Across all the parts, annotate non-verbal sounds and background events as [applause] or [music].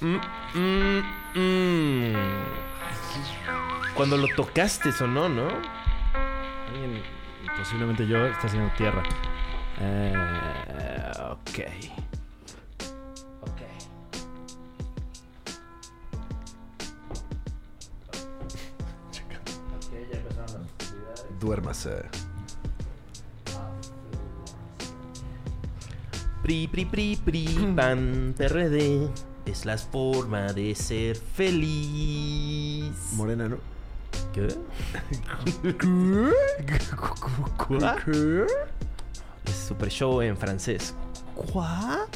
Mm, mm, mm. Cuando lo tocaste sonó, ¿no? Alguien, posiblemente yo, está haciendo tierra. Eh, ok. Ok. Duérmase. Pri, pri, pri, pri, pan, PRD. Es la forma de ser feliz. Morena, ¿no? [laughs] ¿Qué? Es Super Show en francés. ¿Cuá?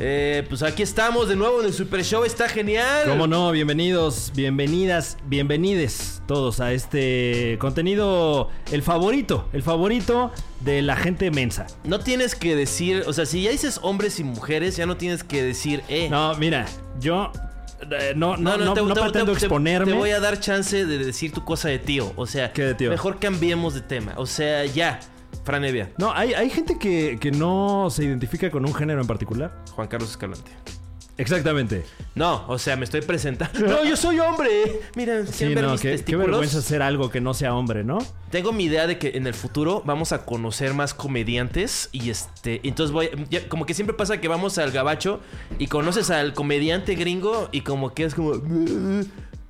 Eh, pues aquí estamos de nuevo en el Super Show. Está genial. ¿Cómo no? Bienvenidos, bienvenidas, bienvenides todos a este contenido, el favorito, el favorito de la gente mensa. No tienes que decir, o sea, si ya dices hombres y mujeres, ya no tienes que decir, eh. No, mira, yo eh, no, no, no, no pretendo te- exponerme. Te voy a dar chance de decir tu cosa de tío. O sea, ¿Qué de tío? mejor cambiemos de tema. O sea, ya. Fran Evia, No, hay, hay gente que, que no se identifica con un género en particular. Juan Carlos Escalante. Exactamente. No, o sea, me estoy [laughs] presentando. No, yo soy hombre. Mira, Sí, ¿quieren ver no, mis qué, qué testículos? vergüenza hacer algo que no sea hombre, ¿no? Tengo mi idea de que en el futuro vamos a conocer más comediantes y este, entonces voy, ya- como que siempre pasa que vamos al gabacho y conoces al comediante gringo y como que es como...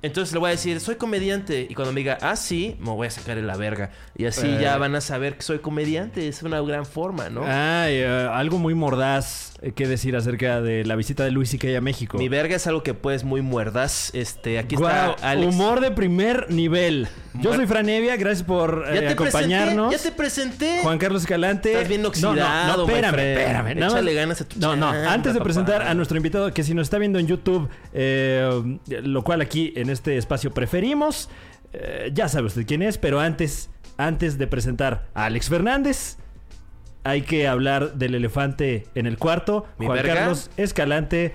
Entonces le voy a decir, soy comediante. Y cuando me diga, ah, sí, me voy a sacar en la verga. Y así Eh. ya van a saber que soy comediante. Es una gran forma, ¿no? Ay, eh, algo muy mordaz eh, que decir acerca de la visita de Luis y a México. Mi verga es algo que puedes muy muerdas. Este, aquí Guau, está Alex. Humor de primer nivel. Yo soy Franevia, gracias por eh, Ya te acompañarnos. Presenté, ya te presenté. Juan Carlos Escalante. Estás bien No, no, oxidado, no my espérame, friend. espérame. Nada Échale más- ganas a tu No, no, chamba, antes de papá. presentar a nuestro invitado, que si nos está viendo en YouTube, eh, lo cual aquí en este espacio preferimos, eh, ya sabe usted quién es, pero antes, antes de presentar a Alex Fernández, hay que hablar del elefante en el cuarto. ¿Mi Juan verga? Carlos Escalante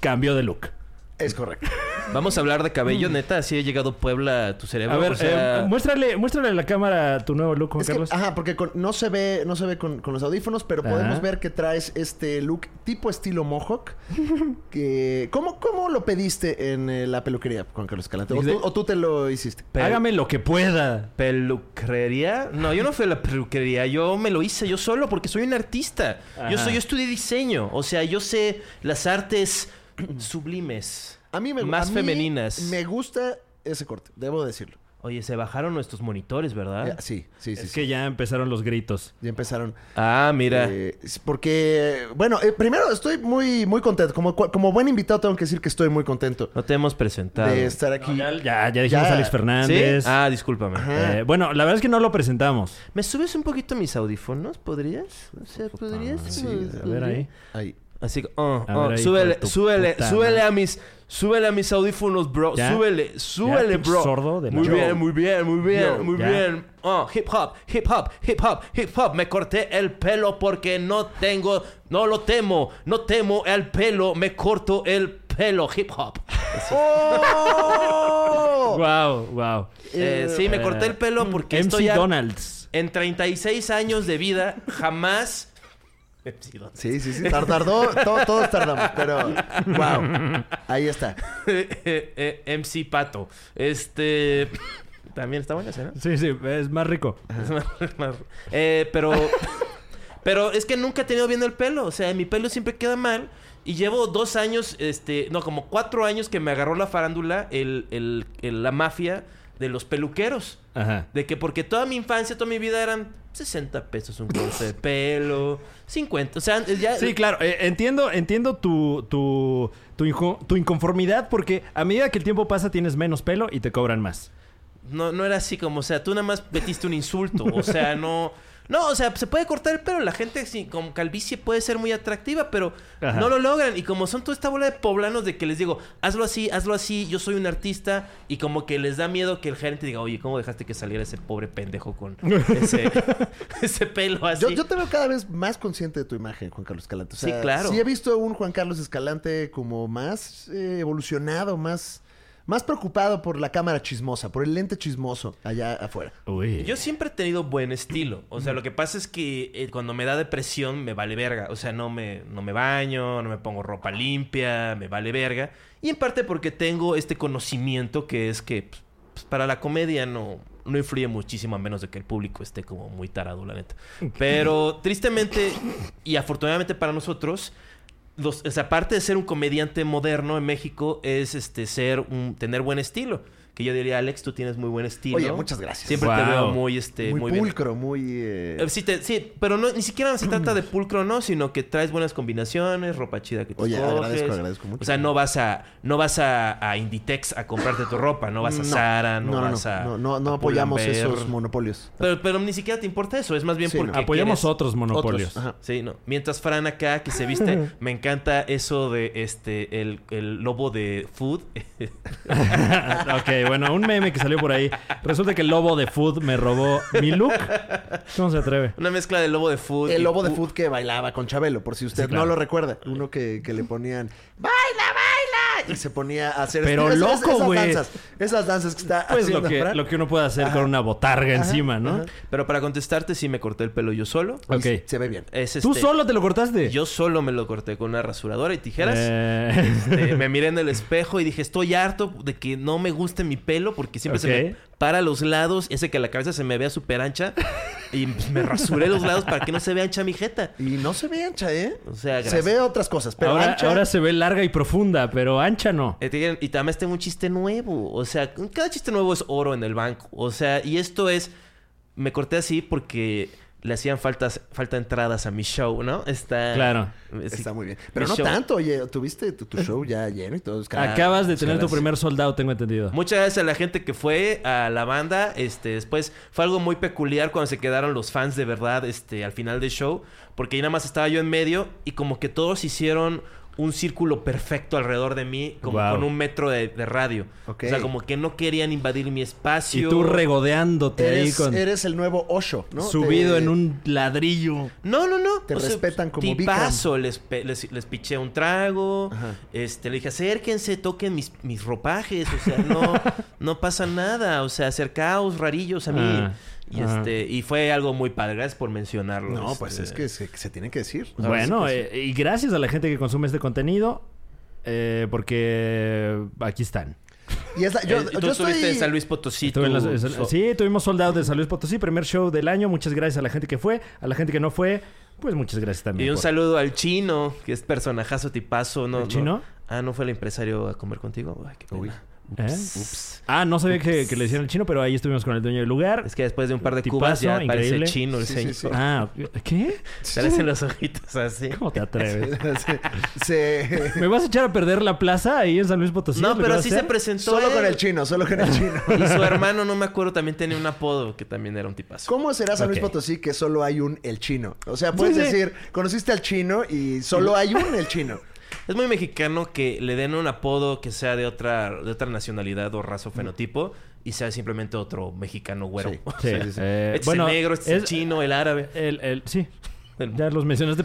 cambió de look. Es correcto. Vamos a hablar de cabello, neta. Así he llegado Puebla a tu cerebro. Mm. A ver, Ah, o sea, eh, muéstrale, muéstrale a la cámara tu nuevo look, Juan Es que- Carlos. ajá, porque con- no se ve, no se ve con, con los audífonos, pero podemos Ajá. ver que traes este look tipo estilo mohawk. que, ¿cómo, ¿Cómo lo pediste en eh, la peluquería, Juan Carlos Calante? ¿O Dice- tú, o tú te lo hiciste? pero- Hágame lo que pueda. ¿Peluquería? No, yo no fui a la peluquería. Yo me lo hice yo solo porque soy un artista. Yo, Ajá. soy, yo estudié diseño. O sea, yo sé las artes [clears throat] sublimes. A mí me Más a mí femeninas. Me gusta ese corte, debo decirlo. Oye, se bajaron nuestros monitores, Eh, ¿verdad? Sí, sí, sí. Es sí. que ya empezaron los gritos. Ya empezaron. Ah, mira. Eh, es porque, bueno, eh, primero estoy muy, muy contento. Como, cua- como buen invitado tengo que decir que estoy muy contento no te hemos presentado. de estar aquí. Ya, ya dijimos Ya. Alex ¿Sí? Fernández. Ah, discúlpame. Ajá. Eh, bueno, la verdad es que no lo presentamos. ¿Me subes un poquito mis audífonos? ¿Podrías? O sea, ¿podrías? Sí, A ver ahí. Ahí. Así que, oh, A oh, ver ahí, súbele, hijo de tu súbele, puta súbele madre. a mis, súbele a mis audífonos, bro. ¿Ya? Súbele, súbele, pinche bro. sordo de la- muy Yo. bien, muy bien, muy bien, Yo. muy ¿Ya? bien. Oh, hip hop, hip hop, hip hop, hip hop. Me corté el pelo porque no tengo, no lo temo, no temo el pelo. Me corto el pelo, hip hop. ¡Oh! Wow, wow. [laughs] Eh, sí, me corté el pelo porque MC estoy ya- Donalds. en 36 años de vida jamás. [laughs] MC Donald. Sí, sí, sí. tar- Tardó, to- todos tardamos, pero wow. Ahí está. [laughs] Eh, eh, MC Pato. Este. También está buena esa, ¿no? Sí, sí, es más rico. Es más- más- Eh, pero. Pero es que nunca he tenido bien el pelo. O sea, mi pelo siempre queda mal. Y llevo dos años, este. No, como cuatro años que me agarró la farándula, el, el- el- la mafia de los peluqueros. Ajá. De que porque toda mi infancia, toda mi vida eran 60 pesos un corte de pelo, 50. O sea, ya. Sí, claro. eh, entiendo, entiendo tu, tu, tu, injo- tu inconformidad porque a medida que el tiempo pasa tienes menos pelo y te cobran más. No, no era así como, o sea, tú nada más metiste un insulto. O [laughs] sea, no. No, o sea, se puede cortar el pelo. La gente sin- con calvicie puede ser muy atractiva, pero Ajá. no lo logran. Y como son toda esta bola de poblanos de que les digo, hazlo así, hazlo así, yo soy un artista. Y como que les da miedo que el gerente diga, oye, ¿cómo dejaste que saliera ese pobre pendejo con [laughs] ese, [laughs] ese pelo así? Yo, yo te veo cada vez más consciente de tu imagen, Juan Carlos Escalante. O sea, Sí, claro. Sí he visto un Juan Carlos Escalante como más eh, evolucionado, más, Más preocupado por la cámara chismosa, por el lente chismoso allá afuera. Uy. Yo siempre he tenido buen estilo. O sea, lo que pasa es que eh, cuando me da depresión me vale verga. O sea, no me, no me baño, no me pongo ropa limpia, me vale verga. Y en parte porque tengo este conocimiento que es que pues, pues, para la comedia no, no influye muchísimo a menos de que el público esté como muy tarado, la neta. Pero tristemente y afortunadamente para nosotros... Los, o sea, aparte de ser un comediante moderno en México, es este ser un, tener buen estilo. Que yo diría, Alex, tú tienes muy buen estilo. Oye, muchas gracias. Siempre te Wow. veo muy, este, muy, muy, bien. pulcro, muy... eh, Eh, Sí, te- sí, pero no, ni siquiera se trata de pulcro, ¿no? Sino que traes buenas combinaciones, ropa chida que te Oye, escoges. agradezco, agradezco mucho. O sea, no vas a, no vas a, a Inditex a comprarte tu ropa, no vas a no. Zara, no, vas a. No, no, no a apoyamos Pull&Bear. esos monopolios. Pero, pero ni siquiera te importa eso, es más bien Sí, no. porque. Apoyamos quieres- otros monopolios. Otros, ajá. Sí, no. Mientras Fran acá, que se [laughs] viste, me encanta eso de este, el, el lobo de food. [laughs] [laughs] ok, bueno, un meme que salió por ahí. Resulta que el lobo de Food me robó mi look. ¿Cómo se atreve? Una mezcla de lobo de food. y El lobo de pu- food que bailaba con Chabelo, por si usted claro. no lo recuerda. Uno que, que le ponían ¡Baila, baila! Y se ponía a hacer... Pero esas- loco, esas güey. danzas, Esas danzas que está Pues lo haciendo que, Fran. lo que uno puede hacer con una botarga encima, ¿no? ajá. Pero para contestarte, sí me corté el pelo yo solo. Y Ok. pues, se- Se ve bien. Es ¿Tú este- solo te lo cortaste? Yo solo me lo corté con una rasuradora y tijeras. Eh, [laughs] Este, me miré en el espejo y dije, estoy harto de que no me guste mi pelo porque siempre se Ok. me para a los lados y hace que la cabeza se me vea súper ancha. Y me rasuré los lados para que no se vea ancha mi jeta. Y no se ve ancha, ¿eh? O sea, se gracias. ve otras cosas, pero ahora, ancha... ahora se ve larga y profunda, pero ancha no. Eh, te digan- Y además tengo un chiste nuevo. O sea, cada chiste nuevo es oro en el banco. O sea, y esto es. Me corté así porque le hacían faltas, falta entradas a mi show, ¿no? Está. Claro. sí. Está muy bien. Pero Mi no show- tanto, oye. Tuviste tu, tu show ya lleno y todo. Ah, Acabas de muchas tener tu gracias. primer soldado, tengo entendido. Muchas gracias a la gente que fue, a la banda. Este, después fue algo muy peculiar cuando se quedaron los fans de verdad, este, al final del show. Porque ahí nada más estaba yo en medio y como que todos hicieron un círculo perfecto alrededor de mí, como Wow. con un metro de, de radio. Ok. O sea, como que no querían invadir mi espacio. Y tú regodeándote ahí Eres, con... eres el nuevo Osho, ¿no? Subido Te- en un ladrillo. No, no, no. Te respetan como tipazo. Les, pe- les, les piché un trago. Ajá. Este, le dije, acérquense, toquen mis, mis ropajes. O sea, [laughs] no, no pasa nada. O sea, acercaos, rarillos a mí. Ah, y ajá. este, y fue algo muy padre. Gracias por mencionarlo. No, este. pues es que se, se tienen que decir. Pues, Ahora Bueno, sí eh, y gracias a la gente que consume este contenido, eh, porque aquí están. Y es la- yo, Eh, tú yo estuviste estoy... en San Luis Potosí. Estuve en tú- las- en San- so- sí, tuvimos soldados de San Luis Potosí, primer show del año. Muchas gracias a la gente que fue, a la gente que no fue, pues muchas gracias también. Y un por- saludo al chino, que es personajazo tipazo. No, ¿El no. chino? Ah, ¿no fue el empresario a comer contigo? Ay, qué pena. Uy. ¿Eh? Ah, no sabía que, que le hicieron el chino, pero ahí estuvimos con el dueño del lugar. Es que después de un par de Tipazo, cubas ya parece increíble. chino el Sí, sí, señor. sí. Ah, ¿qué? Se le hacen los ojitos así. ¿Cómo [laughs] te atreves? [laughs] [laughs] se, se- ¿Me vas a echar a perder la plaza ahí en San Luis Potosí? ¿Es No, lo que pero vas a así se hacer? presentó. solo él. con el chino, solo con el chino. Y su hermano, no me acuerdo, también tenía un apodo que también era un tipazo. ¿Cómo será San Luis Ok. Potosí que solo hay un el chino? O sea, puedes Sí, sí. decir, conociste al chino y solo hay un el chino. Es muy mexicano que le den un apodo que sea de otra, de otra nacionalidad o raza o fenotipo y sea simplemente otro mexicano güero. Sí. [laughs] O Sí, sea, eh, este bueno, es el negro, este es el es- chino, el árabe. El, el, sí, El- ya los mencionaste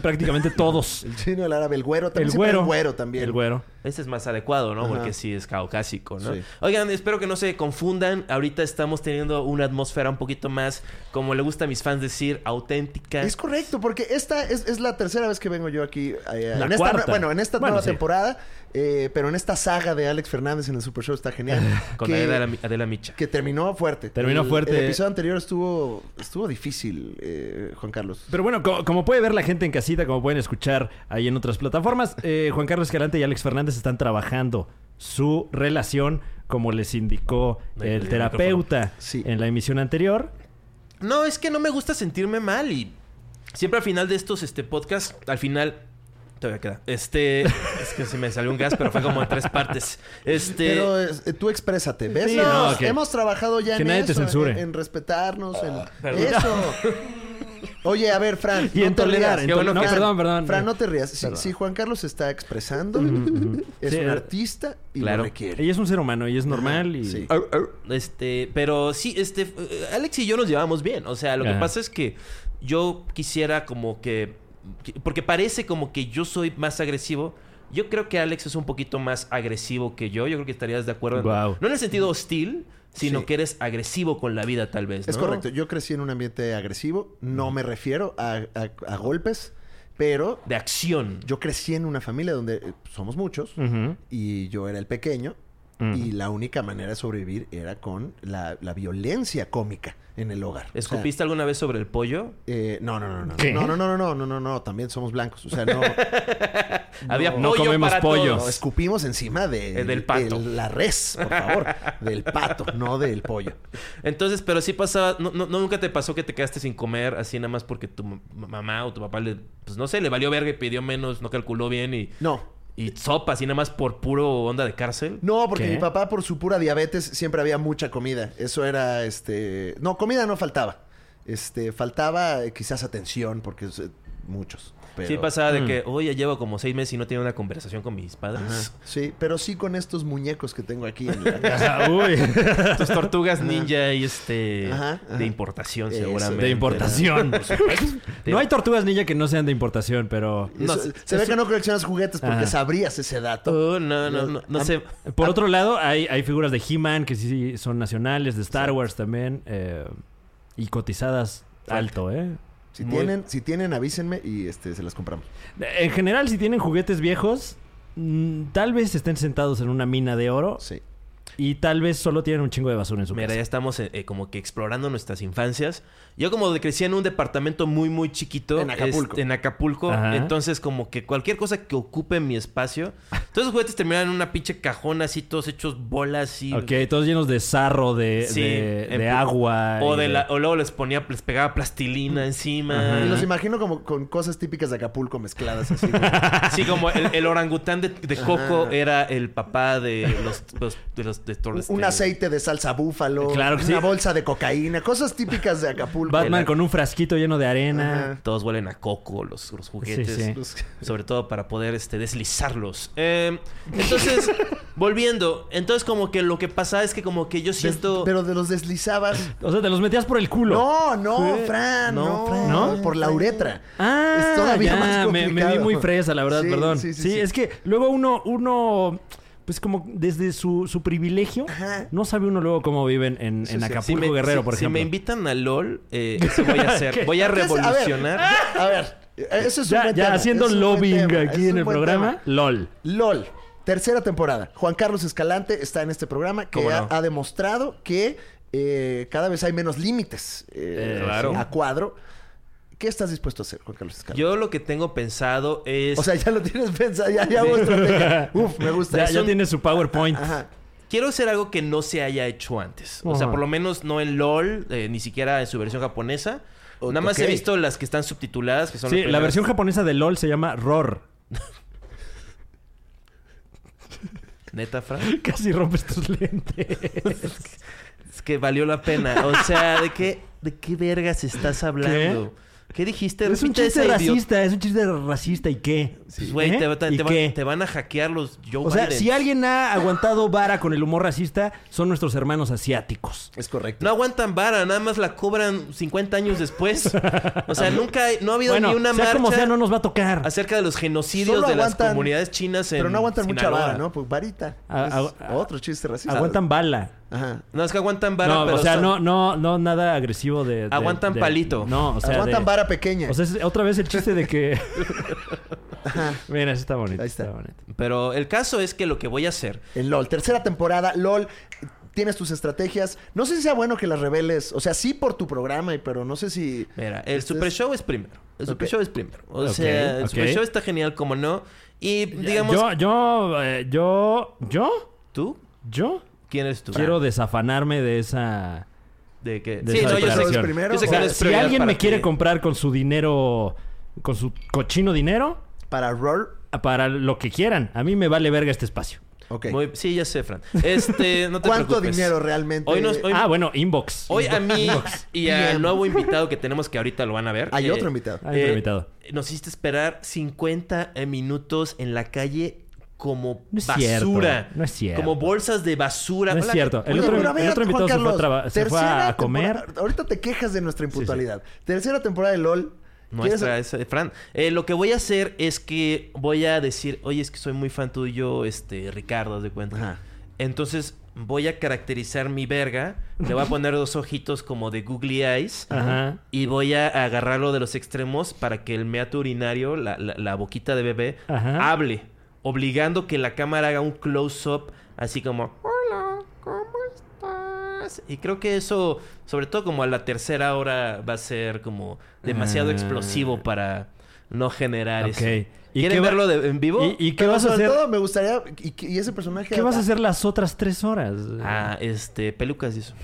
[laughs] prácticamente todos. El chino, el árabe, el güero. También El siempre hay güero. un güero también. El güero. Ese Este es más adecuado, ¿no? Ajá. Porque sí es caucásico, ¿no? Sí. Oigan, espero que no se confundan. Ahorita estamos teniendo una atmósfera un poquito más, como le gusta a mis fans decir, auténtica. Es correcto, porque esta es, es la tercera vez que vengo yo aquí. eh, La en esta cuarta. nue- bueno, en esta Bueno, nueva sí. temporada, eh, pero en esta saga de Alex Fernández en el Super Show está [laughs] genial. Con que, Adela, Adela Micha. que terminó fuerte. Terminó El- fuerte. El episodio anterior estuvo, estuvo difícil, eh, Juan Carlos. Pero bueno, co- como, puede ver la gente en casita, como pueden escuchar ahí en otras plataformas, eh, Juan Carlos Escalante y Alex Fernández están trabajando su relación, como les indicó Ahí, el el terapeuta Sí. en la emisión anterior. No, es que no me gusta sentirme mal y siempre al final de estos este podcasts, al final todavía queda. [laughs] Este, es que se me salió un gas, pero fue como en tres partes. Este, Pero eh, tú exprésate, ¿ves? Sí, Nos- no, ok. Hemos trabajado ya Que en nadie te eso, censure. En, en respetarnos, en perdón. eso. [laughs] Oye, a ver, Fran. Y en te tolerar, rías. en Qué tolerar. bueno, No, Fran, perdón, perdón. Fran, no te rías. Si, Perdón. si Juan Carlos se está expresando, es Sí, un eh, artista y claro. lo requiere. Ella es un ser humano y es normal y... Sí. Au, au. Este, pero sí, este, eh, Alex y yo nos llevamos bien. O sea, lo que Ajá. pasa es que yo quisiera como que, que- porque parece como que yo soy más agresivo, Yo creo que Alex es un poquito más agresivo que yo. Yo creo que estarías de acuerdo. en- Guau. No en el sentido hostil, sino Sí. que eres agresivo con la vida, tal vez. Es ¿no? correcto. Yo crecí en un ambiente agresivo. No me refiero a, a- a golpes, pero De acción. yo crecí en una familia donde eh, somos muchos Ujú. y yo era el pequeño. Ujú. Y la única manera de sobrevivir era con la, la violencia cómica en el hogar. O sea, ¿Escupiste alguna vez sobre el pollo? eh, no, no, no, no. ¿Qué? No, no, no, no, no, no, no, no. También somos blancos. O sea, [laughs] no. Había No pollo comemos para pollo. No, todos. escupimos encima de, Eh, del pato. de la res, por favor. del pato, no del pollo. Entonces, pero sí pasaba... No, no- no, ¿Nunca te pasó que te quedaste sin comer así nada más porque tu m- mamá o tu papá le... Pues no sé, le valió verga y pidió menos, no calculó bien y... No. Y sopa así nada más por puro onda de cárcel. No, porque ¿Qué? mi papá, por su pura diabetes, siempre había mucha comida. Eso era, este... No, comida no faltaba. Este, faltaba eh, quizás atención, porque eh, muchos. Pero... Sí pasaba de que, oye, llevo como seis meses y no tengo una conversación con mis Ajá. padres. Sí, pero sí con estos muñecos que tengo aquí en [laughs] la casa. Ah, uy. [laughs] Tus tortugas ninja y este... Ajá, ajá. De importación, Eso, de seguramente. de importación. No hay tortugas ninja que no sean de importación, pero... No, Eso- es- se ve es que no coleccionas juguetes porque Ajá. sabrías ese dato. Oh, no, no, no, no Am- sé. Ah. Por otro lado, hay, hay figuras de He-Man que sí son nacionales, de Star Wars también, eh, y cotizadas alto, ¿eh? Si Muy- tienen, si tienen, avísenme y este, se las compramos. En general, si tienen juguetes viejos, mm, tal vez estén sentados en una mina de oro Sí. y tal vez solo tienen un chingo de basura en su Mira, ya casa. estamos eh, eh, como que explorando nuestras infancias. Yo como de- crecí en un departamento muy, muy chiquito. En Acapulco. este, en Acapulco. Ajá. Entonces como que cualquier cosa que ocupe mi espacio. Todos los juguetes terminaban en una pinche cajón así, todos hechos bolas y... Ok, todos llenos de sarro, de, Sí, de- en de pu- agua. O, y de la- o luego les ponía, les pegaba plastilina encima. Ajá. Y los imagino como con cosas típicas de Acapulco mezcladas así. güey. [laughs] Sí, como el, el orangután de, de Coco era el papá de los, los- de los de Un- Torres. un aceite de salsa búfalo, Este, Claro que una sí. bolsa de cocaína, cosas típicas de Acapulco. Batman con un frasquito lleno de arena. Ajá. Todos huelen a coco los, los juguetes. Sí, sí. Los- Sobre todo para poder este, deslizarlos. Eh, entonces, volviendo. Entonces, como que lo que pasa es que como que yo des- siento... pero de los deslizabas. [laughs] O sea, te los metías por el culo. No, no, Sí. Fran, No, no, Fran. ¿No? por la uretra. Ah, Es todavía ya, más me- Me, vi complicado. muy fresa, la verdad, Sí, perdón. Sí, sí, sí, sí. es que luego uno, uno, pues como desde su, su privilegio, Ajá. no sabe uno luego cómo viven en, Sí, en sí. si Acapulco me, Guerrero, si- por si me ejemplo. invitan al LOL, eh, eso voy a hacer. ¿Qué? Voy a ¿Qué es? A ver. Ah. revolucionar. [laughs] A ver, eso es un Ya, buen ya tema, haciendo es un buen lobbying tema, aquí es en un el buen programa, tema. LOL. LOL, tercera temporada. Juan Carlos Escalante está en este programa que ¿Cómo ha, no? ha demostrado que eh, cada vez hay menos límites eh, Eh, claro. a cuadro. ¿Qué estás dispuesto a hacer, Juan Carlos Escalante? Yo lo que tengo pensado es... O sea, ya lo tienes [laughs] pensado, ya, ya hubo [laughs] estrategia. Uf, me gusta. Ya, Es ya un- tiene su PowerPoint. Ajá. Quiero hacer algo que no se haya hecho antes. O sea, Ajá. por lo menos no en LOL, eh, ni siquiera en su versión japonesa. O- Nada más ok. he visto las que están subtituladas, que son Sí, las la primeras. versión japonesa de LOL se llama ROR. Neta, Fran. [laughs] Casi rompes tus lentes. [laughs] Es que valió la pena. O [laughs] sea, ¿de qué, de qué vergas estás hablando? ¿Qué, dijiste? es un Repite chiste esa idiota- racista, es un chiste racista. ¿Y qué? Pues, güey, ¿Eh? te, va- te- ¿Y te va- qué? te van a hackear los Joe O sea, Biden. si alguien ha aguantado vara con el humor racista, son nuestros hermanos asiáticos. Es correcto. No aguantan vara, nada más la cobran 50 años después. O [laughs] sea, nunca, hay- no ha habido Bueno, ni una sea marcha como sea, no nos va a tocar. acerca de los genocidios Solo de las aguantan- comunidades chinas en Pero no aguantan mucha Sinaloa. vara, ¿no? Pues varita. A- Es a- otro chiste racista. Aguantan bala. Ajá. No, es que aguantan vara, no, pero o sea, son- no, no, no, nada agresivo de. de- Aguantan de- palito. No, o sea. Aguantan de- vara pequeña. O sea, es otra vez el chiste de que. [laughs] Ajá. Mira, eso está bonito. Ahí está. está. bonito. Pero el caso es que lo que voy a hacer En LOL. Tercera temporada, LOL. Tienes tus estrategias. No sé si sea bueno que las reveles. O sea, sí por tu programa, y- pero no sé si. Mira, el Este Super es- Show es primero. El Super Ok. Show es primero. O Ok, sea, el ok. Super Show está genial, como no. Y digamos, Yo, yo, eh, yo, yo, ¿tú? yo ¿Quién eres tú? Ah. quiero desafanarme de esa. ¿De qué? de sí, esa no, yo sé, declaración. yo sé O que sea, no es Si prioridad alguien para me quiere ti. comprar con su dinero, con su cochino dinero, Para Roar. para lo que quieran, a mí me vale verga este espacio. Ok. Muy- sí, ya sé, Fran. Este, no te ¿Cuánto preocupes. dinero realmente? Hoy nos- hoy- Ah, bueno, inbox. Hoy a mí y al Bien. nuevo invitado que tenemos que ahorita lo van a ver. Hay eh, otro invitado. Hay otro invitado. Nos hiciste esperar 50 minutos en la calle como No es basura. cierto, no es cierto. Como bolsas de basura. No es Hola, cierto. El Oye, otro, pero a el ver, otro Juan invitado se fue, a Carlos, traba- se fue tercera a comer. temporada- Ahorita te quejas de nuestra impuntualidad. Tercera temporada de LOL. Nuestra, es, eh, Fran. Eh, lo que voy a hacer es que voy a decir, oye, es que soy muy fan tuyo, este, Ricardo, haz de cuenta. Ajá. Entonces voy a caracterizar mi verga, le voy a poner dos ojitos como de googly eyes Ajá. y voy a agarrarlo de los extremos para que el meato urinario, la, la- la boquita de bebé, Ajá. hable, obligando que la cámara haga un close-up así como, hola, ¿cómo estás? Y creo que eso, sobre todo como a la tercera hora, va a ser como demasiado Ah. explosivo para no generar Ok. eso. ¿Y ¿Quieren qué va- verlo de- en vivo? ¿Y, y qué Pero vas a sobre hacer? todo me gustaría... ¿Y, qué- y ese personaje? ¿Qué vas a hacer las otras tres horas? Ah, este, pelucas y eso.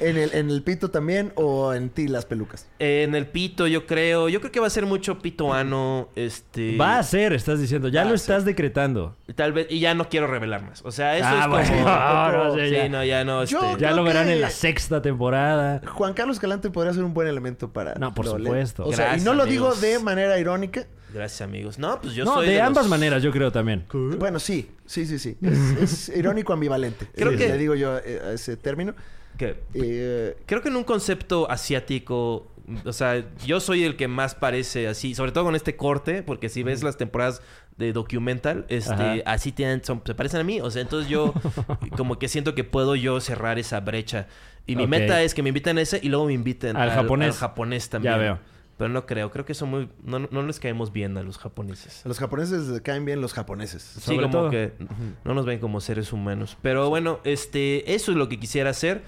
¿En el, ¿En el pito también o en ti las pelucas? En el pito, yo creo. Yo creo que va a ser mucho pito ano. Este. Va a ser, estás diciendo. Ya Va lo a ser. estás decretando. Tal vez. Y ya no quiero revelar más. O sea, eso Ah, es como. bueno. [laughs] No, no, sí, sí, ya. no, ya no. Yo- este, Ya Creo lo verán que- en la sexta temporada. Juan Carlos Calante podría ser un buen elemento para... No, por lo- supuesto. O sea, y Gracias, no lo amigos. digo de manera irónica. Gracias, amigos. No, pues yo no, soy. de, los- ambas maneras, yo creo también. Bueno, sí, sí, sí, sí. [laughs] Es, es irónico ambivalente. Creo Eh, que- Le digo yo eh, a ese término. que- Eh, creo que en un concepto asiático. O sea, yo soy el que más parece así. Sobre todo con este corte. Porque si ves las temporadas de documental, este, Ajá. así tienen, son- se parecen a mí. O sea, entonces [laughs] yo como que siento que puedo yo cerrar esa brecha. Y mi Ok. meta es que me inviten a ese y luego me inviten Al japonés. al japonés también. Ya veo. Pero no creo, creo que son muy. No, no les caemos bien a los japoneses. a los japoneses les caen bien los japoneses. Sí, Sobre como todo. que no nos ven como seres humanos. Pero bueno, este, eso es lo que quisiera hacer.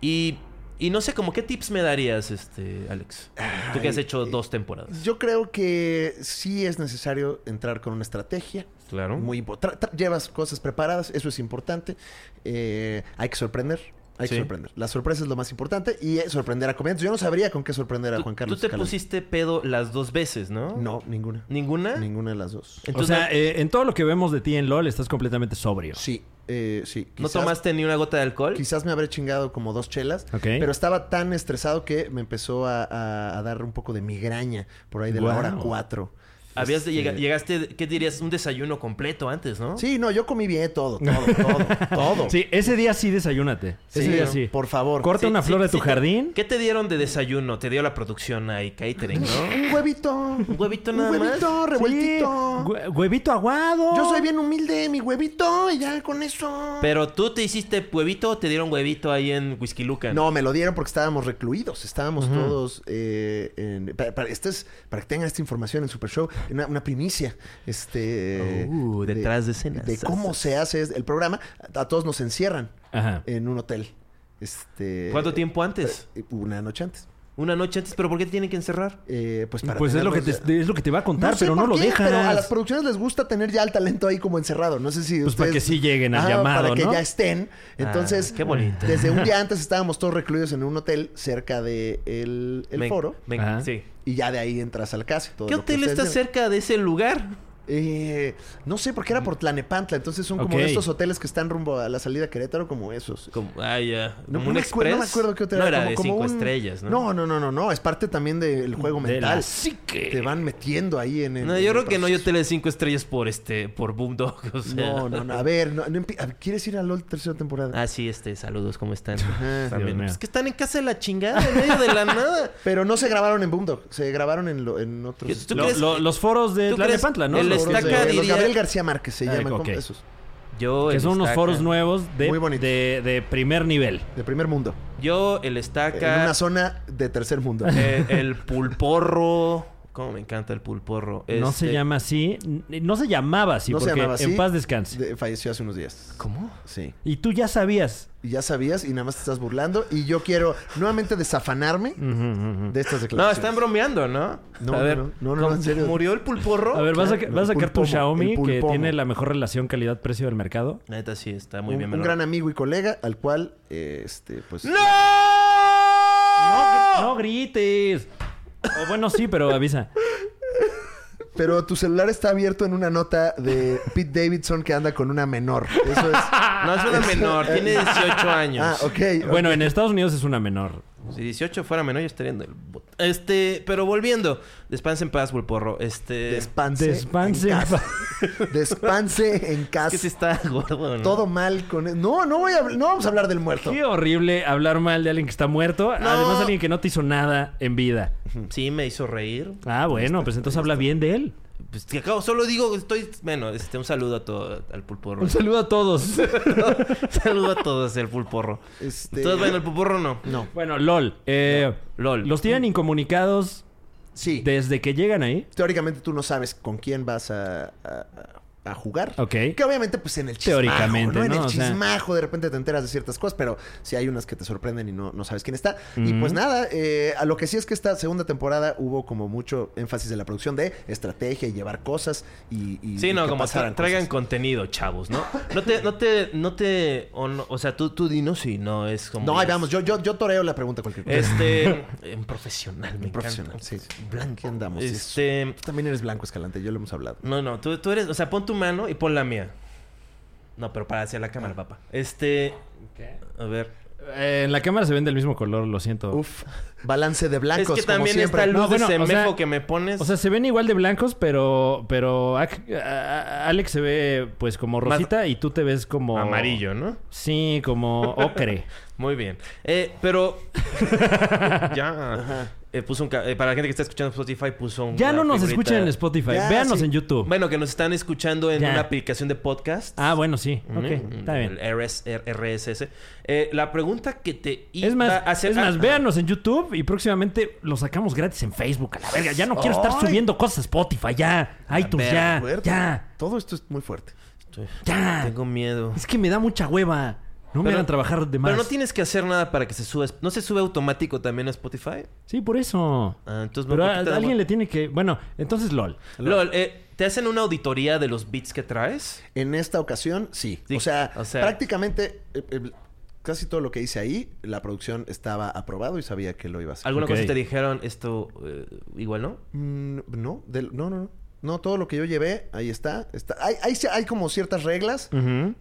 Y, y no sé, como qué tips me darías, este, Alex. Tú que has Ay, hecho eh, dos temporadas. Yo creo que sí es necesario entrar con una estrategia. Claro. Muy impo- tra- tra- llevas cosas preparadas, eso es importante. Eh, hay que sorprender. Hay Sí. que sorprender. La sorpresa es lo más importante y eh, sorprender a comediantes. Yo no sabría con qué sorprender a Tú, Juan tú Carlos. te Escalante. pusiste pedo las dos veces, ¿no? No, ninguna. ¿Ninguna? Ninguna de las dos. o Entonces, sea, eh, en todo lo que vemos de ti en LOL estás completamente sobrio. Sí, eh, sí. ¿no Quizás- tomaste ni una gota de alcohol? Quizás me habré chingado como dos chelas, Ok. pero estaba tan estresado que me empezó a, a- a dar un poco de migraña por ahí de la Guau. hora cuatro. Habías Este, de- llega- llegaste, ¿qué dirías? Un desayuno completo antes, ¿no? Sí, no, yo comí bien todo, todo, todo, [laughs] todo. Sí, ese día sí desayúnate. Ese Sí, día sí. Por favor. Corta Sí, una sí, flor de sí, tu te- jardín. ¿Qué te dieron de desayuno? Te dio la producción ahí, catering, [laughs] ¿no? Un huevito. Un huevito nada Un huevito, revueltito. Sí, hue- huevito aguado. Yo soy bien humilde, mi huevito, y ya con eso. Pero tú te hiciste huevito o te dieron huevito ahí en Whisky Lucan. No, me lo dieron porque estábamos recluidos. Estábamos todos eh, en- para, para- este es- para que tengan esta información en Super Show, una, una primicia. Este. Uh, detrás de escenas. De cómo se hace es- el programa. A a todos nos encierran Ajá. en un hotel. Este. ¿Cuánto tiempo antes? eh, Una noche antes. Una noche antes, pero ¿por qué te tienen que encerrar? Eh, pues para pues es lo, que te, tenerlos- es lo que te iba a contar, sé pero no por lo qué, dejas. Pero a las producciones les gusta tener ya el talento ahí como encerrado. No sé si. Pues para ustedes- que sí lleguen al Ajá, llamado, Para que ¿no? ya estén. Entonces. Ah, qué bonito. Desde un [laughs] día antes estábamos todos recluidos en un hotel cerca de el, el Me- foro. me- Ajá. sí. Y ya de ahí entras al casi. ¿Qué hotel está cerca Mm. de ese lugar? Eh, no sé, porque era por Tlanepantla. Entonces son como Ok. de estos hoteles que están rumbo a la salida a Querétaro, como esos. Como, ah, ya. Como No, no un me acuerdo- express. no me acuerdo qué hotel No era, era como- de como cinco un- estrellas, ¿no? No, no, no, no, no. Es parte también del juego De mental. la psique. Te van metiendo ahí en el. No, en yo el creo que no hay proceso. hoteles de cinco estrellas por este, por Boomdog. [laughs] O sea. No, no, no. A ver, no, no empie- a ver, ¿quieres ir a LOL tercera temporada? Ah, sí, este, saludos, ¿cómo [laughs] están? Dios También. mío. Es que están en casa de la chingada, en medio de la [laughs] nada. Pero no se grabaron en Boomdog, se grabaron en, lo- en otros. ¿Tú Lo- crees- lo- los foros de tú crees Tlalnepantla, ¿no? el Los Los foros estaca de- de- los diría- Gabriel García Márquez se Ah, llaman ok. ¿cómo? esos. Yo, que el son unos Estaca. foros nuevos de, Muy bonitos. de, de primer nivel. De primer mundo. Yo, el estaca. En una zona de tercer mundo. Eh, el pulporro. Cómo me encanta el [laughs] pulporro. No Este- se llama así. n- No se llamaba así, No se porque llamaba así. en paz descanse. De- falleció hace unos días. ¿Cómo? Sí. Y tú ya sabías. Y ya sabías y nada más te estás burlando. Y yo quiero nuevamente desafanarme de estas No, declaraciones. están bromeando, ¿no? No, A ver, no, no, no, no, ¿cómo- en serio. ¿Murió el pulporro? A ver, vas a, claro, vas a el sacar tu pulpomo, Xiaomi el que pulpomo. tiene la mejor relación calidad-precio del mercado. Neta, sí, está muy un, bien. un me lo- gran amigo y colega al cual, eh, este, pues... ¡No! No grites. O bueno, sí, pero avisa. Pero tu celular está abierto en una nota de Pete Davidson que anda con una menor. Eso es... No, es una menor, tiene 18 [laughs] años. Ah, ok. Bueno, en Estados Unidos es una menor. Si 18 fuera menor, yo estaría en el bot. Este, pero volviendo. Despanse en paz, Bulporro. Este. Despanse. Despanse. En [laughs] casa. Despanse en es casa. que sí está [laughs] gordo, ¿no? Todo mal con... e- No, no, voy a... habl- no vamos a hablar del muerto. Qué horrible hablar mal de alguien que está muerto. Además, alguien que no te hizo nada en vida. Sí, me hizo reír. Ah, bueno, pues entonces habla bien de él. Pues que acabo, solo digo, estoy. Bueno, este, un saludo a todo, al pulporro. Un saludo a todos. [laughs] saludo a todos, el pulporro. Este- Entonces, bueno, el pulporro no. No. [laughs] bueno, LOL. eh, LOL. Los tienen incomunicados Sí. desde que llegan ahí. Teóricamente tú no sabes con quién vas a, a- a jugar. Ok. Que obviamente, pues en el chismajo. Teóricamente, ¿no? En ¿no? el O sea- chismajo de repente te enteras de ciertas cosas, pero sí hay unas que te sorprenden y no, no sabes quién está. Y pues nada, eh, a lo que sí es que esta segunda temporada hubo como mucho énfasis en la producción de estrategia y llevar cosas y. y- Sí, y no, que como tra- pasaran traigan cosas. contenido, chavos, ¿no? No te, no te, no te, o, no- o sea, tú, tú dinos si no es como... No, ahí vamos, yo, yo, yo toreo la pregunta cualquier cosa. Este, en profesional, [laughs] me encanta. Profesional, sí. Blanco. ¿Qué andamos? Sí, Este, Tú también eres blanco, Escalante, yo lo hemos hablado. no, no, tú, tú eres, o sea, pon tu mano y pon la mía. No, pero para hacia la cámara, Ah. papá. Este, a ver. Eh, en la cámara se ven del mismo color, lo siento. Uf, balance de Es blancos. que como también siempre. esta luz No, bueno, de o sea- semefo que me pones. O sea, se ven igual de blancos, pero pero Ac- a- a- Alex se ve pues como Más- rosita y tú te ves como amarillo, ¿no? Sí, como [laughs] ocre. Muy bien. Eh, pero. [laughs] ya. Eh, puso un ca- eh, para la gente que está escuchando Spotify, puso un. ya una no nos figurita- escuchan en Spotify, Ya, véanos sí. en YouTube. Bueno, que nos están escuchando en Ya. una aplicación de podcast. Ah, bueno, sí. Ok, Mm, está bien. El RS, RSS. Eh, la pregunta que te iba Es más, a hacer. es más, Ah, véanos en YouTube y próximamente lo sacamos gratis en Facebook. A la verga, ya no quiero estar Ay. subiendo cosas a Spotify, ya. iTunes, Ah, ya. Fuerte. Ya, Todo esto es muy fuerte. estoy- ya. Tengo miedo. Es que me da mucha hueva. No me Pero- hagan trabajar de más. Pero no tienes que hacer nada para que se suba. ¿No se sube automático también a Spotify? Sí, por eso. Ah, entonces Pero me a, poquito de alguien amor. le tiene que. Bueno, entonces LOL. LOL, eh, ¿te hacen una auditoría de los beats que traes? En esta ocasión, sí. Sí, O, sea, o sea- prácticamente eh, eh, casi todo lo que hice ahí, la producción estaba aprobado y sabía que lo iba a hacer. ¿Alguna Ok. cosa te dijeron esto eh, igual no? Mm, no, del- no, no, no. No, todo lo que yo llevé, ahí está. está. Hay, hay, hay como ciertas reglas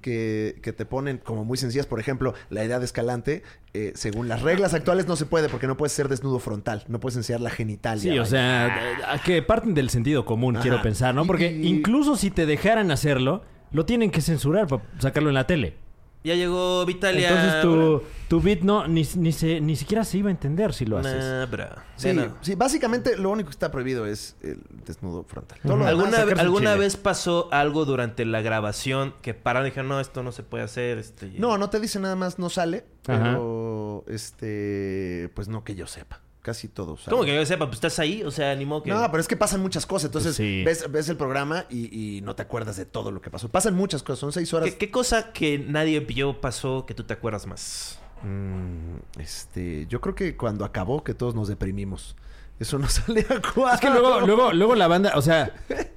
que, que te ponen como muy sencillas. Por ejemplo, la edad de escalante, eh, según las reglas actuales, no se puede porque no puedes ser desnudo frontal. No puedes enseñar la genitalia. Sí, o vaya. sea, a que parten del sentido común, Ajá. quiero pensar, ¿no? Porque Y- incluso si te dejaran hacerlo, lo tienen que censurar para sacarlo en la tele. Ya llegó Vitalia. Entonces tu, tu beat no, ni, ni, se- ni siquiera se iba a entender si lo haces. Nah, bra. Sí, Ya no. sí, básicamente lo único que está prohibido es el desnudo frontal. Todo lo demás, ¿Alguna, sacarse un ¿alguna chile. vez pasó algo durante la grabación que pararon y dijeron, no, esto no se puede hacer? Este, No, no te dice nada más, no sale. Ajá. Pero, este, pues no que yo sepa. Casi todo sale. ¿Cómo que yo sepa? Pues estás ahí, o sea, ni modo que... No, pero es que pasan muchas cosas. Entonces, Pues Sí. ves, ves el programa y, y no te acuerdas de todo lo que pasó. Pasan muchas cosas. Son seis horas. ¿Qué, qué cosa que nadie vio pasó que tú te acuerdas más? Mm, este, yo creo que cuando acabó que todos nos deprimimos. Eso no [laughs] sale a cuadro. Es que luego, luego, luego la banda, o sea, eh,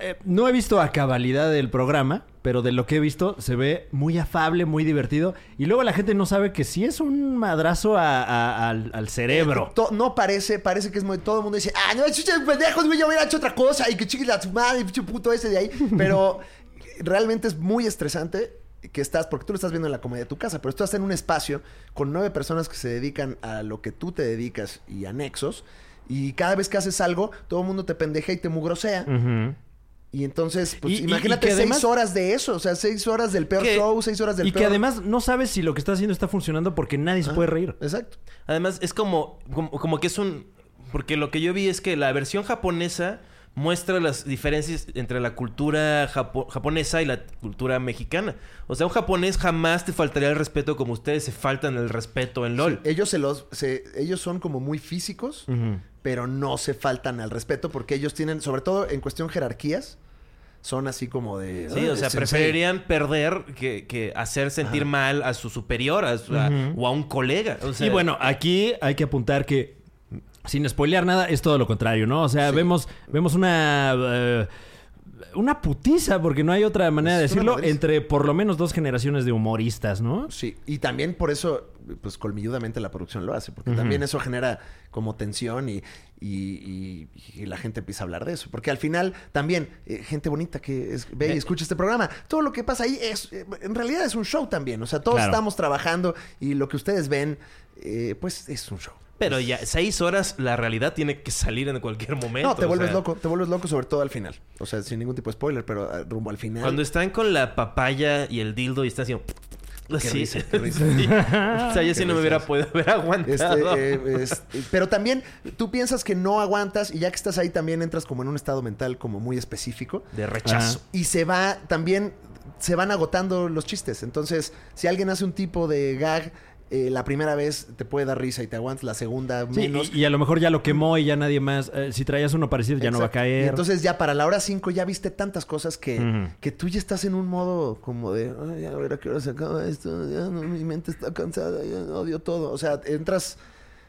eh, no he visto a cabalidad el programa, pero de lo que he visto se ve muy afable, muy divertido. Y luego la gente no sabe que sí es un madrazo a- a- al, al cerebro. To- no parece, parece que es muy. Todo el mundo dice, ah, no, chuches pendejos, güey, yo hubiera hecho otra cosa y que chiquis la su madre, pinche puto ese de [laughs] ahí. Pero realmente es muy estresante que estás, porque tú lo estás viendo en la comodidad de tu casa, pero estás en un espacio con nueve personas que se dedican a lo que tú te dedicas y anexos. Y cada vez que haces algo, todo el mundo te pendeja y te mugrosea. Ujú. Y entonces, pues Mm. Y- y- imagínate y que seis además- horas de eso. O sea, seis horas del peor Que- show, seis horas del Y que peor- además no sabes si lo que está haciendo está funcionando porque nadie se puede reír. Exacto. Además, es como, como, como que es un... Porque lo que yo vi es que la versión japonesa muestra las diferencias entre la cultura japo- japonesa y la cultura mexicana. O sea, un japonés jamás te faltaría el respeto como ustedes se faltan el respeto en LOL. Ellos se los, se- ellos son como muy físicos, pero no se faltan al respeto porque ellos tienen, sobre todo en cuestión jerarquías, son así como de. Sí, o "Ay, sea, sensei". preferirían perder que, que hacer sentir mal a su superior a su- a- o a un colega. O sea, y bueno, aquí hay que apuntar que, sin spoilear nada, es todo lo contrario, ¿no? O sea, vemos, vemos una eh, una putiza, porque no hay otra manera de Es una decirlo, madriz. entre por lo menos dos generaciones de humoristas, ¿no? Sí, y también por eso, pues colmilludamente la producción lo hace, porque también eso genera como tensión y, y- y- y la gente empieza a hablar de eso. Porque al final también, eh, gente bonita que es- ve y escucha este programa, todo lo que pasa ahí es, eh, en realidad es un show también. O sea, todos Claro. estamos trabajando y lo que ustedes ven, eh, pues es un show. Pero ya, seis horas, la realidad tiene que salir en cualquier momento. No, te o vuelves sea, loco, te vuelves loco sobre todo al final. O sea, sin ningún tipo de spoiler, pero ah, rumbo al final. Cuando están con la papaya y el dildo y están haciendo. Qué así. [laughs] risa, qué risa. Sí. O sea, yo sí no me hubiera podido haber aguantado. Este, eh, es- pero también tú piensas que no aguantas y ya que estás ahí también entras como en un estado mental como muy específico de rechazo. y se va también se van agotando los chistes. Entonces, si alguien hace un tipo de gag eh, la primera vez te puede dar risa y te aguantas, la segunda Sí, menos. y, y a lo mejor ya lo quemó y ya nadie más. eh, si traías uno parecido, ya no va a Exacto. caer. Y entonces ya para la hora 5 ya viste tantas cosas que, Ujú. que tú ya estás en un modo como de, ay, a ver a qué hora se acaba esto, ya no, mi mente está cansada, ya odio todo. O sea, entras,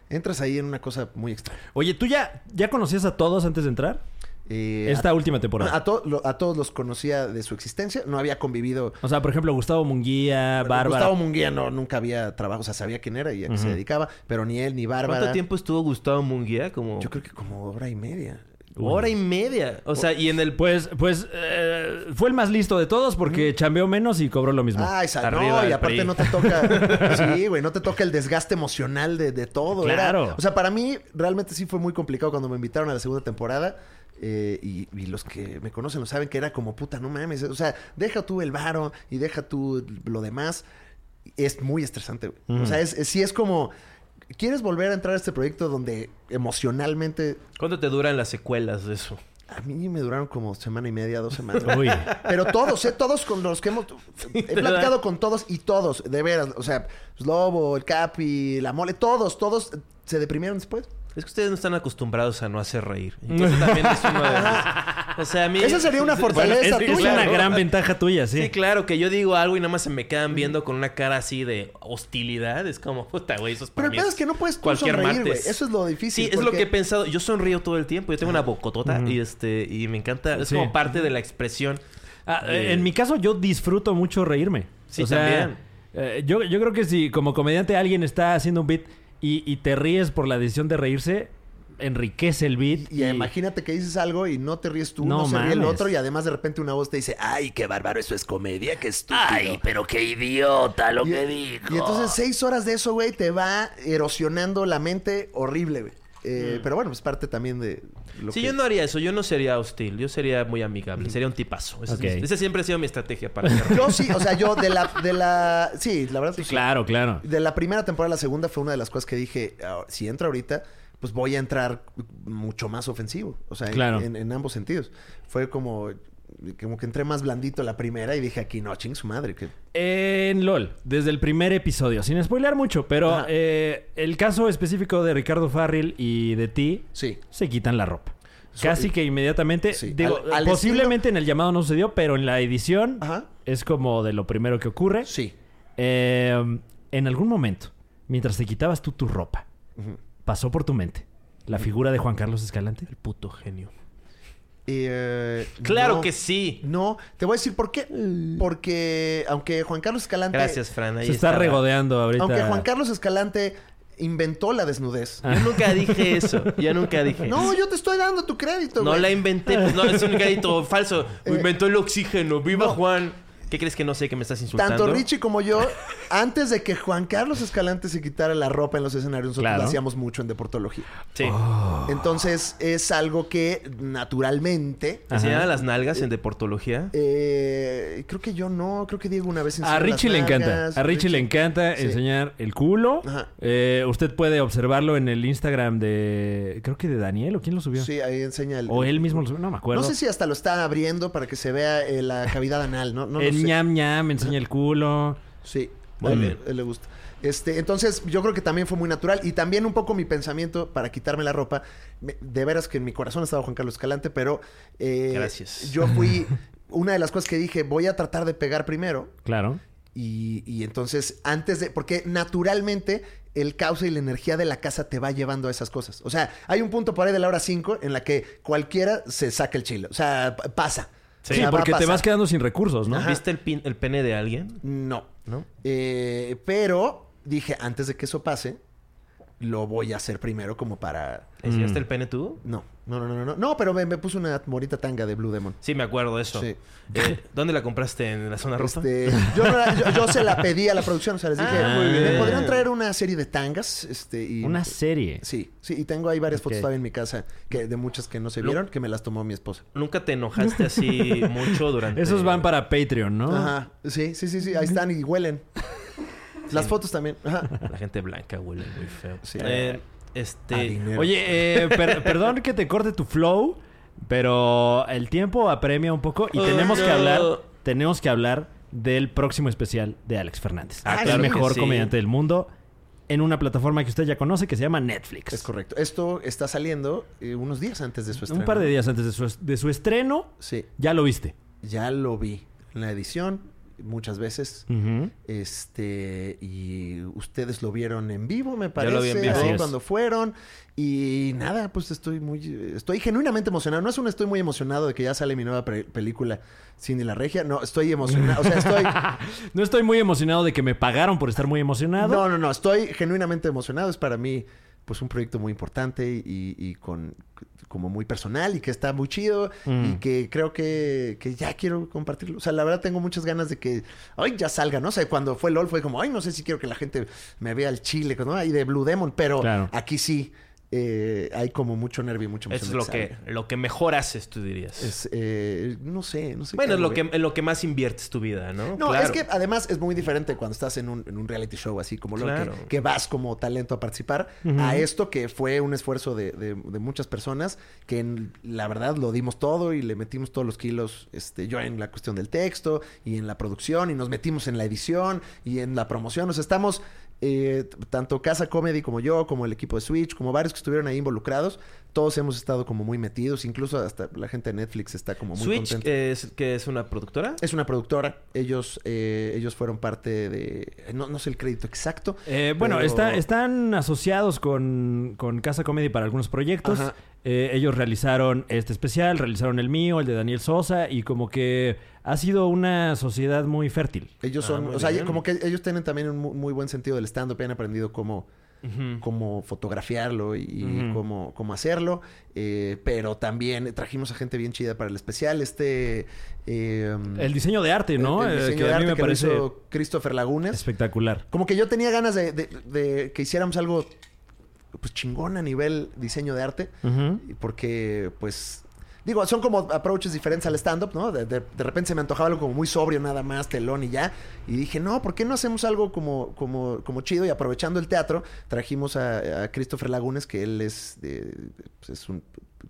entras ahí en una cosa muy extraña. Oye, ¿tú ya, ya conocías a todos antes de entrar? Eh, Esta a, última temporada. a, to- lo- a todos los conocía de su existencia, no había convivido. o sea, por ejemplo, Gustavo Munguía, Bárbara. Gustavo Munguía no, nunca había trabajado, o sea, sabía quién era y a qué se dedicaba, pero ni él ni Bárbara. ¿Cuánto tiempo estuvo Gustavo Munguía? Como Yo creo que como hora y media. hora y media. O sea, y en el Pues, pues eh, fue el más listo de todos porque chambeó menos y cobró lo mismo. Ay, sa- Arriba Ah, no, y el aparte PRI. no te [laughs] toca. sí, güey, no te toca el desgaste emocional de, de todo. era- Claro. o sea, para mí realmente sí fue muy complicado cuando me invitaron a la segunda temporada. eh, y, y los que me conocen lo saben que era como puta, no mames. O sea, deja tú el varo y deja tú lo demás. Es muy estresante. güey. O sea, es, es- sí es como. ¿Quieres volver a entrar a este proyecto donde emocionalmente ¿Cuánto te duran las secuelas de eso? a mí me duraron como semana y media, dos [laughs] semanas? Uy. Pero todos, ¿eh? Todos con los que hemos... he ¿verdad? platicado con todos y todos, de veras. O sea, pues, Lobo, el Capi, la Mole, todos, todos eh, se deprimieron después. Es que ustedes no están acostumbrados a no hacer [laughs] reír. Entonces también es uno de los- O sea, a mí. Esa sería una Bueno, fortaleza es, tuya. es una claro. gran ventaja tuya, sí. Sí, claro, que yo digo algo y nada más se me quedan viendo con una cara así de hostilidad. Es como, puta, güey, eso es Pero para el mí pedo es que no puedes tú cualquier sonreír, güey. martes. Eso es lo difícil. Sí, es lo porque- que he pensado. Yo sonrío todo el tiempo. Yo tengo una bocotota y este y me encanta. Es Sí. como parte de la expresión. Ah, Eh, En mi caso, yo disfruto mucho reírme. Sí, o sea, también. eh, yo, yo creo que si como comediante alguien está haciendo un beat y, y te ríes por la decisión de reírse, enriquece el beat. Y imagínate que dices algo y no te ríes tú, no, No se ríe el mames. otro y además de repente una voz te dice, ay, qué bárbaro, eso es comedia, qué estúpido. Ay, pero qué idiota lo y, e-, que dijo. y entonces seis horas de eso, güey, te va erosionando la mente horrible, güey. Eh, Pero bueno, es parte también de lo Mm. Sí, que... yo no haría eso. Yo no sería hostil. Yo sería muy amigable. Sería un tipazo. Esa, es mi- Ok. esa siempre ha sido mi estrategia para hacer reír. [laughs] Yo sí, o sea, yo de la, de la, sí, la verdad. pues, sí. Claro, claro. De la primera temporada a la segunda fue una de las cosas que dije, "Ah, si entro ahorita, pues voy a entrar mucho más ofensivo. O sea, en- Claro. en, en ambos sentidos. Fue como, como que entré más blandito la primera y dije aquí, no, ching su madre. Que... En LOL, desde el primer episodio, sin spoilear mucho, pero Ajá. eh, el caso específico de Ricardo Farril y de ti, Sí. se quitan la ropa. So- Casi que inmediatamente, Sí. digo, Al- al posiblemente en el llamado no sucedió, pero en la edición Ajá. es como de lo primero que ocurre. Sí. Eh, en algún momento, mientras te quitabas tú tu ropa, pasó por tu mente la figura de Juan Carlos Escalante. El puto genio. Eh, Claro no. que sí. No, te voy a decir por qué. Porque aunque Juan Carlos Escalante... Gracias, Fran. Ahí Se está estaba. regodeando ahorita. Aunque Juan [laughs] Carlos Escalante inventó la desnudez. Ah. Yo nunca dije eso. Yo nunca dije eso. No, yo te estoy dando tu crédito. No güey. la inventé, pues no, es un [laughs] crédito falso. Eh, Inventó el oxígeno. ¡Viva no. Juan! ¿Qué crees que no sé que me estás insultando? Tanto Richie como yo, [laughs] antes de que Juan Carlos Escalante se quitara la ropa en los escenarios, nosotros Claro. lo hacíamos mucho en deportología. Sí. Oh, Entonces, es algo que naturalmente. Ah. ¿Te enseñaban las nalgas en deportología? eh, creo que yo no, creo que Diego una vez enseñó A Richie las le encanta. nalgas, A Richie le encanta sí. enseñar el culo. Ajá. Eh, usted puede observarlo en el Instagram de. Creo que de Daniel o quién lo subió. Sí, ahí enseña el. O él mismo lo subió, no me acuerdo. No sé si hasta lo está abriendo para que se vea eh, la cavidad anal, ¿no? no lo en sé. ñam ñam enseña el culo. Sí. Muy a él, bien. a él le gusta. Este, entonces, yo creo que también fue muy natural. Y también un poco mi pensamiento para quitarme la ropa. me- de veras que en mi corazón estaba Juan Carlos Escalante, pero. eh, Gracias. Yo fui. Una de las cosas que dije, voy a tratar de pegar primero. Claro. Y, y entonces, antes de. Porque naturalmente el cauce y la energía de la casa te va llevando a esas cosas. O sea, hay un punto por ahí de la hora 5 en la que cualquiera se saca el chile. O sea, p- pasa. O Sí, sea, va a porque te pasar. vas quedando sin recursos, ¿no? ¿Viste el, pin- el pene de alguien? No. ¿No? Eh, pero dije, antes de que eso pase, lo voy a hacer primero como para... Mm. ¿Le enseñaste el pene tú? No, no, no, no, no. No, pero me, me puse una morita tanga de Blue Demon. Sí, me acuerdo de eso. Sí. Eh, ¿Dónde la compraste? ¿En la zona rosa? Este, yo, no la- yo- yo se la pedí a la producción, o sea, les dije, Ah, muy me bien. podrían traer una serie de tangas, este, y Una serie. sí, sí, y tengo ahí varias fotos Ok. todavía en mi casa que de muchas que no se Lo- vieron, que me las tomó mi esposa. ¿Nunca te enojaste así [laughs] mucho durante...? Esos van para Patreon, ¿no? Ajá, sí, sí, sí, sí, ahí están y huelen. [laughs] Las fotos también. Ajá. La gente blanca huele muy feo. Sí. Eh, este... A dinero. Oye, eh, per- perdón que te corte tu flow, pero el tiempo apremia un poco y Oh, tenemos que no. hablar, tenemos que hablar del próximo especial de Alex Fernández, Ah, el claro que mejor sí. comediante del mundo, en una plataforma que usted ya conoce que se llama Netflix. Es correcto. Esto está saliendo eh, unos días antes de su estreno. Un par de días antes de su, de su estreno, Sí, ya lo viste. ya lo vi en la edición muchas veces. Mm. Ujú. Este, y ustedes lo vieron en vivo, me Yo parece, lo vi en vivo. ahí Así es. cuando fueron. Y nada, pues estoy muy, estoy genuinamente emocionado. No es un estoy muy emocionado de que ya sale mi nueva pre- película, Cindy la Regia. No, estoy emocionado. O sea, estoy. No estoy muy emocionado de que me pagaron por estar muy emocionado. No, no, no, estoy genuinamente emocionado. Es para mí, pues, un proyecto muy importante y, y con como muy personal y que está muy chido y Mm. que creo que, que ya quiero compartirlo. O sea, la verdad tengo muchas ganas de que, ay, ya salga, ¿no? O sea, cuando fue LOL fue como, ay, no sé si quiero que la gente me vea al chile, ¿no? Y de Blue Demon, pero Claro. aquí sí eh, hay como mucho nervio y mucha Eso emoción. es de lo que, salga. lo que mejor haces, tú dirías. Es, eh, no sé, no sé. bueno, qué es lo hago, que, güey. en lo que más inviertes tu vida, ¿eh? ¿no? No, Claro. es que además es muy diferente cuando estás en un, en un reality show así como lo Claro. que, que vas como talento a participar, a esto que fue un esfuerzo de, de- de muchas personas que en- la verdad lo dimos todo y le metimos todos los kilos, este, yo en la cuestión del texto y en la producción y nos metimos en la edición y en la promoción, o sea, estamos eh, t- tanto Casa Comedy como yo, como el equipo de Switch, como varios que estuvieron ahí involucrados, todos hemos estado como muy metidos, incluso hasta la gente de Netflix está como muy Switch, contenta. que es, que es una productora. Es una productora. Ellos, eh, ellos fueron parte de. No, no sé el crédito exacto. Eh, bueno, pero- está- están asociados con, con Casa Comedy para algunos proyectos. Ajá. Eh, ellos realizaron este especial, realizaron el mío, el de Daniel Sosa, y como que ha sido una sociedad muy fértil. Ellos Ah, son. muy o sea, bien. como que ellos tienen también un mu- muy, buen sentido del stand-up. y Han aprendido cómo, Ujú. cómo fotografiarlo y Ujú. cómo, cómo hacerlo. Eh, pero también trajimos a gente bien chida para el especial. Este. eh, El diseño de arte, ¿no? el- el Eh, diseño que de a mí arte me que lo parece hizo Christopher Lagunes. espectacular. Como que yo tenía ganas de, de- de que hiciéramos algo pues chingón a nivel diseño de arte. Ujú. Y porque, pues, digo, son como approaches diferentes al stand-up, ¿no? De, de- de repente se me antojaba algo como muy sobrio nada más, telón y ya. Y dije, no, ¿por qué no hacemos algo como, como, como chido? Y aprovechando el teatro, trajimos a, a Christopher Lagunes, que él es, de- pues, es un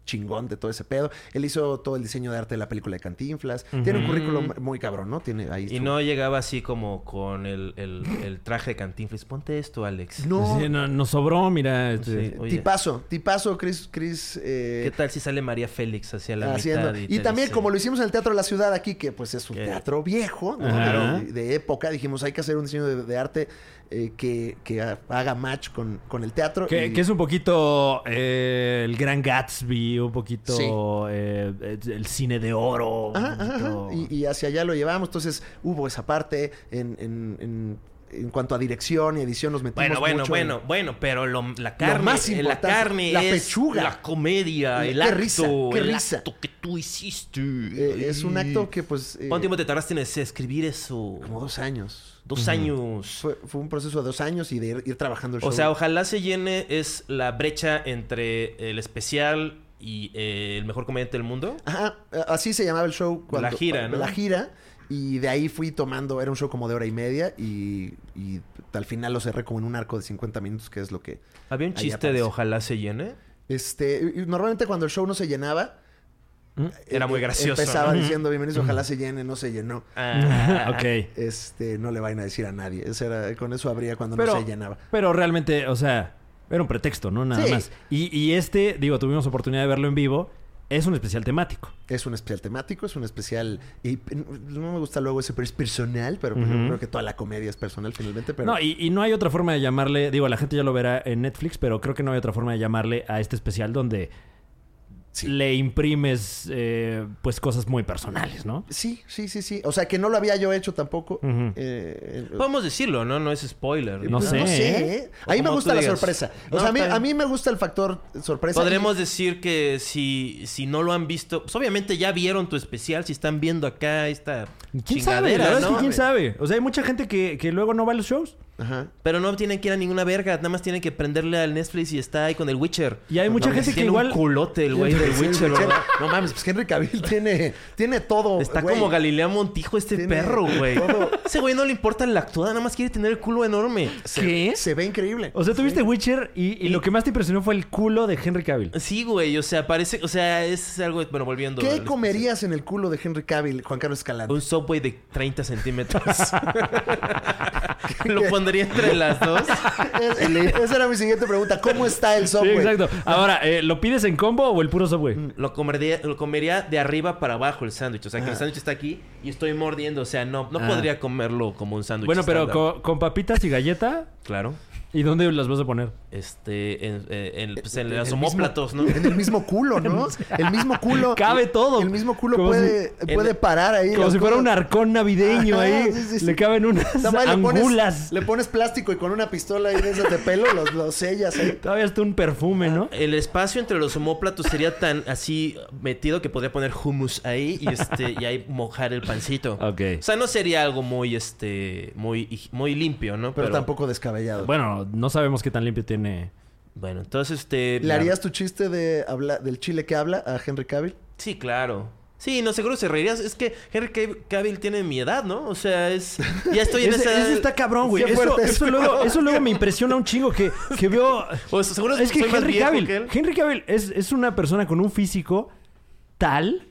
chingón de todo ese pedo. Él hizo todo el diseño de arte de la película de Cantinflas. Tiene un Ujú. currículum muy cabrón, ¿no? Tiene ahí Y su- no llegaba así como con el, el- el traje de Cantinflas. Ponte esto, Alex. No, Sí, no- nos sobró, mira. este, Sí. [laughs] Oye. tipazo, tipazo, Chris, Chris, eh, ¿Qué tal si sale María Félix hacia la haciendo. mitad? Y, te también, dice- como lo hicimos en el Teatro de la Ciudad aquí, que pues es un Que- teatro viejo, ¿no? Ajá. de, de época, dijimos, hay que hacer un diseño de, de arte eh, que, que ha- haga match con, con el teatro. Que, y- que es un poquito eh, el gran Gatsby, un poquito Sí. eh, eh, el cine de oro. un Ajá, ajá, poquito- ajá. Y, y hacia allá lo llevamos. Entonces, hubo esa parte en... en- en- en cuanto a dirección y edición nos metimos Bueno, bueno, mucho bueno, bueno, pero lo- la carne, más eh, la importante, carne la es pechuga. la comedia, Qué el acto, risa, qué el risa. acto que tú hiciste. en- eh, es un acto que pues... eh, ¿Cuánto tiempo te tardaste en es- escribir eso? Como dos años. Dos años. Fue, fue un proceso de dos años y de ir, ir trabajando el O show. sea, ojalá se llene es la brecha entre el especial y eh, el mejor comediante del mundo. Ajá, eh, así se llamaba el show. Cuando, La gira, ¿no? La gira. Y de ahí fui tomando, era un show como de hora y media y, y al final lo cerré como en un arco de 50 minutos, que es lo que... Había un Ahí chiste aparece. de ojalá se llene. Este, y- y normalmente cuando el show no se llenaba... Mm, Era eh, muy eh, gracioso, Empezaba ¿no? diciendo, bienvenidos, ojalá se llene, no se llenó. [laughs] Ah, [laughs] ok. Este, no le vayan a decir a nadie. Ese era, con eso habría cuando Pero- no se llenaba. Pero realmente, o sea, era un pretexto, ¿no? Nada Sí. más. Y, y este, digo, tuvimos oportunidad de verlo en vivo. Es un especial temático. Es un especial temático, es un especial... Y no me gusta luego ese, pero es personal, pero pues, yo Ujú. creo que toda la comedia es personal finalmente, pero... No, y, y no hay otra forma de llamarle, digo, la gente ya lo verá en Netflix, pero creo que no hay otra forma de llamarle a este especial donde Sí. le imprimes eh, pues cosas muy personales, ¿no? Sí, sí, sí, sí. O sea, que no lo había yo hecho tampoco. Ujú. Eh, eh, Podemos decirlo, ¿no? No es spoiler. No pues sé, sé, ¿eh? O A mí me como gusta tú la digas. sorpresa. O No, sea, a mí, está bien. a mí me gusta el factor sorpresa. Podremos decir que si, si no lo han visto, pues obviamente ya vieron tu especial, si están viendo acá esta ¿Quién sabe? La chingadera, verdad es ¿no? que quién sabe. O sea, hay mucha gente que, que luego no va a los shows. Ajá. Pero no tienen que ir a ninguna verga, nada más tienen que prenderle al Netflix y está ahí con el Witcher. Pues Y hay No mucha mames, gente que tiene igual- un culote [laughs] el güey Sí, del sí, Witcher, Witcher. ¿verdad? No mames, pues Henry Cavill tiene, tiene todo. Está Oh, güey. como Galilea Montijo este Tiene perro, güey. todo. Ese güey no le importa la actuada, nada más quiere tener el culo enorme. Se- ¿Qué? Se ve increíble. O sea, tuviste Witcher y, y lo que más te impresionó fue el culo de Henry Cavill. Sí, güey, o sea, parece, o sea, es algo, bueno, volviendo. ¿Qué al- comerías en el culo de Henry Cavill, Juan Carlos Escalante? Un subway de 30 centímetros. lo pondría entre las dos. [laughs] Es- esa era mi siguiente pregunta. ¿Cómo está el Sí, software? exacto. Ahora, eh, ¿lo pides en combo o el puro Mm. subway? Lo comería, lo comería de arriba para abajo el sándwich. O sea, que Ah. el sándwich está aquí y estoy mordiendo. O sea, no, no Ah. podría comerlo como un sándwich. Bueno, pero estándar. con, con papitas y galleta, Claro. ¿y dónde las vas a poner? Este, en, eh, en- pues, en En los el mismo- homóplatos, ¿no? En el mismo [laughs] culo, ¿no? El mismo culo. Cabe todo. El mismo culo Como puede, si- puede en- parar ahí. Como las si fuera un cosas. arcón navideño Ajá, ahí. sí, sí, sí. Le caben unas Nada más le pones- angulas. Le pones plástico y con una pistola ahí de esas de pelo los, los sellas ahí. Todavía está un perfume, ¿no? El espacio entre los homóplatos sería tan así metido que podría poner hummus ahí y este y ahí mojar el pancito. Ok. O sea, no sería algo muy este muy hij- muy limpio, ¿no? Pero, tampoco descabellado. Bueno, no sabemos qué tan limpio tiene. Bueno, entonces este ¿Le harías tu chiste de habla, del chile que habla a Henry Cavill? Sí, claro. Sí, no seguro se reirías. Es que Henry Cav- Cavill tiene mi edad, ¿no? O sea, es ya estoy en Ese- esa edad. eso está cabrón, güey. Qué Eso, fuerte eso es. luego, eso luego me impresiona un chingo que, que veo. [laughs] O sea, seguro Es que soy más Henry viejo Cavill, que él. Henry Cavill es, es una persona con un físico tal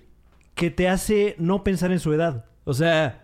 que te hace no pensar en su edad. O sea,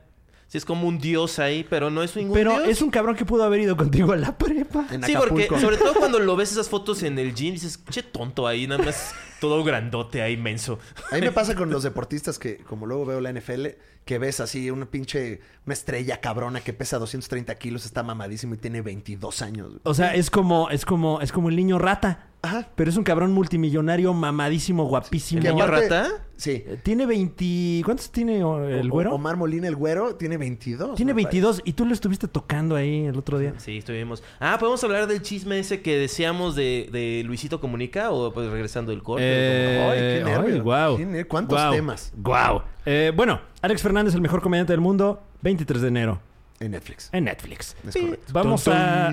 Sí, es como un dios ahí, pero no es ningún pero dios. es un cabrón que pudo haber ido contigo a la prepa. En Sí, porque Acapulco. sobre todo cuando lo ves esas fotos en el gym, dices, che tonto ahí, nada más todo grandote ahí, menso. A mí me pasa con los deportistas que, como luego veo la NFL, que ves así una pinche, una estrella cabrona que pesa 230 kilos, está mamadísimo y tiene 22 años. güey. O sea, es como, es como, es como el niño rata. Ajá. Pero es un cabrón multimillonario, mamadísimo, guapísimo. ¿El Que niño aparte- rata? Sí. Eh, Tiene 20... ¿Cuántos tiene o- el O- güero? Omar Molina, el güero, tiene 22. tiene me parece. 22 y tú lo estuviste tocando ahí el otro día. Sí, estuvimos. Ah, podemos hablar del chisme ese que decíamos de, de Luisito Comunica o pues regresando del corte. Eh, Ay, qué nervio. guau. Qué nervio. ¿Cuántos Guau. temas? Guau. Eh, bueno, Alex Fernández, el mejor comediante del mundo, 23 de enero En Netflix. en Netflix. Es correcto. Vamos a...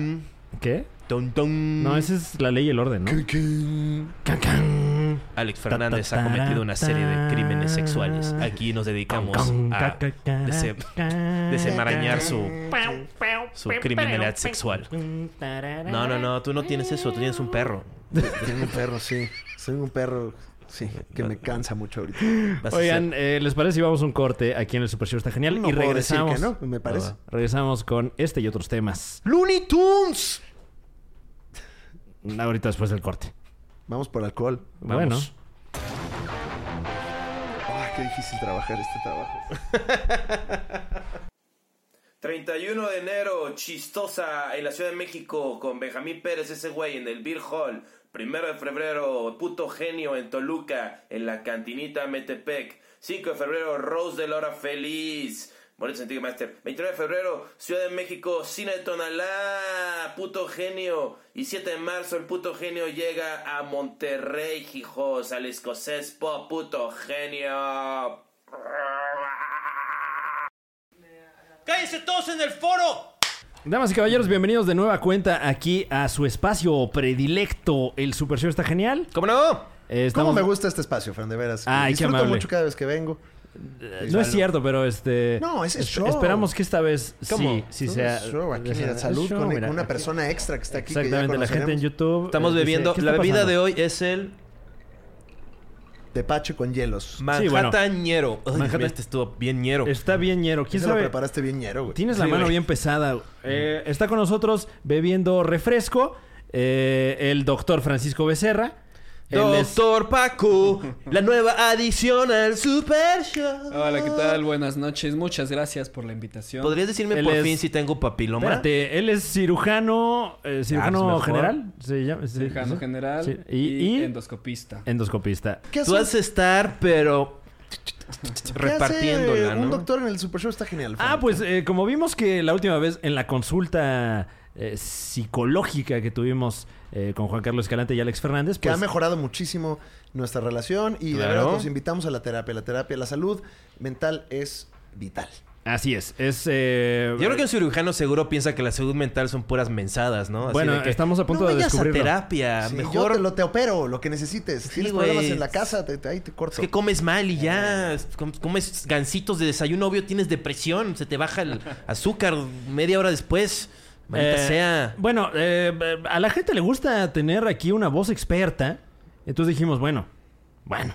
¿Qué? Ton, ton. No, esa es la ley y el orden, ¿no? Can, can. Alex Fernández ha cometido una serie de crímenes sexuales. Aquí nos dedicamos Can, can, a ca, ca, ca, dese- ca. desenmarañar su, su criminalidad sexual. No, no, no, tú no tienes eso, tú tienes un perro. Tengo un perro, sí. Soy un perro, sí, que me cansa mucho ahorita. Vas a Oigan, eh, ¿les parece si vamos a un corte aquí en el Super Show? Está genial. No y puedo decir regresamos. que no, me parece. Regresamos con este y otros temas. ¡Looney Tunes! Ahorita después del corte. Vamos por alcohol. Bueno. Vamos. Ay, qué difícil trabajar este trabajo. 31 de enero, chistosa en la Ciudad de México con Benjamín Pérez, ese güey, en el Beer Hall. Primero de febrero, puto genio en Toluca, en la cantinita Metepec. 5 de febrero, Rose de Lora Feliz. Morelos en Ticketmaster. 29 de febrero, Ciudad de México, Cine de Tonalá, puto genio. Y 7 de marzo, el puto genio llega a Monterrey, hijos, al escocés pop, puto genio. ¡Cállense todos en el foro! Damas y caballeros, bienvenidos de nueva cuenta aquí a su espacio predilecto. El Super Show está genial. ¿Cómo no? Eh, ¿Cómo estamos- me gusta este espacio, Fran? De veras. Ay, qué Disfruto amable. mucho cada vez que vengo. Eh, No es cierto, pero este. No, es el esp- show. Esperamos que esta vez ¿Cómo? sí, sí Todo sea. es show aquí, sea- mira, es salud show, con, mira, con una aquí- persona extra que está aquí. que ya Exactamente, la gente en conoceremos. YouTube. Estamos eh, dice, bebiendo. ¿qué La está bebida pasando? de hoy es el Tepache con hielos. Sí, bueno. Manhattañero. Ay, Manhattan- Este estuvo bien ñero. Está bien, ñero. ¿Quién Se lo sabe? preparaste bien ñero, güey. Tienes la Sí, mano güey. bien pesada. Eh, está con nosotros bebiendo refresco eh, el doctor Francisco Becerra. Él es- Doctor [laughs] Paco, la nueva adición al Super Show. Hola, ¿qué tal? Buenas noches. Muchas gracias por la invitación. ¿Podrías decirme Él por es- fin si tengo papiloma? Espérate, él es cirujano. eh, Ah, cirujano pues mejor. general. Se llama. se- Cirujano se- general sí. y, Y, y endoscopista. endoscopista. ¿Qué hace, Tú vas a estar, pero qué hace repartiéndola, un ¿no? doctor en el Super Show? Está genial. Ah, Fran. pues eh, como vimos que la última vez en la consulta eh, psicológica que tuvimos eh, con Juan Carlos Escalante y Alex Fernández, que pues, ha mejorado muchísimo nuestra relación y de Claro. verdad los invitamos a la terapia. La terapia, la salud mental es vital. así es. Es eh, Yo creo que un cirujano seguro piensa que la salud mental son puras mensadas, ¿no? Así bueno, de que, estamos a punto no de vayas a descubrirlo. terapia, Sí, mejor Yo te, lo, te opero, lo que necesites. Tienes güey. problemas en la casa, te- te- ahí te corto. es que comes mal y ya es- com- comes gancitos de desayuno obvio tienes depresión, se te baja [laughs] el azúcar media hora después, maldita Eh, sea. Bueno, eh, eh, a la gente le gusta tener aquí una voz experta. Entonces dijimos, bueno, bueno,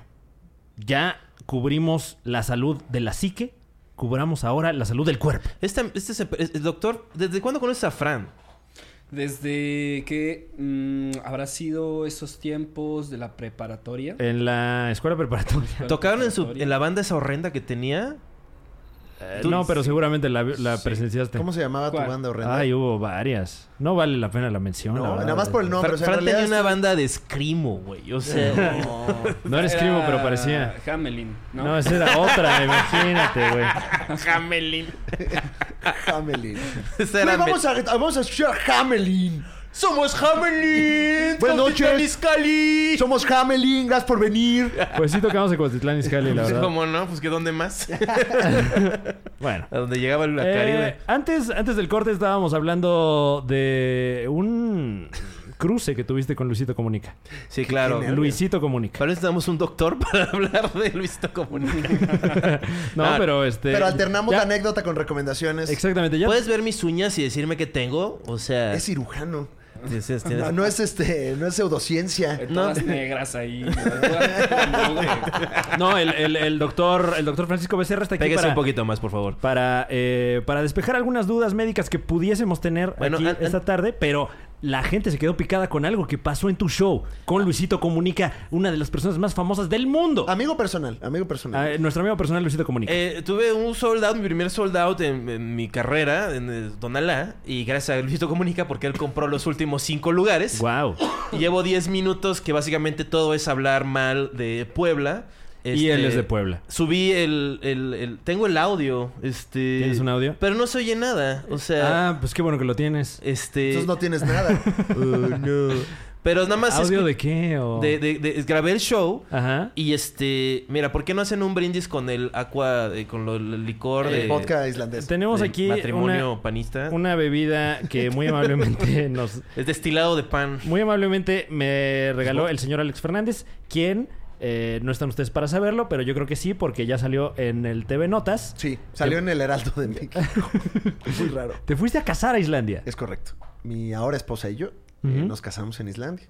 ya cubrimos la salud de la psique, cubramos ahora la salud del cuerpo. Esta- este se- es- el doctor, ¿desde cuándo conoces a Fran? Desde que mm, habrá sido esos tiempos de la preparatoria. En la escuela preparatoria. Tocaron en, su, en la banda esa horrenda que tenía. Eh, no, pero seguramente la, la presenciaste. ¿Cómo se llamaba ¿Cuál? tu banda horrenda? Ay, hubo varias. No vale la pena la mención. No, la verdad. nada más por el nombre. Fra- o sea, en Fran realidad tenía una esto- banda de escrimo, güey. O sea, [laughs] No era escribo, pero parecía. Hamelin, ¿no? No, esa era otra, imagínate, güey. [laughs] Hamelin. Hamelin. Esa Güey, era [laughs] vamos, a, vamos a escuchar Hamelin. Somos Hamelin. Buenas noches. Capitán Iscali. Somos Hamelin, gracias por venir. Pues sí tocamos en Cuautitlán [laughs] Izcalli, la Pues, verdad. ¿Cómo no? Pues que dónde más. Bueno. [laughs] a donde llegaba la Eh, Caribe. antes, antes del corte estábamos hablando de un cruce que tuviste con Luisito Comunica. Sí, claro. genial. Luis. Luisito Comunica. Para eso necesitamos un doctor [laughs] para hablar de Luisito Comunica. [laughs] No, Ah, pero este. Pero alternamos ya- anécdota con recomendaciones. Exactamente, ya. ¿Puedes ver mis uñas y decirme qué tengo? O sea, Es cirujano. tienes- tienes- [laughs] No, no es este, no es pseudociencia. Eh, Todas negras [laughs] ahí. Todas- No, el, el- el doctor, el doctor Francisco Becerra está aquí Pégase para, un poquito más, por favor. para, eh, para despejar algunas dudas médicas que pudiésemos tener Bueno, aquí an- an- esta tarde, pero la gente se quedó picada con algo que pasó en tu show con Luisito Comunica, una de las personas más famosas del mundo. Amigo personal, amigo personal. Ah, nuestro amigo personal Luisito Comunica. Eh, tuve un sold out, mi primer sold out en, en mi carrera en eh, Tonalá. Y gracias a Luisito Comunica porque él compró los últimos cinco lugares. Wow. Y Llevo 10 minutos que básicamente todo es hablar mal de Puebla. Y Este, él es de Puebla. Subí el, el- el- Tengo el audio. Este, ¿Tienes un audio? Pero no se oye nada. O este, sea, Ah, pues qué bueno que lo tienes. este... Entonces no tienes [laughs] nada. Oh, no. Pero nada Pues, más... ¿Audio escu- de qué? O... de- de- de- grabé el show. Ajá. Y este... Mira, ¿por qué no hacen un brindis con el aqua... eh, con lo- el licor de... Vodka islandés. Tenemos del aquí Matrimonio una, panista. una bebida [laughs] que muy amablemente nos, Es destilado de pan. Muy amablemente me regaló el señor Alex Fernández, quien eh, no están ustedes para saberlo, pero yo creo que sí, porque ya salió en el TV Notas. Sí, salió en el Heraldo de [laughs] México. Muy raro. Te fuiste a casar a Islandia. Es correcto. Mi ahora esposa y yo eh, Ujú. nos casamos en Islandia.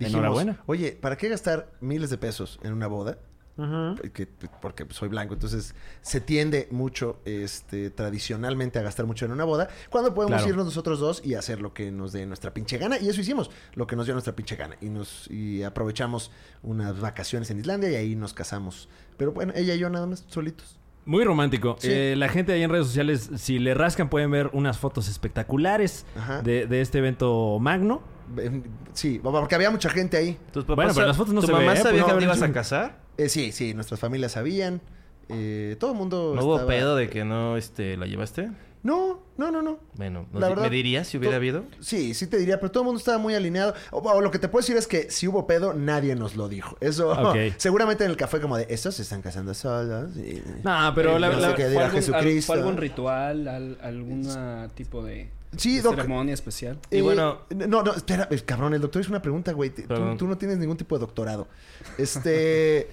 Enhorabuena. Oye, ¿para qué gastar miles de pesos en una boda? Porque, porque soy blanco, entonces se tiende mucho este, tradicionalmente a gastar mucho en una boda. Cuando podemos Claro. irnos nosotros dos y hacer lo que nos dé nuestra pinche gana. Y eso hicimos, lo que nos dio nuestra pinche gana. Y, nos, y aprovechamos unas vacaciones en Islandia y ahí nos casamos. Pero bueno, ella y yo nada más, solitos. Muy romántico. Sí. Eh, la gente ahí en redes sociales, si le rascan, pueden ver unas fotos espectaculares Ajá. de, de este evento magno. Em, Sí, porque había mucha gente ahí. ¿Tus papás Bueno, pero sab- las fotos no ¿Tu se mamá ve, ¿eh? sabía Pues que no, te no, ibas no. a casar? Eh, sí, sí, nuestras familias sabían. eh, todo el mundo. ¿No hubo estaba- pedo de que no este, la llevaste? No, no, no, no. Bueno, La ¿nos- verdad, ¿me dirías si hubiera to- [laughs] habido? Sí, sí te diría, pero todo el mundo estaba muy alineado. O, o lo que te puedo decir es que si hubo pedo, nadie nos lo dijo. Eso, Ok. [laughs] seguramente en el café, como de, estos se están casando solos. Y- No, pero la, no la- Eh, sé qué. ¿Fue dirá algún- Jesucristo. ¿Fue algún ritual? al- ¿Algún tipo de, Sí, de doc. ceremonia especial? este Y Eh, bueno- No, no, espera, eh, cabrón, el doctor hizo una pregunta, güey. Te- Tú, Perdón. tú no tienes ningún tipo de [laughs] doctorado. Este. eh,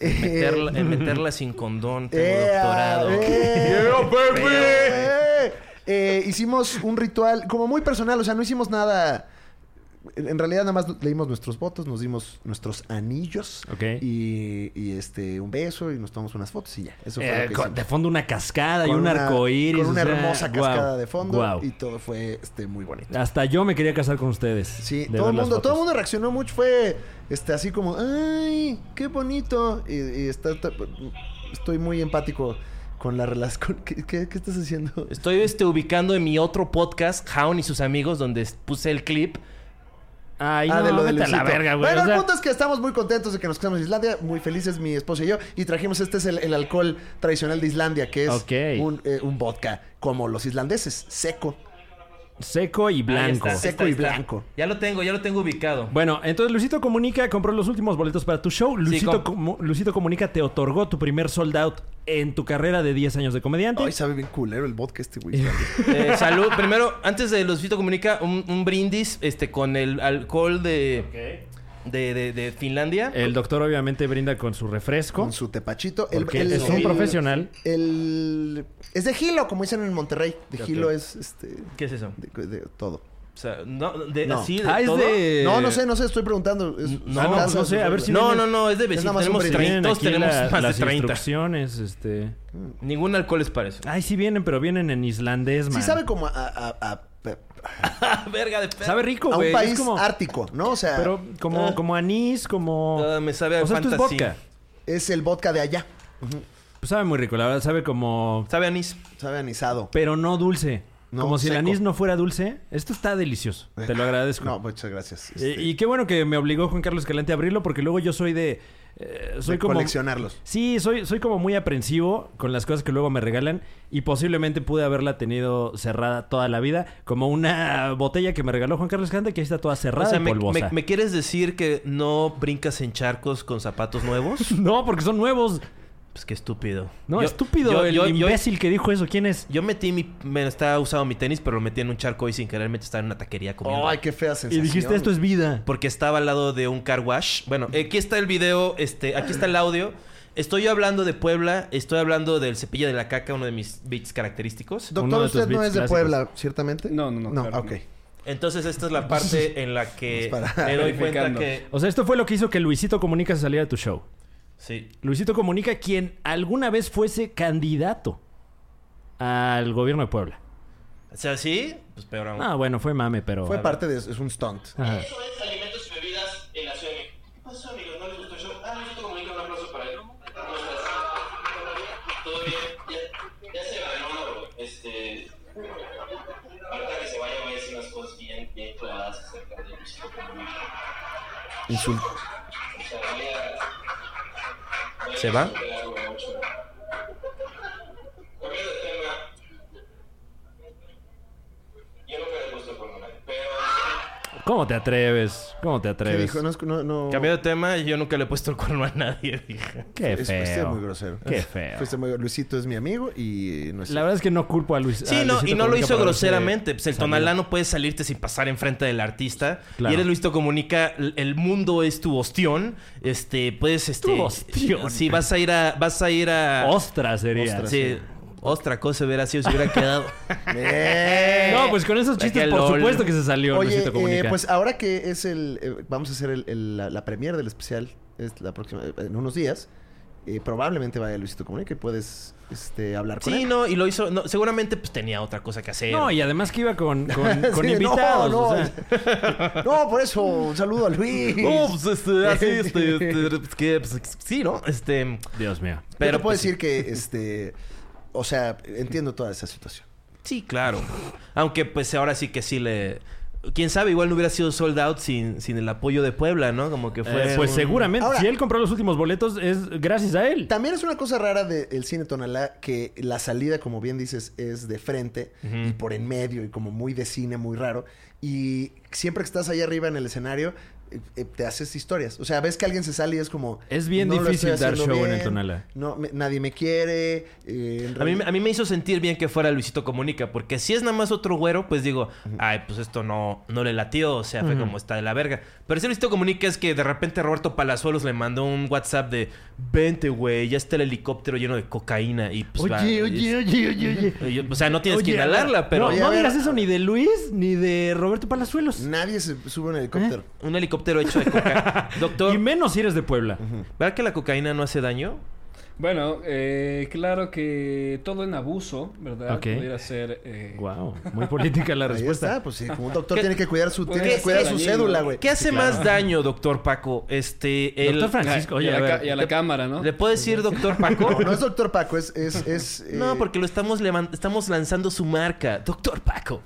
Meterla, en meterla sin condón, tengo ¡Eh, doctorado. eh! Eh, eh, hicimos un ritual como muy personal, o sea, no hicimos nada En realidad nada más leímos nuestros votos, nos dimos nuestros anillos Ok. y, y, este un beso y nos tomamos unas fotos y ya. Eso fue Eh, lo que con- hicimos. de fondo una cascada y Con un una- arcoíris. Con una o sea, hermosa guau, cascada de fondo guau. y todo fue este muy bonito. Hasta yo me quería casar con ustedes. Sí, de todo el ver las mundo, todo el fotos. mundo reaccionó mucho, fue este así como, ay, qué bonito. Y, y está- ta- estoy muy empático con la relación. [laughs] ¿Qué, qué, qué estás haciendo? Estoy este, ubicando en mi otro podcast, Jaun y sus amigos, donde puse el clip. Ay, Ah, no, de lo de vete a la Luisito. verga, güey. Bueno, o sea, el punto es que estamos muy contentos de que nos quedamos en Islandia, muy felices mi esposa y yo, y trajimos este es el, el alcohol tradicional de Islandia, que es Ok. un, eh, un vodka, como los islandeses, seco, Seco y blanco. Ahí está. seco y blanco. Ya lo tengo, ya lo tengo ubicado. Bueno, entonces Luisito Comunica compró los últimos boletos para tu show. Luisito, com- Comu- Luisito Comunica te otorgó tu primer sold out en tu carrera de 10 años de comediante. Ay, sabe bien culero el vodka este, güey. Eh, salud. Primero, antes de Luisito Comunica, un, un brindis este, con el alcohol de, de, de- de Finlandia. El doctor obviamente brinda con su refresco. Con su tepachito. El- porque el- es un el- profesional. El... Es de Gilo, como dicen en Monterrey. De Gilo es este. ¿Qué es eso? De, de todo. O sea, no, de, No. así de Ah, es todo. de- No, no sé, no sé, estoy preguntando. Es- no, son pues tazas, no sé, a ver si- No, no, no, es de Es vecinos. nada más un Tenemos brindis. Se vienen 30, aquí tenemos la- más las de 30. instrucciones, este. Ningún alcohol es para eso. Ay, sí vienen, pero vienen en islandés, Sí man. sabe como a, a- a- a- Ah, Verga de perro. Sabe rico, a güey. un es país como- ártico, ¿no? O sea, Pero como, Ah. como anís, como. Ah, me sabe a o sea, esto es fantasy. vodka. es el vodka de allá. Pues sabe muy rico, la verdad, sabe como. Sabe a anís. Sabe anisado. Pero no dulce. No, como si el seco. Ah, anís no fuera dulce. Esto está delicioso. Te lo agradezco. No, muchas gracias. Eh, Este, Y qué bueno que me obligó Juan Carlos Escalante a abrirlo, porque luego yo soy de. eh, soy de como. coleccionarlos. Sí, soy, soy como muy aprensivo con las cosas que luego me regalan y posiblemente pude haberla tenido cerrada toda la vida, como una botella que me regaló Juan Carlos Escalante que ahí está toda cerrada O sea, y me, polvosa. me- me quieres decir que no brincas en charcos con zapatos nuevos? [laughs] [laughs] No, porque son nuevos. Pues qué estúpido. No, Yo- estúpido. yo- el yo- yo- imbécil que dijo eso, ¿quién es? Yo metí mi. Me estaba usado mi tenis, pero lo metí en un charco y sin querer me estaba en una taquería comiendo. Ay, qué fea Y sensación. dijiste, esto es vida. Porque estaba al lado de un car wash. Bueno, aquí está el video, este, aquí está el audio. Estoy yo hablando de Puebla, estoy hablando del cepillo de la caca, uno de mis beats característicos. uno Doctor, de usted tus no beats es de clásicos. Puebla, ¿ciertamente? No, no, no, No, claro ok. que Entonces esta es la [laughs] parte en la que Es para- me doy cuenta verificando. que... O sea, esto fue lo que hizo que Luisito Comunica se saliera de tu show. Sí. Luisito Comunica, quien alguna vez fuese candidato al gobierno de Puebla. O sea, sí, pues peor aún. Ah, bueno, fue mame, pero. Fue parte de. Es un stunt. Ajá. Eso es alimentos y bebidas en la Ciudad de México. ¿Qué pasó, amigos? ¿No les gustó el show? Ah, Luisito Comunica, un aplauso para él. ¿Cómo estás? ¿Todo bien? Ya, ya se va, ¿no? bro? Este... Ahorita que se vaya voy a decir unas cosas bien, bien clavadas acerca de Luisito Comunica. Insulto. O sea, voy a... voy a ¿Se va? superar, güey, mucho. Cambiando de tema... Yo nunca le gusto por nada, pero... ¿Cómo te atreves? ¿Cómo te ¿Qué atreves? dijo? No, es- no, no. Cambié de tema, yo nunca le he puesto el cuerno a nadie, [laughs] dije. Qué Es- fuiste feo. muy grosero. Qué feo. Fuiste muy- Luisito es mi amigo y no es La verdad es que no culpo a Luis. Sí, a no, Luisito y no lo Comunica hizo por haberse groseramente. Pues el salido. tonalá no puede salirte sin pasar enfrente del artista. Claro. Y eres Luisito Comunica, el el mundo es tu ostión. Este, puedes, este. Tu ostión. Sí, vas a ir a. Vas a ir a. Ostras sería. Ostras. Sí. Ostra cosa hubiera sido, se [laughs] hubiera quedado. ¡Eh! No, pues con esos chistes, Aquel por LOL. supuesto que se salió Oye, Luisito Comunica. eh, pues ahora que es el. eh, vamos a hacer el- el- la, la premier del especial es la próxima, en unos días. eh, probablemente vaya Luisito Comunica y puedes este, hablar con Sí, él. no, y lo hizo. no, seguramente pues tenía otra cosa que hacer. No, y además que iba con, [laughs] con, [laughs] Sí, con no, invitados. no, o sea, [laughs] No, por eso, un saludo a Luis. No, pues este, [laughs] así, este, este, pues, que, pues, sí, ¿no? Este. Dios mío. Pero Pero puedo pues, decir que, este. O sea, entiendo toda esa situación. Sí, claro. Aunque pues ahora sí que sí le... Quién sabe, igual no hubiera sido sold out sin, sin el apoyo de Puebla, ¿no? Como que fue... Eh, pues un- seguramente, Ahora- si él compró los últimos boletos, es gracias a él. También es una cosa rara del cine Tonalá que la salida, como bien dices, es de frente y por en medio y como muy de cine, muy raro. Y siempre que estás ahí arriba en el escenario, eh, te haces historias. O sea, ves que alguien se sale y es como... Es bien "No lo difícil estoy dar haciendo show en el Tonala. No, me- nadie me quiere. eh, en A mí, realidad- a mí me hizo sentir bien que fuera Luisito Comunica, porque si es nada más otro güero, pues digo, ay, pues esto no, no le latió, o sea, fue como está de la verga. Pero si Luisito Comunica es que de repente Roberto Palazuelos le mandó un WhatsApp de, vente, güey, ya está el helicóptero lleno de cocaína y pues va, Oye, oye, oye, oye, oye. es- oye, O sea, no tienes Oye, que a ver, inhalarla, pero No, Oye, no a ver. digas eso ni de Luis ni de Roberto Palazuelos. Nadie se sube en helicóptero. ¿Eh? un helicóptero hecho de [laughs] cocaína. Doctor, Y menos si eres de Puebla. ¿verdad que la cocaína no hace daño? Bueno, eh, claro que todo en abuso, ¿verdad? Ok. Pudiera ser. eh, Guau, muy política la Ahí respuesta. está, pues sí, [laughs] como un doctor ¿Qué- tiene que cuidar su, Pues, tiene que ¿qué- cuidar qué- su cédula, güey. ¿Qué hace más daño, doctor Paco? Este, el... Doctor Pues, Francisco, y oye, a a la, ver, ca- y a la cámara, ¿no? ¿Le puedo decir doctor Paco? No, no es doctor Paco, es... es, es, [laughs] eh, [laughs] No, porque lo estamos levan- estamos lanzando su marca, Doctor Paco.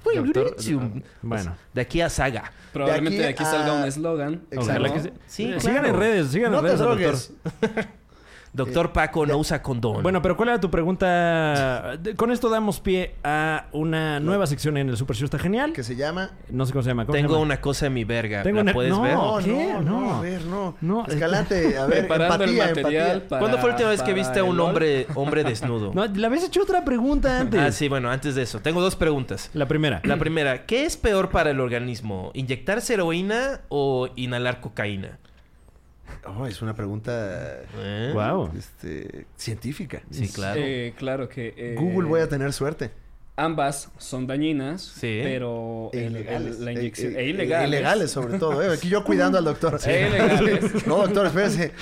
Chum. bueno. De aquí a Saga. Probablemente de de aquí, aquí a- salga un eslogan. ojalá Exacto. que se- Sí, Eh, claro. Sigan en redes, sigan No en te redes. al doctor. drogues. Doctor Eh, Paco no usa condón. Bueno, pero ¿cuál era tu pregunta? De- Con esto damos pie a una nueva sección en el Super Show. Está genial. Que se llama... No sé cómo se llama. ¿cómo se tengo llama? una cosa en mi verga. Tengo ¿La una- puedes no. ver? No, ¿Qué? no, No. no, a ver, no. No, es- Escalante, a ver, eh, Preparando el empatía, material empatía. para- ¿Cuándo fue la última vez que para viste a el un LOL? hombre, hombre desnudo? [laughs] No, le habías hecho otra [laughs] pregunta antes. ah, sí, bueno, antes de eso. Tengo dos preguntas. La primera. La primera, ¿qué es peor para el organismo? ¿Inyectarse heroína o inhalar cocaína? Oh, es una pregunta ¿Eh? Wow. este, científica. Sí, claro. Eh, claro que. eh, Google voy a tener suerte. Ambas son dañinas, Sí. pero E el- el- ilegales. la inyección. E- e e- ilegales. ilegales, sobre todo. ¿eh? Aquí yo cuidando al doctor. E [laughs] ilegales. No, doctor, espérese.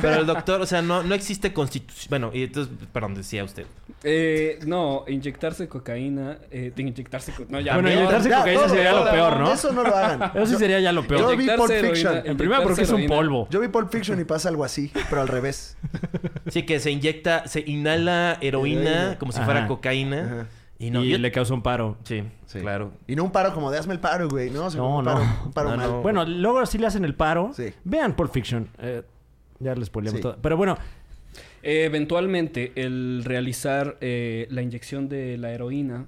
Pero el doctor, o sea, no, no existe constitución. Bueno, y entonces, perdón, decía usted. Eh, no, inyectarse cocaína. Eh, de inyectarse. co- No, ya. Bueno, me- inyectarse cocaína sería lo peor, ¿no? Eso no lo hagan. Eso sí sería ya lo peor. yo vi Pulp Inyectarse Fiction. heroína- en primera porque es un inyectarse heroína. polvo. Yo vi Pulp Fiction y pasa algo así, pero al revés. Sí, que se inyecta, se inhala heroína, Heroína. como si Ajá. fuera cocaína. Ajá. Y no, y yo- le causa un paro. Sí, Sí. claro. Y no un paro como de hazme el paro, güey. No, sino No, un no. paro, un paro No, mal. no. Bueno, luego sí le hacen el paro. Sí. Vean Pulp Fiction. Eh, ya les spoileamos Sí. todo. Pero bueno, Eh, eventualmente, el realizar eh, la inyección de la heroína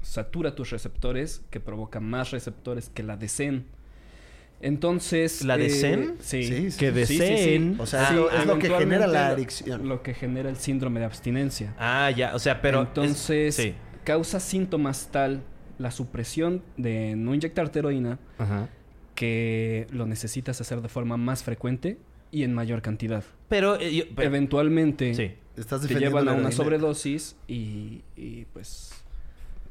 satura tus receptores, que provoca más receptores que la de Zen. Entonces. ¿La de eh, Zen? Sí. Sí, sí. que Sí, sí, sí. deseen. O sea, lo- es lo que eventualmente genera la lo- adicción. Lo que genera el síndrome de abstinencia. Ah, ya, o sea, pero. es- Entonces, sí. causa síntomas tal la supresión de no inyectarte heroína Ajá. que lo necesitas hacer de forma más frecuente y en mayor cantidad. Pero. eh, yo- pero- Eventualmente sí. Estás te defendiendo llevan la a una heroína. sobredosis y, y, pues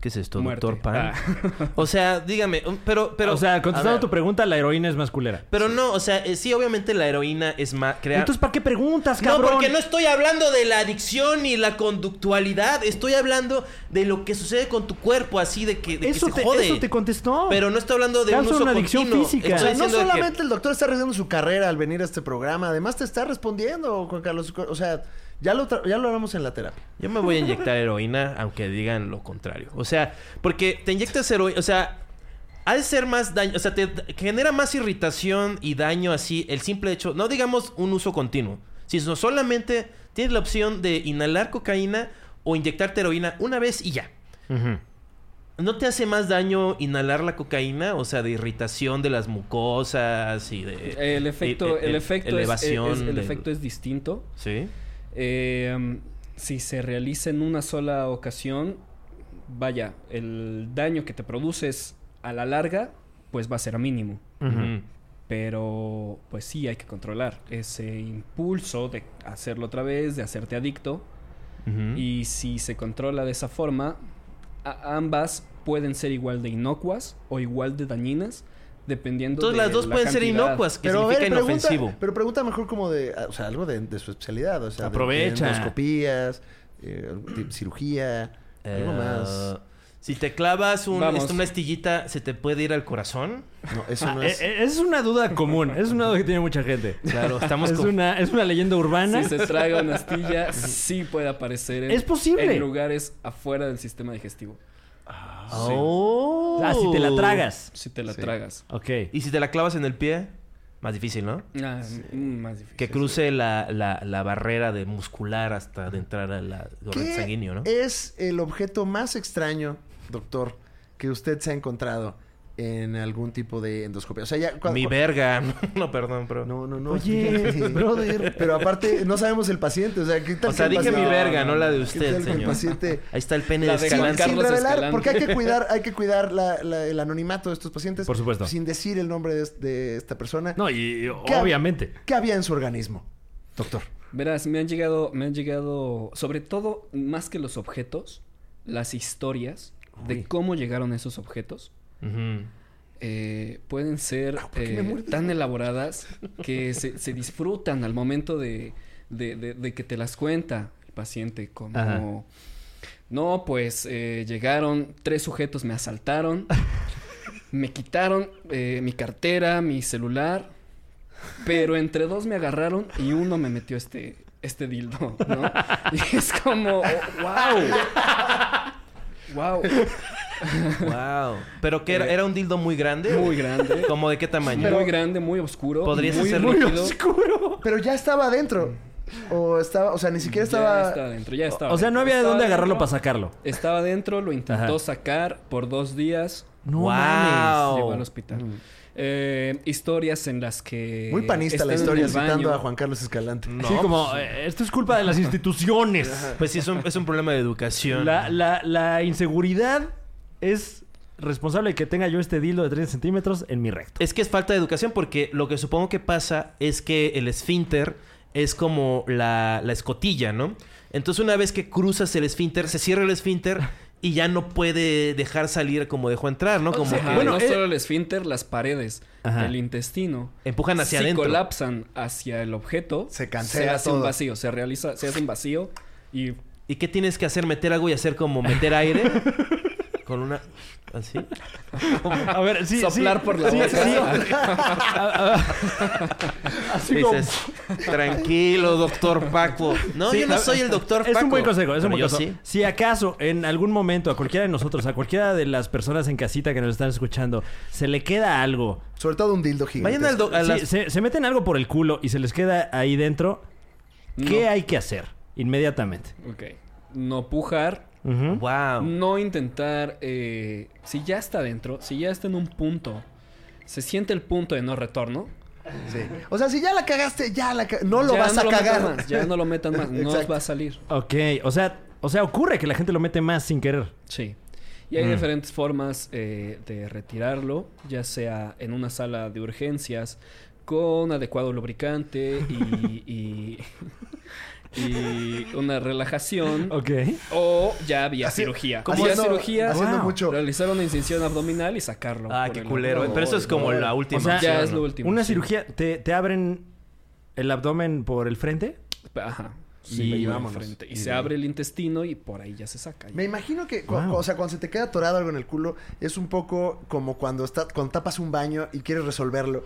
¿Qué es esto, muerte. doctor Pan? Ah. O sea, dígame, um, pero. pero o sea, contestando a ver, tu pregunta, la heroína es más culera. Pero no, o sea, eh, sí, obviamente la heroína es más. Crear... Entonces, ¿para qué preguntas, No, cabrón? porque no estoy hablando de la adicción ni la conductualidad. Estoy hablando de lo que sucede con tu cuerpo, así de que, de que Eso se te, jode. eso te contestó. Pero no estoy hablando de un Causa uso una adicción continuo. física. Estoy O sea, no diciendo de que- solamente el doctor está arriesgando su carrera al venir a este programa, además te está respondiendo, Juan Carlos. O sea, ya lo, tra- ya lo hablamos en la terapia. Yo me voy a inyectar heroína, aunque digan lo contrario. O sea, porque te inyectas heroína, o sea, ha de ser más daño, o sea, te d- genera más irritación y daño así el simple hecho, no digamos un uso continuo, sino solamente tienes la opción de inhalar cocaína o inyectarte heroína una vez y ya. Ujú. ¿No te hace más daño inhalar la cocaína? O sea, de irritación de las mucosas y de... el efecto, eh, el eh, efecto, es- elevación es, el del- efecto es distinto. Sí. Eh, si se realiza en una sola ocasión, vaya, el daño que te produces a la larga, pues va a ser mínimo. Ujú. Pero pues sí, hay que controlar ese impulso de hacerlo otra vez, de hacerte adicto. Ujú. Y si se controla de esa forma, a- ambas pueden ser igual de inocuas o igual de dañinas, dependiendo Entonces de las dos la pueden ser cantidad. inocuas, que Pero a ver, significa pregunta, inofensivo. pero pregunta mejor como de, o sea, algo de, de su especialidad. O sea, de- Aprovecha. de endoscopías, eh, de cirugía, algo Eh, más. Si te clavas un- Vamos. este, una estillita, ¿se te puede ir al corazón? No, eso Ah, no eh, es. eh, es una duda común. Es una duda que tiene mucha gente. Claro, [laughs] estamos Es con... una, es una leyenda urbana. Si se traga [laughs] una astilla, sí puede aparecer en, Es posible. en lugares afuera del sistema digestivo. Oh. Ah, si te la tragas. Si te la tragas. Ok. Y si te la clavas en el pie, más difícil, ¿no? Ah, mm, Más difícil. Que cruce la, la- la barrera de muscular hasta de entrar al ¿Qué Eh, torrente sanguíneo, ¿no? es el objeto más extraño, doctor, que usted se ha encontrado en algún tipo de endoscopia. O sea, ya. cua- Mi cua- verga. [laughs] No, perdón, bro. No, no, no. [laughs] Oye, Sí. brother. Pero aparte, no sabemos el paciente. O sea, ¿qué tal O sea, que el dije mi paciente- verga, no la de ¿Qué usted, tal que el señor. paciente- Ahí está el pene de La de Juan Escalante. Sin Carlos revelar, Escalante. porque hay [laughs] que cuidar, hay que cuidar la- la- el anonimato de estos pacientes. Por supuesto. Sin decir el nombre de, es- de esta persona. No, y y, ¿Qué? obviamente. ¿Qué había en su organismo, doctor? Verás, me han llegado, me han llegado, sobre todo, más que los objetos, las historias de cómo llegaron esos objetos. Ujú. eh, pueden ser eh, tan elaboradas que se, se disfrutan al momento de, de- de- de que te las cuenta el paciente. Como, Ajá. no, pues eh, llegaron tres sujetos, me asaltaron, me quitaron eh, mi cartera, mi celular, pero entre dos me agarraron y uno me metió este, este dildo, ¿no? Y es como, oh, wow. Wow, Wow. Pero que era, era un dildo muy grande. muy grande. ¿Como de qué tamaño? muy grande, muy oscuro. Podrías muy, hacer muy líquido. oscuro. Pero ya estaba adentro. O estaba, o sea, ni siquiera Ya estaba. estaba dentro, ya estaba. O sea, no había de Estaba dónde dentro, agarrarlo para sacarlo. Estaba dentro, lo intentó Ajá. sacar por dos días. No Wow. mames. Llegó al hospital. Eh, historias en las que. Mm. Muy panista la están eh, en historia el baño. citando a Juan Carlos Escalante. No, sí, como, eh, esto es culpa de las instituciones. Pues sí, es un, es un problema de educación. La, la- la inseguridad es responsable de que tenga yo este dildo de 30 centímetros en mi recto. Es que es falta de educación porque lo que supongo que pasa es que el esfínter es como la, la escotilla, ¿no? Entonces una vez que cruzas el esfínter, se cierra el esfínter y ya no puede dejar salir como dejó entrar, ¿no? Como Ajá, que bueno, Bueno, no eh- solo el esfínter, las paredes, Ajá. el intestino. empujan hacia si adentro. colapsan hacia el objeto, Se cancela hace un todo. vacío, se realiza, se hace un vacío y ¿Y qué tienes que hacer? ¿Meter algo y hacer como meter [laughs] aire? Con una... ¿Así? A ver, sí, soplar sí, por la sí, boca. sí. Le dices, tranquilo, doctor Paco. No, Sí, yo no la- soy el doctor Es Paco. un buen consejo, es un Pero buen yo consejo. sí. Si acaso en algún momento a cualquiera de nosotros, a cualquiera de las personas en casita que nos están escuchando, se le queda algo, Sobre todo un dildo gigante. Vayan al do- a si las- se, se meten algo por el culo y se les queda ahí dentro, ¿qué No. hay que hacer inmediatamente? Ok. No pujar, Ujú. Wow. No intentar, eh, si ya está dentro, si ya está en un punto, se siente el punto de no retorno. Sí. O sea, si ya la cagaste, ya la ca- No lo ya vas a metan cagar. más, ya no lo metan [laughs] más, no Exacto. va a salir. Ok, o sea, o sea, ocurre que la gente lo mete más sin querer. Sí. Mm. Y hay diferentes formas eh, de retirarlo, ya sea en una sala de urgencias con adecuado lubricante [laughs] y, y, y una relajación. Ok. O ya había Así- cirugía. como Había haciendo- cirugía, haciendo Wow. mucho. realizar una incisión abdominal y sacarlo. Ah, por qué el culero. otro Pero eso es como lado. la última. O sea, opción, ya es ¿no? lo último. Una sí. cirugía, te, te abren el abdomen por el frente. Ajá. Sí, y vámonos. frente. Y, Y se de- abre el intestino y por ahí ya se saca. Me imagino que, cu- Wow. o sea, cuando se te queda atorado algo en el culo, es un poco como cuando, está, cuando tapas un baño y quieres resolverlo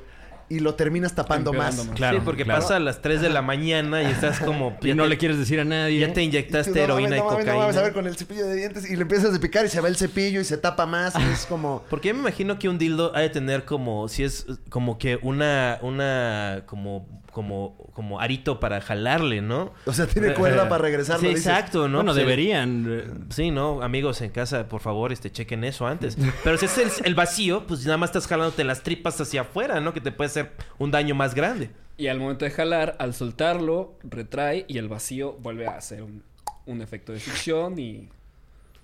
y lo terminas tapando Empeorando más. más. Claro, sí, porque pasa a las 3 de la mañana y estás como... Y ya no te- le quieres decir a nadie. Ya te Y inyectaste tú, no heroína mames, no y mames, no cocaína. mames, a ver, con el cepillo de dientes y le empiezas a picar y se va el cepillo y se tapa más. y es como. Porque yo me imagino que un dildo ha de tener como, si es eh, como que una, una, como, como, como arito para jalarle, ¿no? O sea, tiene cuerda para regresarlo. Sí, dices. exacto, ¿no? Bueno, Pues, eh, deberían. eh, Sí, no, amigos en casa, por favor, este, chequen eso antes. Pero si es el, el vacío, pues nada más estás jalándote las tripas hacia afuera, ¿no? Que te puede hacer un daño más grande. Y al momento de jalar, al soltarlo, retrae y el vacío vuelve a hacer un, un efecto de fricción y...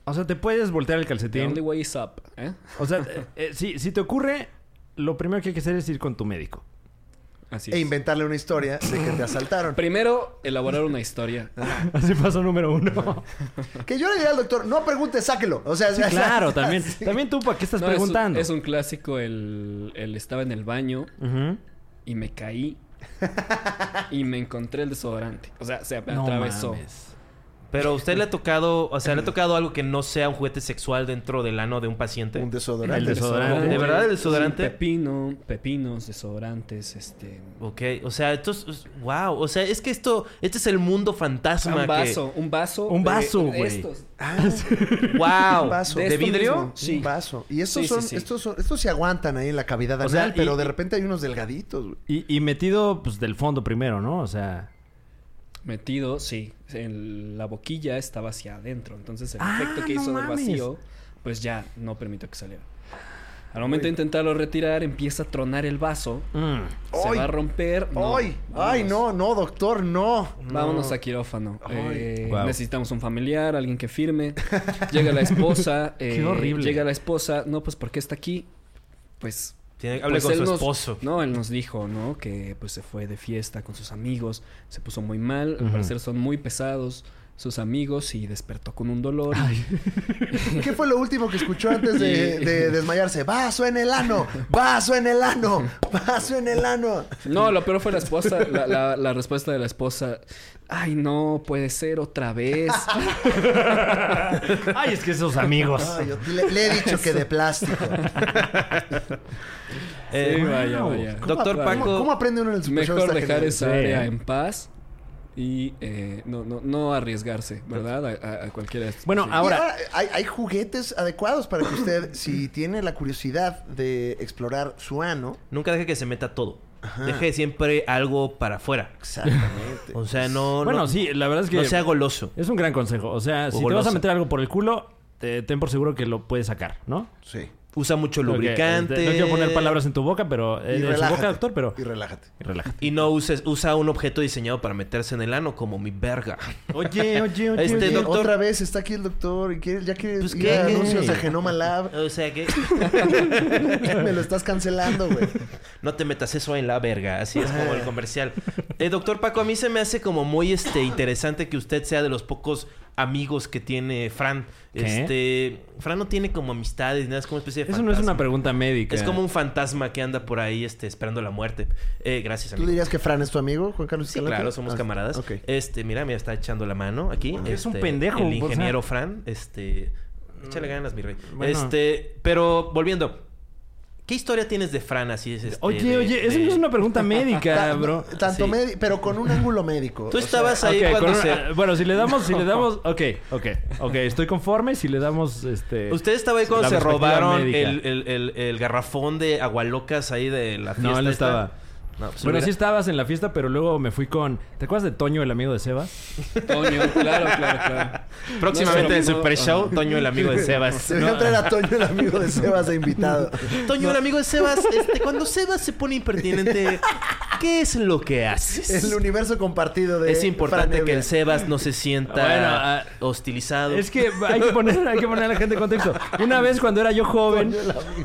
O sea, te puedes voltear el The only calcetín. way is up. ¿eh? O sea, eh, eh, si, si te ocurre, lo primero que hay que hacer es ir con tu médico. [laughs] Así E es. inventarle una historia de que te asaltaron. Primero, elaborar una historia. Así paso número uno. que yo le diría al doctor, no pregunte, sáquelo. O sea, [laughs] Sí, o sea, claro, también. sí. También tú, ¿para qué estás No, es un- preguntando? Es un, clásico el, el estaba en el baño Ujú. y me [laughs] caí y me encontré el desodorante. O sea, se me No atravesó. mames. Pero a usted le ha tocado, o sea, le ha tocado algo que no sea un juguete sexual dentro del ano de un paciente. Un desodorante. El desodorante. ¿De verdad el desodorante? Sí, pepino, pepinos, desodorantes, este... Ok, o sea, estos, wow, o sea, es que esto, este es el mundo fantasma. Un vaso, un vaso. Un de- vaso, de güey. estos. Que, wow, Un vaso. ¿de, esto vidrio? mismo. Sí. Un vaso. Y estos Sí, sí, son, sí. estos son, estos se aguantan ahí en la cavidad O anal, sea, y- pero de y- repente hay unos delgaditos, güey. Y, y metido, pues, del fondo primero, ¿no? O sea... Metido, sí. En la boquilla estaba hacia adentro. Entonces el Ah, efecto que no hizo del mames. vacío, pues ya no permitió que saliera. Al momento de intentarlo retirar, empieza a tronar el vaso. Mm. Se ¡Ay! va a romper. No, ¡Ay! ¡Ay, vámonos. no, no, doctor, no! Vámonos a quirófano. Eh, Guau. Necesitamos un familiar, alguien que firme. Llega la esposa. eh, Qué horrible. Llega la esposa. No, pues porque está aquí. Pues. Tiene- hable pues con él su nos- [laughs] esposo. [laughs] no, él nos dijo, ¿no? Que pues se fue de fiesta con sus amigos. Se puso muy mal. Al parecer son muy pesados sus amigos y despertó con un dolor. [laughs] ¿Qué fue lo último que escuchó antes de, Y- de desmayarse? ¡Vaso en el ano! ¡Vaso en el ano! ¡Vaso en el ano! [laughs] No, lo peor fue la esposa, la, la- la respuesta de la esposa. Ay, no, puede ser otra vez. Ay, es que esos amigos. Ay, yo le, le he dicho que de plástico. [laughs] Eh, Sí, vaya, wow. vaya. ¿Cómo Doctor ¿Cómo- Paco. ¿Cómo aprende uno en el Super Show? Mejor Está dejar genial. esa Sí, área ¿eh? en paz y eh, no, no, no arriesgarse, ¿verdad? A, a- a cualquiera. de estas Bueno, cosas. Y ahora, Ahora, Ah, hay, hay juguetes adecuados para que usted, si tiene la curiosidad de explorar su ano, Nunca deje que se meta todo. Deje siempre algo para afuera. exactamente. O sea, no. bueno, no, sí, la verdad es que no sea goloso. es un gran consejo. O sea, si te vas golosa. a meter algo por el culo, eh, ten por seguro que lo puedes sacar, ¿no? sí. Usa mucho Porque, lubricante. eh, no quiero poner palabras en tu boca, pero Y eh, en su boca, relájate. doctor, pero Y relájate. y relájate. Y no uses, usa un objeto diseñado para meterse en el ano, como mi verga. Oye, oye, [laughs] oye, Este, Oye, doc- doctor- Otra vez está aquí el doctor y quiere, ya quiere Pues, ir ¿qué? a anuncios a Genoma Lab. [laughs] O sea que Me lo estás cancelando, [laughs] güey. no te metas eso en la verga. Así es como el comercial. Eh, doctor Paco, a mí se me hace como muy este, interesante que usted sea de los pocos amigos que tiene Fran. ¿Qué? Este, Fran no tiene como amistades, ni nada, es como una especie de Eso no es una fantasma. pregunta médica. Es como un fantasma que anda por ahí este, esperando la muerte. Eh, gracias, ¿Tú amigo. dirías que Fran es tu amigo, Juan Carlos Sí, Escalante? claro, somos Ah, camaradas. Ok. Este, mira, me está echando la mano aquí. Es un Este, pendejo, El o sea. Mm, ingeniero Fran, este. Échale ganas, mi rey. Bueno. Este, pero volviendo. ¿Qué historia tienes de Fran así es este, Oye, de- oye, eso de- no es una [laughs] pregunta médica, Ta- bro. Tanto Sí. medi- pero con un ángulo médico. Tú O sea, estabas ahí Ok, cuando con se. una- Bueno, si le damos, [laughs] si le damos. Ok, ok, ok, estoy conforme. Si le damos este. Usted estaba ahí cuando la se perspectiva robaron el, médica. el- el- el garrafón de agualocas ahí de la fiesta. No, él no esta. estaba. No, pues Bueno, hubiera- sí estabas en la fiesta, pero luego me fui con. ¿Te acuerdas de Toño, el amigo [laughs] de Sebas? Toño, claro, claro, claro. Próximamente en No, el no, no, Super Show, Toño, el [laughs] amigo de Sebas. Se debería traer a Toño, el [laughs] amigo de Sebas, de invitado. Toño, el amigo de Sebas, este, cuando Sebas se pone impertinente, ¿qué es lo que haces? El universo compartido de Es importante Fran que el Evia. Sebas no se sienta Bueno, ah, hostilizado. Es que hay que, poner, hay que poner a la gente en contexto. Una vez cuando era yo joven,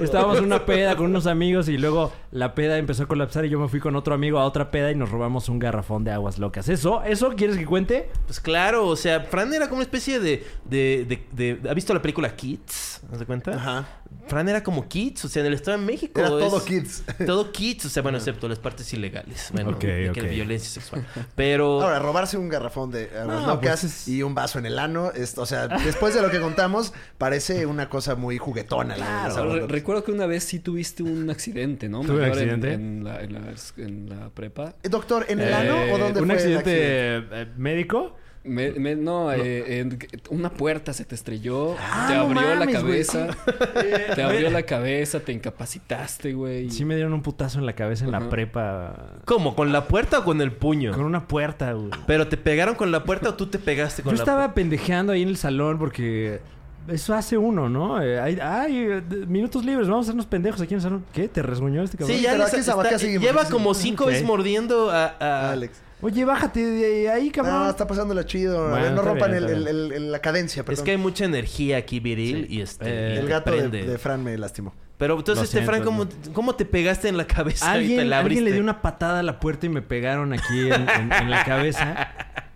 estábamos en una peda con unos amigos y luego la peda empezó a colapsar y yo me fui con otro amigo a otra peda y nos robamos un garrafón de aguas locas. ¿Eso? ¿Eso quieres que cuente? Pues claro, o sea, Fran era como una especie de... de, de- de- ¿Ha visto la película Kids? ¿No se cuenta? Ajá. Fran era como Kids, o sea, en el Estado de México. Era todo es- kids. Todo Kids, o sea, bueno, excepto las partes ilegales. Bueno, Ok, de que ok. violencia sexual. Pero... Ahora, robarse un garrafón de aguas No, locas pues es- y un vaso en el ano, es- o sea, después de lo que contamos, parece una cosa muy juguetona. la de las aguas Ah, Re- locas. recuerdo que una vez sí tuviste un accidente, [laughs] ¿no? Tuve un Mayor en- accidente. En, la, en la- en la prepa. Eh, Doctor, ¿en el ano Eh, o dónde ¿Un fue el accidente, eh, médico? Me- me- no, eh, en- una puerta se te estrelló, te Ah, no abrió la mames, güey. cabeza, [laughs] te abrió la cabeza, te incapacitaste, güey. Sí me dieron un putazo en la cabeza en la Ajá. prepa. ¿Cómo? ¿Con la puerta o con el puño? Con una puerta, güey. ¿Pero te pegaron con la puerta o tú te pegaste con Yo la estaba pendejeando ahí en el salón porque eso hace uno, ¿no? Eh, hay, ay, eh, de- minutos libres, vamos a hacernos pendejos aquí en el salón. ¿Qué? ¿Te resguñó este cabrón? Sí, ya Pero les- aquí estaba, está- aquí seguimos, lleva aquí como seguimos. cinco Ok. veces mordiendo a, a- Alex. Oye, bájate de ahí, cabrón. No, Ah, está pasándola chido. Bueno, no está rompan bien, el- está el- el- el- la cadencia, Es perdón. que hay mucha energía aquí viril y este Eh, y el te gato de, prende. de Fran me lastimó. Pero entonces Lo este siento, Fran ¿cómo, cómo te pegaste en la cabeza y te alguien, la abriste? alguien le dio una patada a la puerta y me pegaron aquí en, en- en la cabeza.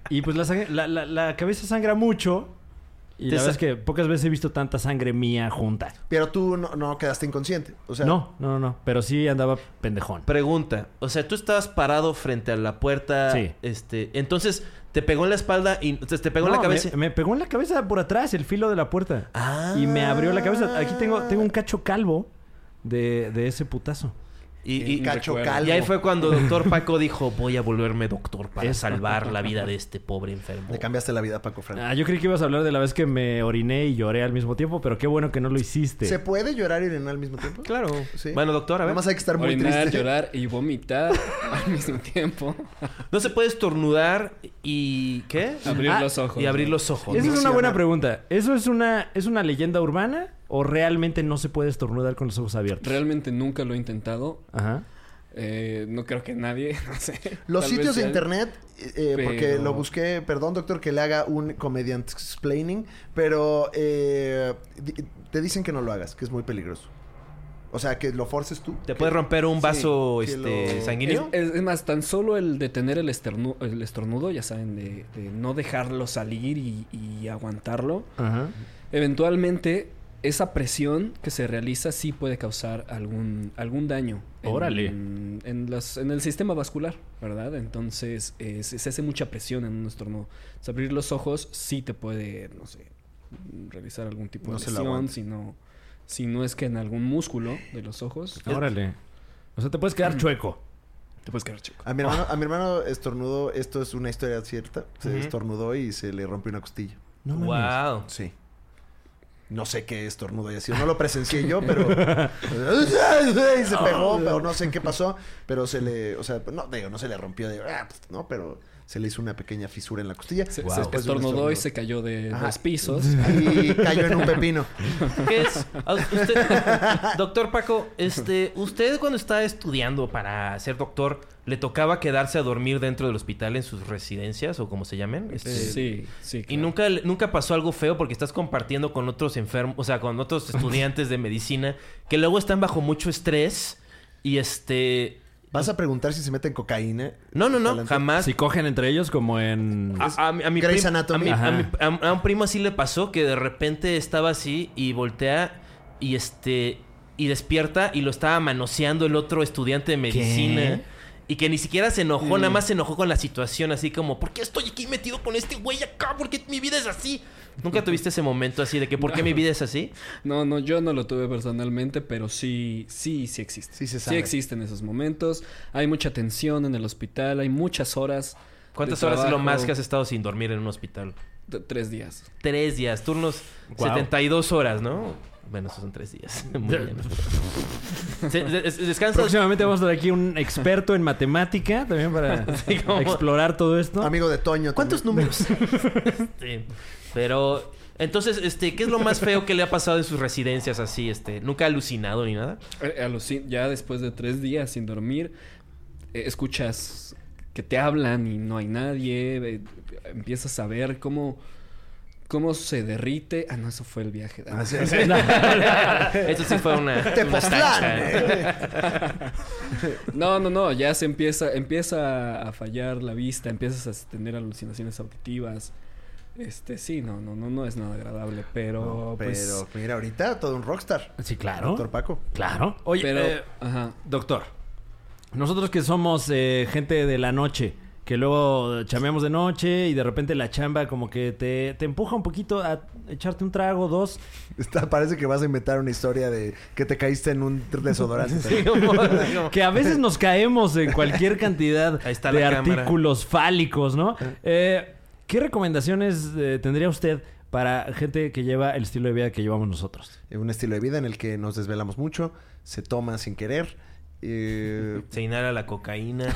Y pues la, sang- la, la- la cabeza sangra mucho. Y Te la sa- verdad es que pocas veces he visto tanta sangre mía junta. Pero tú no, no quedaste inconsciente. O sea, No, no, no, no. Pero sí andaba pendejón. Pregunta, o sea, tú estabas parado frente a la puerta, Sí. este, entonces te pegó en la espalda y entonces, te pegó en No, la cabeza. Me, me pegó en la cabeza por atrás, el filo de la puerta. Ah. Y me abrió la cabeza. Aquí tengo, Ah. tengo un cacho calvo de, de ese putazo. Y, y- cacho recuerdo. calvo. y ahí fue cuando [laughs] doctor Paco dijo, voy a volverme doctor para Es- salvar la vida de este pobre enfermo. Le cambiaste la vida a Paco Fran. Ah, yo creí que ibas a hablar de la vez que me oriné y lloré al mismo tiempo, pero qué bueno que no lo hiciste. ¿Se puede llorar y orinar al mismo tiempo? Claro. Sí. Bueno, doctor, a ver. Nada más hay que estar muy Orinar, triste. llorar [laughs] y vomitar al mismo tiempo. No se puede estornudar y ¿qué? Abrir Ah, los ojos. Y abrir ¿no? los ojos. Esa es una buena Condicionar. pregunta. ¿Eso es una, es una leyenda urbana o ¿O realmente no se puede estornudar con los ojos abiertos? Realmente nunca lo he intentado. Ajá. Eh, no creo que nadie, [laughs] no sé. Los Tal sitios vez de ya- internet, eh, eh, porque Pero- lo busqué, perdón doctor que le haga un comediante explaining, pero eh, di- te dicen que no lo hagas, que es muy peligroso. O sea, que lo forces tú. ¿Te puedes romper un vaso que este, lo- Es, sanguíneo? es- es más, tan solo el detener el, esternu- el estornudo, ya saben, de, de no dejarlo salir y, y aguantarlo. Ajá. Eventualmente, esa presión que se realiza sí puede causar algún, algún daño. en- Órale. En, las- en el sistema vascular, ¿verdad? Entonces, eh, se, se hace mucha presión en un estornudo. Entonces, abrir los ojos sí te puede, no sé, realizar algún tipo No de se la lesión, aguanta. si no, si no es que en algún músculo de los ojos Órale. O sea, te puedes quedar chueco. te puedes quedar chico. A mi, hermano, a mi hermano estornudó, esto es una historia cierta, se Ujú. estornudó y se le rompió una costilla. No mames. wow. Sí. No sé qué estornudo haya sido, no lo presencié yo, pero... [laughs] y se pegó, pero no sé qué pasó, pero se le... O sea, no, digo, no se le rompió de... "Ah, pf", No, pero se le hizo una pequeña fisura en la costilla. Se, Pues, Wow. se Después de un estornudó y estornudo. se cayó de Ajá. [laughs] dos pisos. Y cayó en un pepino. ¿Qué es? A- [laughs] usted- doctor Paco, este, usted cuando estaba estudiando para ser doctor, ¿le tocaba quedarse a dormir dentro del hospital en sus residencias o como se llamen? Este, Eh, Sí, sí. Y claro. nunca, nunca pasó algo feo porque estás compartiendo con otros enfermos, o sea, con otros estudiantes de medicina que luego están bajo mucho estrés y este... ¿Vas a preguntar si se meten cocaína? No, no, no, Adelante. jamás. Si cogen entre ellos como en... A, a mi- a mi Grey's prim- a Anatomy. mi- a Ajá. mi- a- a un primo así le pasó que de repente estaba así y voltea y este y despierta y lo estaba manoseando el otro estudiante de medicina. Y que ni siquiera se enojó, nada más se enojó con la situación, así como, ¿por qué estoy aquí metido con este güey acá? ¿Por qué mi vida es así? ¿Nunca tuviste ese momento así de que, ¿por qué [laughs] mi vida es así? No, no, yo no lo tuve personalmente, pero sí, sí, sí existe. Sí se sabe. existen esos momentos. Hay mucha tensión en el hospital, hay muchas horas. de ¿Cuántas horas es lo trabajo. más que has estado sin dormir en un hospital? T- Tres días. Tres días, turnos Guau. 72 horas, ¿no? Bueno, esos son tres días. [laughs] Muy bien. Se- des- descansas Próximamente vamos a tener aquí un experto en matemática también para [laughs] como- explorar todo esto. Amigo de Toño. ¿Cuántos también. números? [laughs] Este, pero, entonces, este, ¿qué es lo más feo que le ha pasado en sus residencias así? Este, ¿Nunca ha alucinado ni nada? Eh, alucin- ya después de tres días sin dormir, eh, escuchas que te hablan y no hay nadie. eh, empiezas a ver cómo, cómo se derrite. Ah, no, eso fue el viaje. Ah, Ah, sí, sí. [laughs] Eso sí fue una. una Tepoztlán, tacha. eh. No, no, no, ya se empieza, empieza a fallar la vista, empiezas a tener alucinaciones auditivas. Este, sí, no, no, no, no es nada agradable, pero, No, pues, Pero mira, ahorita todo un rockstar. Sí, claro. Doctor Paco. Claro. Oye, pero, eh, ajá. doctor, nosotros que somos eh, gente de la noche, que luego chameamos de noche y de repente la chamba como que te, te empuja un poquito a echarte un trago, dos. Está- parece que vas a inventar una historia de que te caíste en un desodorante. [laughs] Sí, como- como- Que a veces nos caemos en cualquier cantidad Ahí está de la cámara. artículos fálicos, ¿no? Eh, ¿Qué recomendaciones eh, tendría usted para gente que lleva el estilo de vida que llevamos nosotros? eh, un estilo de vida en el que nos desvelamos mucho, se toma sin querer. [laughs] eh, Se inhala la cocaína,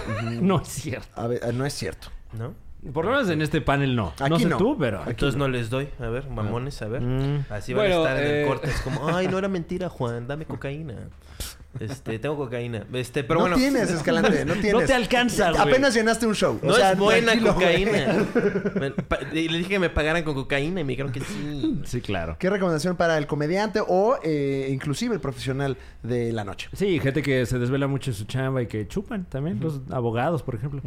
No es cierto. a ver, no es cierto. ¿no? Por lo menos en este panel no. no Aquí sé no. Ah. tú, pero... Entonces no les doy. A ver, mamones, a ver. Mm. Así van Bueno, a estar en eh. el corte. Es como, ay, no [laughs] era mentira, Juan, dame cocaína. Este, tengo cocaína. Este, pero no bueno. [laughs] tienes, Escalante, no tienes. No te alcanza, güey. Apenas llenaste un show. No O sea, es buena tranquilo, güey. [laughs] cocaína. Me- pa- y le dije que me pagaran con cocaína y me dijeron que sí. Sí, claro. ¿Qué recomendación para el comediante o eh, inclusive el profesional de la noche? Sí, gente que se desvela mucho en su chamba y que chupan también, los abogados, por ejemplo.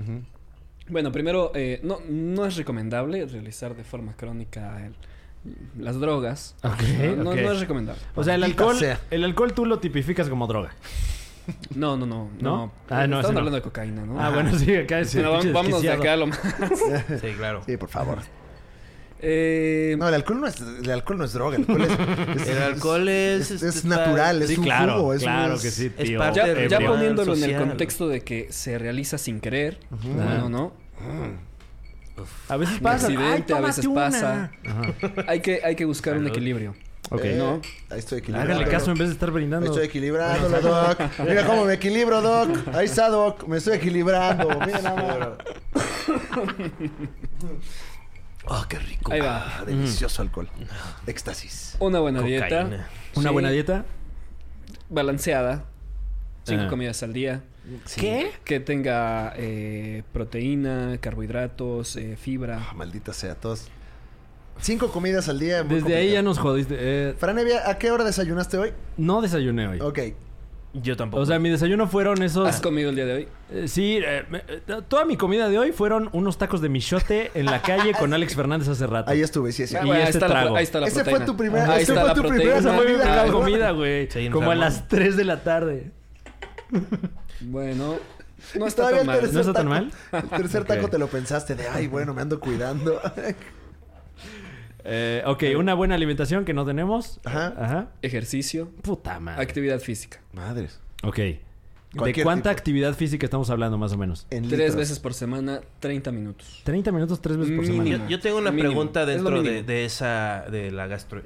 Bueno, primero, eh, no, no es recomendable realizar de forma crónica el- las drogas. Ok, no, no- ok. no es recomendable. O sea, el Maldita alcohol, sea. el alcohol tú lo tipificas como droga. No, no, no, no. ¿No? Ah, no, Estamos ese no. hablando de cocaína, ¿no? Ah, bueno, sí, acá es Bueno, pinche vámonos de desquiciado. acá a lo más. Sí, claro. Sí, por favor. Eh, No, el alcohol no es, el alcohol no es droga. El alcohol es, es- El alcohol es, es, este, es natural, es Sí, un claro, jugo, es claro un- que sí, es tío. parte Ya, de- ya Ebrio. poniéndolo en el Social. contexto de que se realiza sin querer, bueno, ¿no? A veces Un pasa. Ay, accidente a tómate veces una. pasa. Hay que, hay que buscar un Salud. equilibrio. Ok. Eh, No. Ahí estoy equilibrado. Háganle caso en vez de estar Me brindando. estoy equilibrando, [laughs] Doc. Mira cómo me equilibro, Doc. Ahí está, Doc. Me estoy equilibrando. Mira nada más. Oh, qué rico. Ahí va. Ah, delicioso alcohol. Éxtasis. Una buena dieta. Cocaína. ¿Una Sí. buena dieta? Balanceada. Cinco Ah. comidas al día. ¿Qué? Que tenga eh, proteína, carbohidratos, eh, fibra. Ah, maldita sea, todos. Cinco comidas al día. muy Desde ahí complicado. ya nos jodiste. Eh, Fran Evia, ¿a qué hora desayunaste hoy? no desayuné hoy. Ok. Yo tampoco. O sea, mi desayuno fueron esos... ¿Has comido el día de hoy? Eh, Sí, eh, me- eh, toda mi comida de hoy fueron unos tacos de michote en la calle con Alex Fernández hace rato. Ahí estuve, sí, sí. Ah, Y bueno, ahí, este está la, trago. ahí está la Ese fue proteína. tu primer- Ahí ese está fue la tu primer- proteína. Esa fue mi Ah, primera bueno. comida, güey. Sí, Como enfermo. a las 3 de la tarde. Bueno, no está Todavía el tan mal. tercer ¿No está tan taco- El tercer Ok. taco te lo pensaste de, ay, bueno, me ando cuidando. Eh, ok, una buena alimentación que no tenemos. Ajá. Ejercicio, Puta Ah. madre. actividad física. Madres. ok. ¿De Cualquier cuánta tipo. actividad física estamos hablando más o menos? En Tres litros. veces por semana, 30 minutos. 30 minutos, tres veces Mm, por Mínimo. semana. Yo, yo tengo una Mínimo. pregunta Es lo dentro de, mínimo. de esa, de la gastro.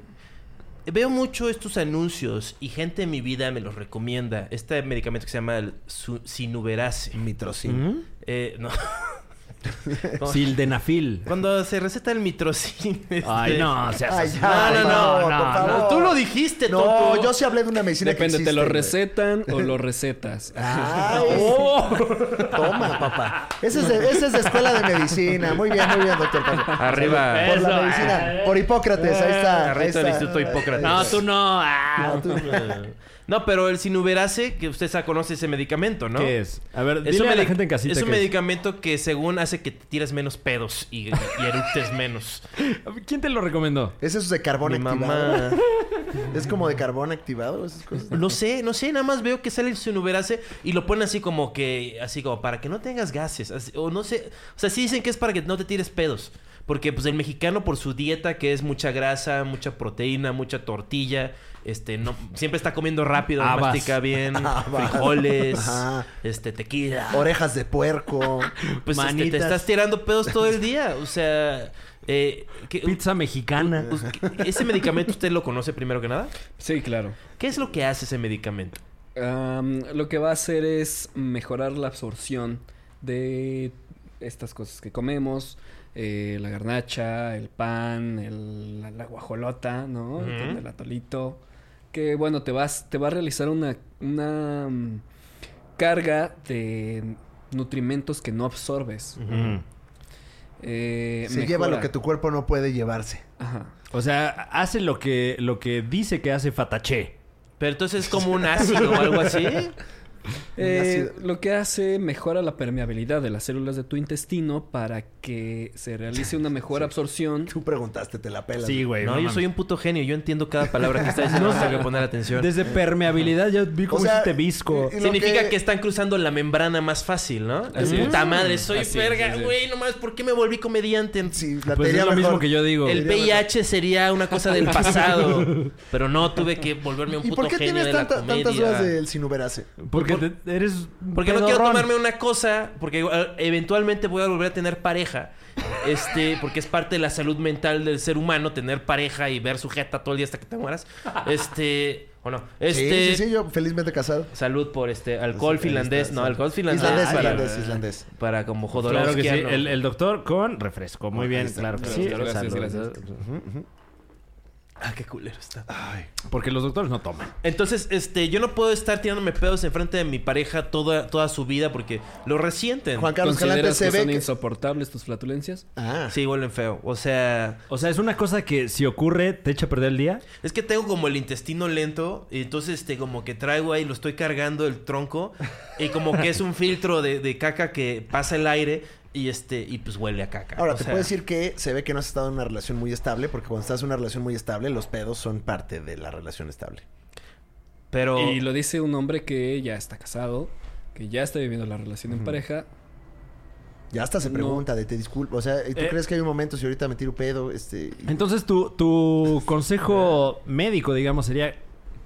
Veo mucho estos anuncios y gente en mi vida me los recomienda. Este medicamento que se llama el su- sinuberase. Mitrocin. ¿Mm? Eh, no. [laughs] Sildenafil. Cuando se receta el mitrocin. [laughs] Ay, este, no, seas Ay, así. ya, No, no, no, por no, no. favor. Tú lo dijiste, No, tonto. yo sí hablé de una medicina que Depende, existe. ¿te lo güey. recetan [laughs] o lo recetas? Ah. Ay, Ah. Toma, [laughs] papá. Ese es, de, ese es de escuela de medicina. Muy bien, muy bien, doctor. Pablo. Arriba. Por la Eso, medicina. eh. Por Hipócrates, ahí está. ahí Carrito está. del Instituto Hipócrates. No, tú no. ah. No, tú No, pero el sinuberase, que usted ya conoce ese medicamento, ¿no? ¿Qué es? A ver, Es dile un a la medic- gente en casita es un qué es. medicamento que según hace que te tires menos pedos y, y eructes menos. ¿Quién te lo recomendó? Ese es de carbón Mi activado. [laughs] mamá. Es como de carbón activado, esas cosas. No sé, no sé, nada más veo que sale el sinuberase y lo ponen así como que, así como para que no tengas gases, así- o no sé, o sea, sí dicen que es para que no te tires pedos, porque pues el mexicano por su dieta que es mucha grasa, mucha proteína, mucha tortilla, este, no, siempre está comiendo rápido, no Habas. mastica bien, [laughs] Habas. frijoles, Ajá. este, tequila, Orejas de puerco. pues este, te manitas. estás tirando pedos todo el día, o sea, eh, que- Pizza mexicana. pues, que- ese medicamento usted lo conoce primero que nada, Sí, claro. ¿qué es lo que hace ese medicamento? Am, lo que va a hacer es mejorar la absorción de estas cosas que comemos. eh, la garnacha, el pan, el- la, la guajolota, ¿no? Ujú. El atolito. Que bueno, te, vas, te va a realizar una, una mm, carga de nutrimentos que no absorbes. Mm. Eh, Se lleva mejora. lo que tu cuerpo no puede llevarse. Ajá. O sea, hace lo que, lo que dice que hace Fataché. Pero entonces es como un ácido o algo así. Eh, ácido. lo que hace mejora la permeabilidad de las células de tu intestino para que se realice una mejor absorción. Tú preguntaste, te la pelas. Sí, güey. no, yo mames. soy un puto genio. Yo entiendo cada palabra que está diciendo. No tengo que poner atención. Desde permeabilidad ya vi cómo sea, hiciste visco. y- y- lo Significa que- que... están cruzando la membrana más fácil, ¿no? Así Puta es. madre, soy Así es, verga, así es. güey. No mames, ¿por qué me volví comediante? Sí, la Pues es teoría lo mejor. mismo que yo digo. El VIH sería una cosa del pasado. pero no, tuve que volverme un ¿Y puto por qué genio tienes de tanta- la comedia. tantas dudas del sinuberase? Porque te- eres. un Porque no quiero pedorrón. tomarme una cosa, porque eh, eventualmente voy a volver a tener pareja. Este, porque es parte de la salud mental del ser humano tener pareja y ver sujeta todo el día hasta que te mueras. Este, o no. Este, Sí, sí, sí, yo felizmente casado. salud por este alcohol Sí, finlandés, está, no, sí. alcohol finlandés. Islandés, para, islandés, islandés. Para como Pues Claro Jodorowsky. que sí. ¿no? El, el doctor con refresco. Muy bien, claro que sí. Gracias, Salud. gracias. Ah, qué culero está. Porque los doctores no toman. Entonces, este, yo no puedo estar tirándome pedos enfrente de mi pareja toda, toda su vida porque lo resienten. Juan Carlos Calante ¿Consideras se que ve son que... insoportables tus flatulencias? Ah, Sí, huelen feo. O sea, O sea, es una cosa que si ocurre, te echa a perder el día. Es que tengo como el intestino lento y entonces este, como que traigo ahí, lo estoy cargando el tronco y como que es un filtro de, de caca que pasa el aire y este y pues huele a caca. Ahora, O te sea, puedo decir que se ve que no has estado en una relación muy estable, porque cuando estás en una relación muy estable, los pedos son parte de la relación estable. Pero Y lo dice un hombre que ya está casado, que ya está viviendo la relación en pareja. Ya hasta se No. pregunta de te disculpo. O sea, ¿y ¿tú Eh. crees que hay un momento si ahorita me tiro pedo? Este, y- Entonces, tu, tu consejo médico, digamos, sería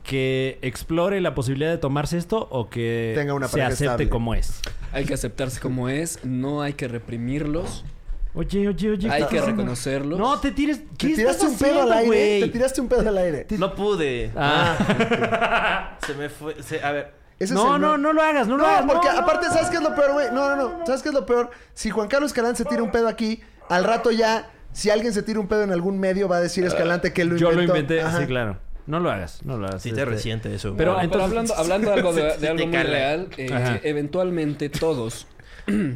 que explore la posibilidad de tomarse esto o que Tenga una se pareja acepte estable. como es. Hay que aceptarse como es, no hay que reprimirlos, Oye, oye, oye. hay ¿qué que estás haciendo? reconocerlos. No, te tires. ¿Qué te tiraste estás un pedo al haciendo, aire. güey? Te tiraste un pedo al aire. no pude. Ah, [laughs] Se me fue. se- a ver. [laughs] Ese es no, el- no, no lo hagas, no lo hagas. No, Ah, porque no, no. aparte, ¿sabes qué es lo peor, güey? No, no, no. ¿Sabes qué es lo peor? Si Juan Carlos Escalante se tira un pedo aquí, al rato ya, si alguien se tira un pedo en algún medio, va a decir Escalante que lo Yo inventó. lo inventé, Ajá. sí, claro. No lo hagas, no lo hagas. Sí, te este. resiente eso. Pero, güey. pero entonces- hablando, hablando algo de, de Sí te algo muy cala. real, eh, Ajá. eventualmente todos,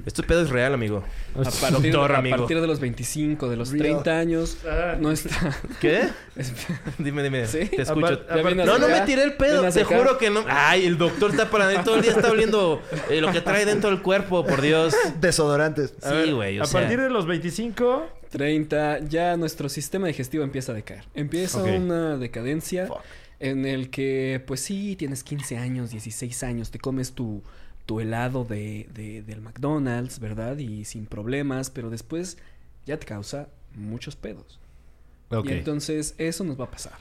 Este pedo es real, amigo. a partir, Doctor, a amigo. partir de los 25, de los Real. 30 años, no está... ¿Qué? es- [laughs] Dime, dime. Sí. Te escucho. Apar- ya vienes No, no acá, me tiré el pedo, vienes te acá. juro que no. Ay, el doctor está para todo el día está oliendo eh, lo que trae dentro del cuerpo, por Dios. Desodorantes. Sí, güey. A partir de los 25, 30, ya nuestro sistema digestivo empieza a decaer. Empieza Ok. una decadencia Fuck. en el que, pues sí, tienes 15 años, 16 años, te comes tu, tu helado de, de- del McDonald's, ¿verdad? Y sin problemas, pero después ya te causa muchos pedos. ok. Y entonces eso nos va a pasar.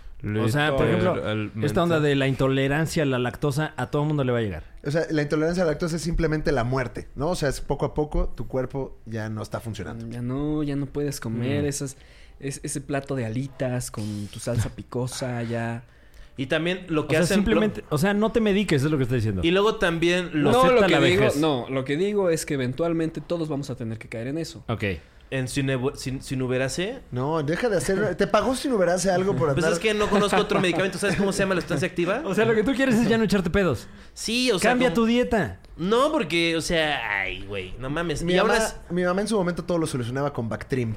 o sea, por ejemplo, esta onda de la intolerancia a la lactosa a todo mundo le va a llegar. O sea, la intolerancia a la lactosa es simplemente la muerte, ¿no? O sea, es poco a poco tu cuerpo ya no está funcionando. Ya no, ya no puedes Mm. comer esas, es- ese plato de alitas con tu salsa picosa, ya... Y también lo O que sea, hacen. simplemente, o sea, no te mediques, es lo que está diciendo. Y luego también lo no, acepta lo que la digo, vejez. no, lo que digo es que eventualmente todos vamos a tener que caer en eso. Ok. en Sinubu- Sin- Sinuberase. No, deja de hacer. ¿Te pagó sin uberarse algo por Pues andar? es que no conozco otro medicamento. ¿Sabes cómo se llama la sustancia activa? [laughs] O sea, lo que tú quieres es ya no echarte pedos. Sí, o sea. Cambia como- tu dieta. No, porque, o sea, ay, güey, no mames. mi, y mamá, ahora es- mi mamá en su momento todo lo solucionaba con Bactrim.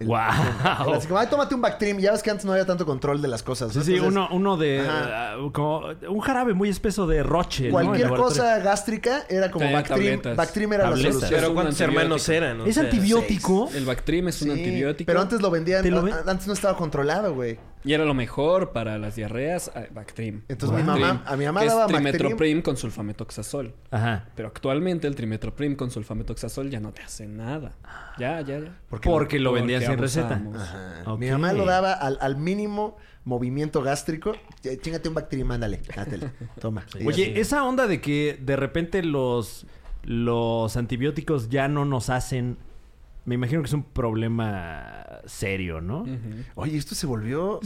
El- Era Wow. así como, ay, tómate un Bactrim. Ya ves que antes no había tanto control de las cosas. Sí, ¿no? sí, Entonces, uno, uno de Ajá. ah, como un jarabe muy espeso de roche. ¿no? Cualquier En laboratorio. cosa gástrica era como Traía Bactrim. tabletas. Bactrim era Tabletas. la solución. Pero un cuántos antibiótico. hermanos eran. O Es sea, antibiótico. El Bactrim es un Sí, antibiótico. Pero antes lo vendían. ¿Te lo ven- a- Antes no estaba controlado, güey. Y era lo mejor para las diarreas, ah, Bactrim. Entonces, mi Bactrim, mamá- a mi mamá que es daba Bactrim. trimetoprim con sulfametoxazol. Ajá. Pero actualmente el trimetoprim con sulfametoxazol ya no te hace nada. Ya, ya, ya. Porque lo vendías sin receta. abusamos. Ajá. Ok. Ah, Mi mamá lo daba al, al mínimo movimiento gástrico. Eh, Chingate un Bactrim, ándale. Dátele. Toma. Y así. Oye, esa onda de que de repente los, los antibióticos ya no nos hacen. Me imagino que es un problema serio, ¿no? Ujú. Oye, esto se volvió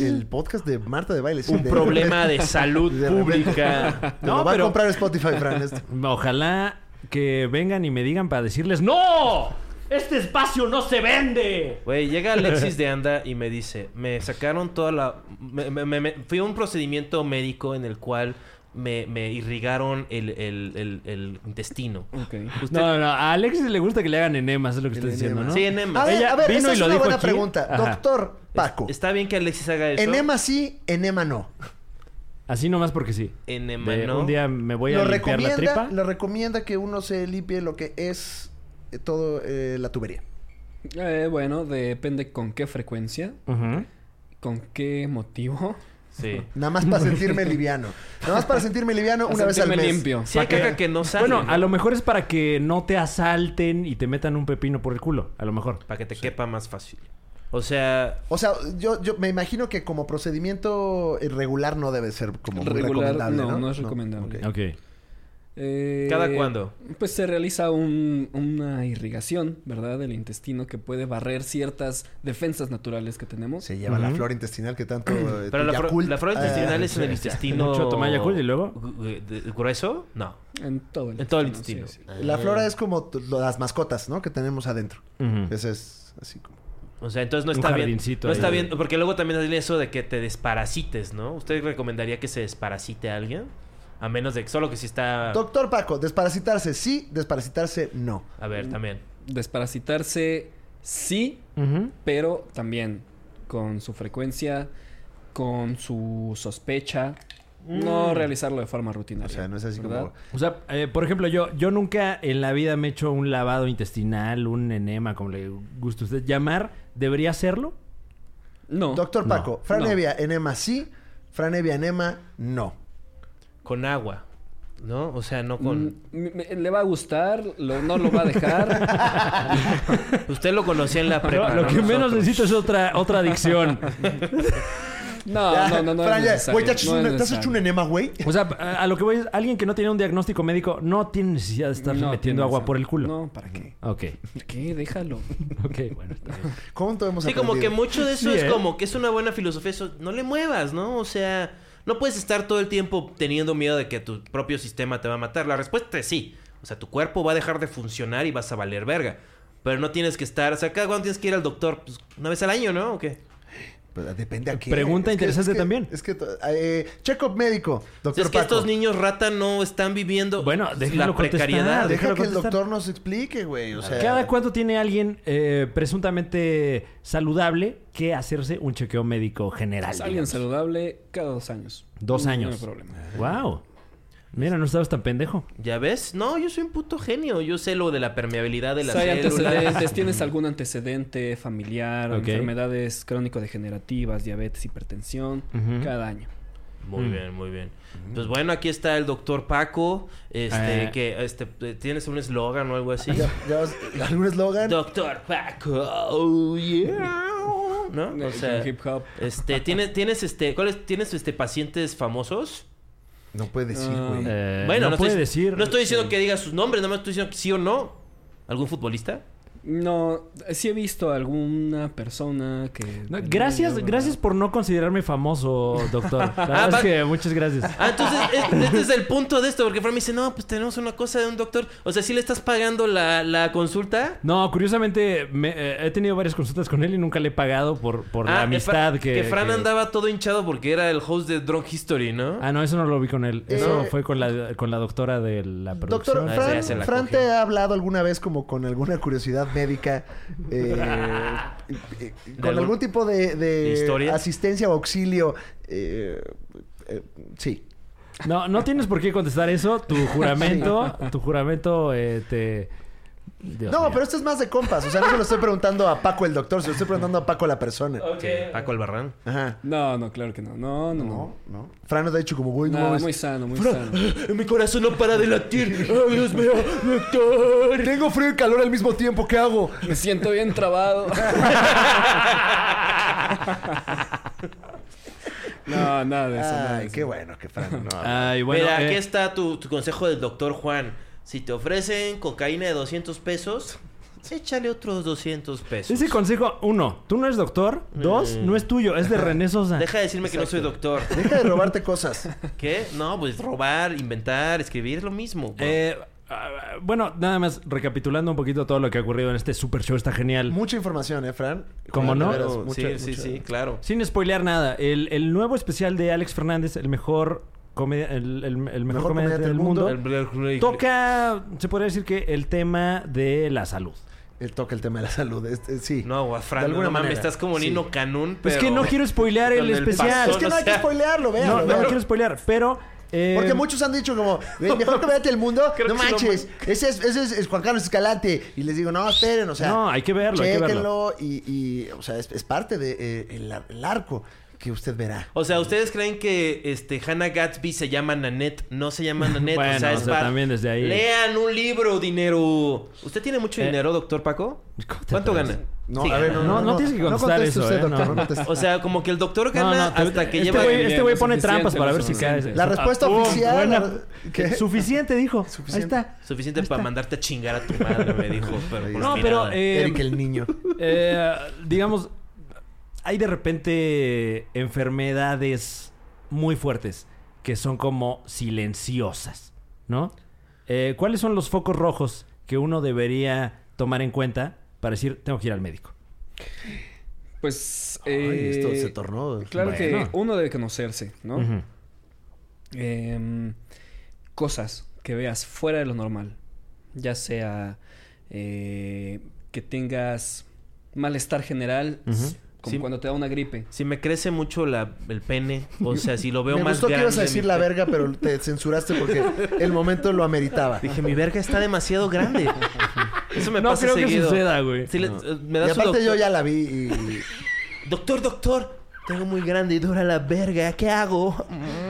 el podcast de Marta de Baile. sí, Un de- problema de salud [laughs] De repente. [laughs] pública. Te No, lo va pero- a comprar Spotify, [laughs] Fran. esto. Ojalá que vengan y me digan para decirles: ¡No! ¡Este espacio no se vende! Güey, llega Alexis de Anda y me dice, me sacaron toda la... me- me- me- me- fui a un procedimiento médico en el cual me, me irrigaron el, el- el- el intestino. Ok. Usted- No, no, no. A Alexis le gusta que le hagan enemas, es lo El que estoy diciendo, enema. ¿no? Sí, enema. A ver, Ella a ver, vino esa y es lo una dijo buena aquí. pregunta. Ajá. este, Doctor Paco, Está bien que Alexis haga eso. enema sí, enema no. Así nomás porque sí. Enema, De, ¿no? Un día me voy a Lo limpiar la recomienda, tripa. lo recomienda que uno se limpie lo que es eh, todo eh, la tubería. Eh, bueno, depende con qué frecuencia, Ujú. con qué motivo. [laughs] Sí. Nada más para sentirme liviano. Nada más para sentirme liviano una vez al Sentirme mes. limpio. Sí hay ¿Para qué? caca que no sale. Bueno, a lo mejor es para que no te asalten y te metan un pepino por el culo, a lo mejor. Para que te quepa más fácil. O sea... O sea, yo, yo me imagino que como procedimiento regular no debe ser como muy Regular, recomendable, no, ¿no? no es recomendable. ok. Ok. Eh, ¿Cada cuándo? Pues se realiza un- una irrigación, ¿verdad? Del intestino que puede barrer ciertas defensas naturales que tenemos. Se lleva la flora intestinal que tanto... eh, Pero la, fro- Yakult, la flora intestinal ah, es en el intestino... Mucho tomar Yakult y luego. gu- gu- ¿Grueso? No. En todo el En todo el intestino, intestino. sí, La flora es como t- lo- las mascotas, ¿no? Que tenemos adentro. Ujú. Ese es así como... Ah. O sea, entonces no Un está bien. jardincito No ahí. está bien, porque luego también hay eso de que te desparasites, ¿no? ¿Usted recomendaría que se desparasite a alguien? A menos de que solo que si está. Doctor Paco, desparasitarse sí, desparasitarse no. A ver, Mm. también. sí. Desparasitarse, sí, Ujú. pero también con su frecuencia, con su sospecha. Mm. No realizarlo de forma O rutinaria. sea, no es así ¿verdad? como... O sea, eh, por ejemplo, yo, yo nunca en la vida me he hecho un lavado intestinal, un enema, como le gusta a usted llamar. ¿Debería hacerlo? No. Doctor Paco, Fran No. Evia, enema sí, Fran Evia, enema no. Con agua, ¿no? O sea, no Mm, con. me- me- le va a gustar, lo- no lo va a dejar. [laughs] Usted lo conocía en [laughs] la prepa. lo ¿no? que menos Nosotros. necesito es otra, otra adicción. No, Ya, Ah, no, no, no. Fran, es ya, necesario, güey, ¿te has hecho no es un- ¿te has hecho necesario. un enema, güey? [laughs] O sea, a, a lo que voy es, alguien que no tiene un diagnóstico médico no tiene necesidad de estar No, metiendo tiene agua esa- por el culo. No, ¿para qué? Ok. [laughs] ¿Para [laughs] qué? Déjalo. Ok, bueno, está bien. ¿Cuánto hemos Sí, como que aprendido? mucho de eso Sí, es ¿eh? como que es una buena filosofía. Eso, no le muevas, ¿no? O sea, no puedes estar todo el tiempo teniendo miedo de que tu propio sistema te va a matar. La respuesta es sí. O sea, tu cuerpo va a dejar de funcionar y vas a valer verga. Pero no tienes que estar. O sea, cada cuando tienes que ir al doctor, pues una vez al año, ¿no? ¿O qué? Pues, depende a qué. Pregunta Es que- es interesante que- también. Es que, eh, check-up médico, doctor es que Paco. estos niños rata no están viviendo Bueno, déjenlo la precariedad. Deja contestar, déjalo que el contestar. doctor nos explique, güey. O sea, ¿Cada cuánto tiene alguien eh, presuntamente saludable que hacerse un chequeo médico general? Es alguien digamos? saludable cada dos años. Dos No- años. No hay problema. Wow. Mira, no estabas tan pendejo. ¿Ya ves? No, yo soy un puto genio. Yo sé lo de la permeabilidad de las Si hay células. antecedentes, tienes algún antecedente familiar, Ok. enfermedades crónico-degenerativas, diabetes, hipertensión, Ujú. cada año. Muy bien, muy bien. Pues bueno, aquí está el doctor Paco. Este, Eh. que este, tienes un eslogan o algo así. ya- ya vas- ¿Algún eslogan? doctor Paco. oh, yeah. ¿No? O Eh, sea, hip hop. este, ¿tienes, tienes este, ¿cuáles tienes este pacientes famosos? No puede decir, Ah, güey. Eh, Bueno, no, no puede estoy, decir. No estoy diciendo que diga sus nombres, nada más estoy diciendo que sí o no. ¿Algún futbolista? No, eh, sí he visto a alguna persona que... No, tenía gracias, yo, gracias ¿verdad? por no considerarme famoso, [laughs] doctor. La verdad es Ah, va- que muchas gracias. Ah, entonces [laughs] es- este es el punto de esto, porque Fran me dice, no, pues tenemos una cosa de un doctor. O sea, si le estás pagando la, la consulta. No, curiosamente me- eh, he tenido varias consultas con él y nunca le he pagado por, por la Ah, amistad Fra- que, Fran que- andaba todo hinchado porque era el host de Drunk History, ¿no? Ah, no, eso no lo vi con él. Eso Eh, fue con la, con la doctora de la producción. Doctor, Ah, esa ya se Fran, la Fran cogió. te ha hablado alguna vez como con alguna curiosidad médica, [laughs] eh, eh, eh, con algún- algún, tipo de, de de historia? asistencia o auxilio. eh, eh, sí. No, no tienes por qué contestar eso. [laughs] Tu juramento, tu juramento eh, te... Dios no, mío. pero esto es más de compas. O sea, no se lo estoy preguntando a Paco el doctor, se lo estoy preguntando a Paco la persona. Sí, Paco Albarrán. Ajá. No, no, claro que no. No, no, no. No, no. Fran nos ha dicho como, güey, no, Nada, mames. [laughs] muy sano, muy sano. [laughs] Mi corazón no para de [laughs] latir. Ay, Dios mío, doctor. Tengo frío y calor al mismo tiempo, ¿qué hago? Me siento bien trabado. [laughs] no, nada de eso. nada de Ay, eso. qué bueno que Fran [laughs] no. Ay, bueno, Mira, eh, aquí está tu, tu consejo del doctor Juan. Si te ofrecen cocaína de 200 pesos, échale otros 200 pesos. Ese consejo, uno, tú no eres doctor. Dos, no es tuyo, es de René Sosa. Mm. Deja de decirme que no soy doctor. [laughs] Deja de robarte cosas. ¿Qué? No, pues robar, inventar, escribir es lo mismo. bro. Eh, ah, bueno, nada más recapitulando un poquito todo lo que ha ocurrido en este super show, está genial. Mucha información, ¿eh, Fran? ¿Cómo no? De veras, Oh, sí, mucha- sí, mucha- sí, claro. Sin spoilear nada, el, el nuevo especial de Alex Fernández, el mejor comedia, el, el- el mejor, comediante del mundo, toca, se podría decir que el tema de la salud. Él toca el tema de la salud. este, sí. No, güey, Fran, De alguna no mames, manera, estás como sí. Nino Canún, pero... Es que no quiero spoilear el Con el especial. pastor, Es que no o hay que sea, spoilearlo, No, véanlo, no, véanlo. quiero spoilear, pero... eh, Porque muchos han dicho como, el mejor comediante del mundo, Creo no que sí lo manches, ese, es, ese es, es Juan Carlos Escalante. Y les digo, no, esperen, o sea. No, hay que verlo, hay que verlo. chéquenlo y, y, o sea, es, es parte del de, eh, el ar- el arco que usted verá. O sea, ¿ustedes creen que este, Hannah Gatsby se llama Nanette? No se [laughs] llama Nanette. Bueno, o sea, es o sea, para- también desde ahí. Lean un libro, dinero. ¿Usted tiene mucho dinero, doctor Paco? ¿cómo te ¿Cuánto atreves? gana? No, Sí, a ver, no, no, no, no tienes que contestar conteste eso, usted, ¿eh? doctor, No. no conteste. O sea, como que el doctor No, gana no, te- hasta que este lleva... güey- Bien, este güey lo pone suficiente, trampas para lo ver si caes. suficiente. La respuesta pum, oficial, buena. la- ¿qué? Suficiente, dijo. Suficiente. Ahí está. Suficiente para mandarte a chingar a tu madre, me [laughs] dijo. pero Ahí con está. la No, pero mirada. eh, Eric el niño. eh, digamos, hay de repente enfermedades muy fuertes que son como silenciosas, ¿no? Eh, ¿Cuáles son los focos rojos que uno debería tomar en cuenta para decir, tengo que ir al médico? Pues... Ay, eh, esto se tornó. Claro Bueno. que uno debe conocerse, ¿no? Ujú. Em, cosas que veas fuera de lo normal. Ya sea eh, que tengas malestar general, como Sí. cuando te da una gripe. Si me crece mucho la- el pene, o sea, si lo veo Me más gustó que grande... ibas a decir mi- la verga, pero te censuraste porque el momento lo ameritaba. Dije, mi verga está demasiado [laughs] grande. Eso me No pasa creo que seguido. suceda, güey. Sí, le- eh, me da Y su aparte yo doctor- ya la vi y... Doctor, doctor, tengo muy grande y dura la verga, ¿qué hago? [laughs]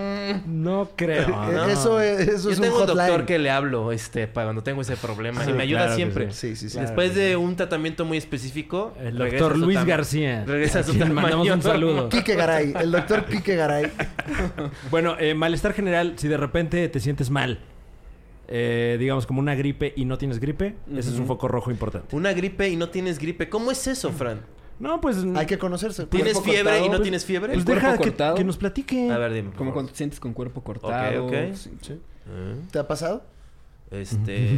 No creo. [laughs] no. Eh, Eso es, eso Mm. Yo es tengo un un hotline. doctor que le hablo, este, para cuando tengo ese problema. Sí, y me ayuda claro que siempre. Sí, sí, sí. Después de un tratamiento muy específico. El regresa doctor a su Luis tama- García. Regresa a A su quien tamaño mandamos un saludo. [laughs] normal. Quique Garay, el doctor Quique Garay. Bueno, eh, malestar general, si de repente te sientes mal, eh, digamos como una gripe y no tienes gripe, ese es un foco rojo importante. Una gripe y no tienes gripe. ¿Cómo es eso, Fran? No, pues... Hay que conocerse. ¿Tienes Cuerpo fiebre cortado, y no pues, tienes fiebre? Pues el deja cuerpo que, cortado. que nos platique. A ver, dime. por Como favor. cuando te sientes con cuerpo cortado. ok. sí. ¿Te ha pasado? Este.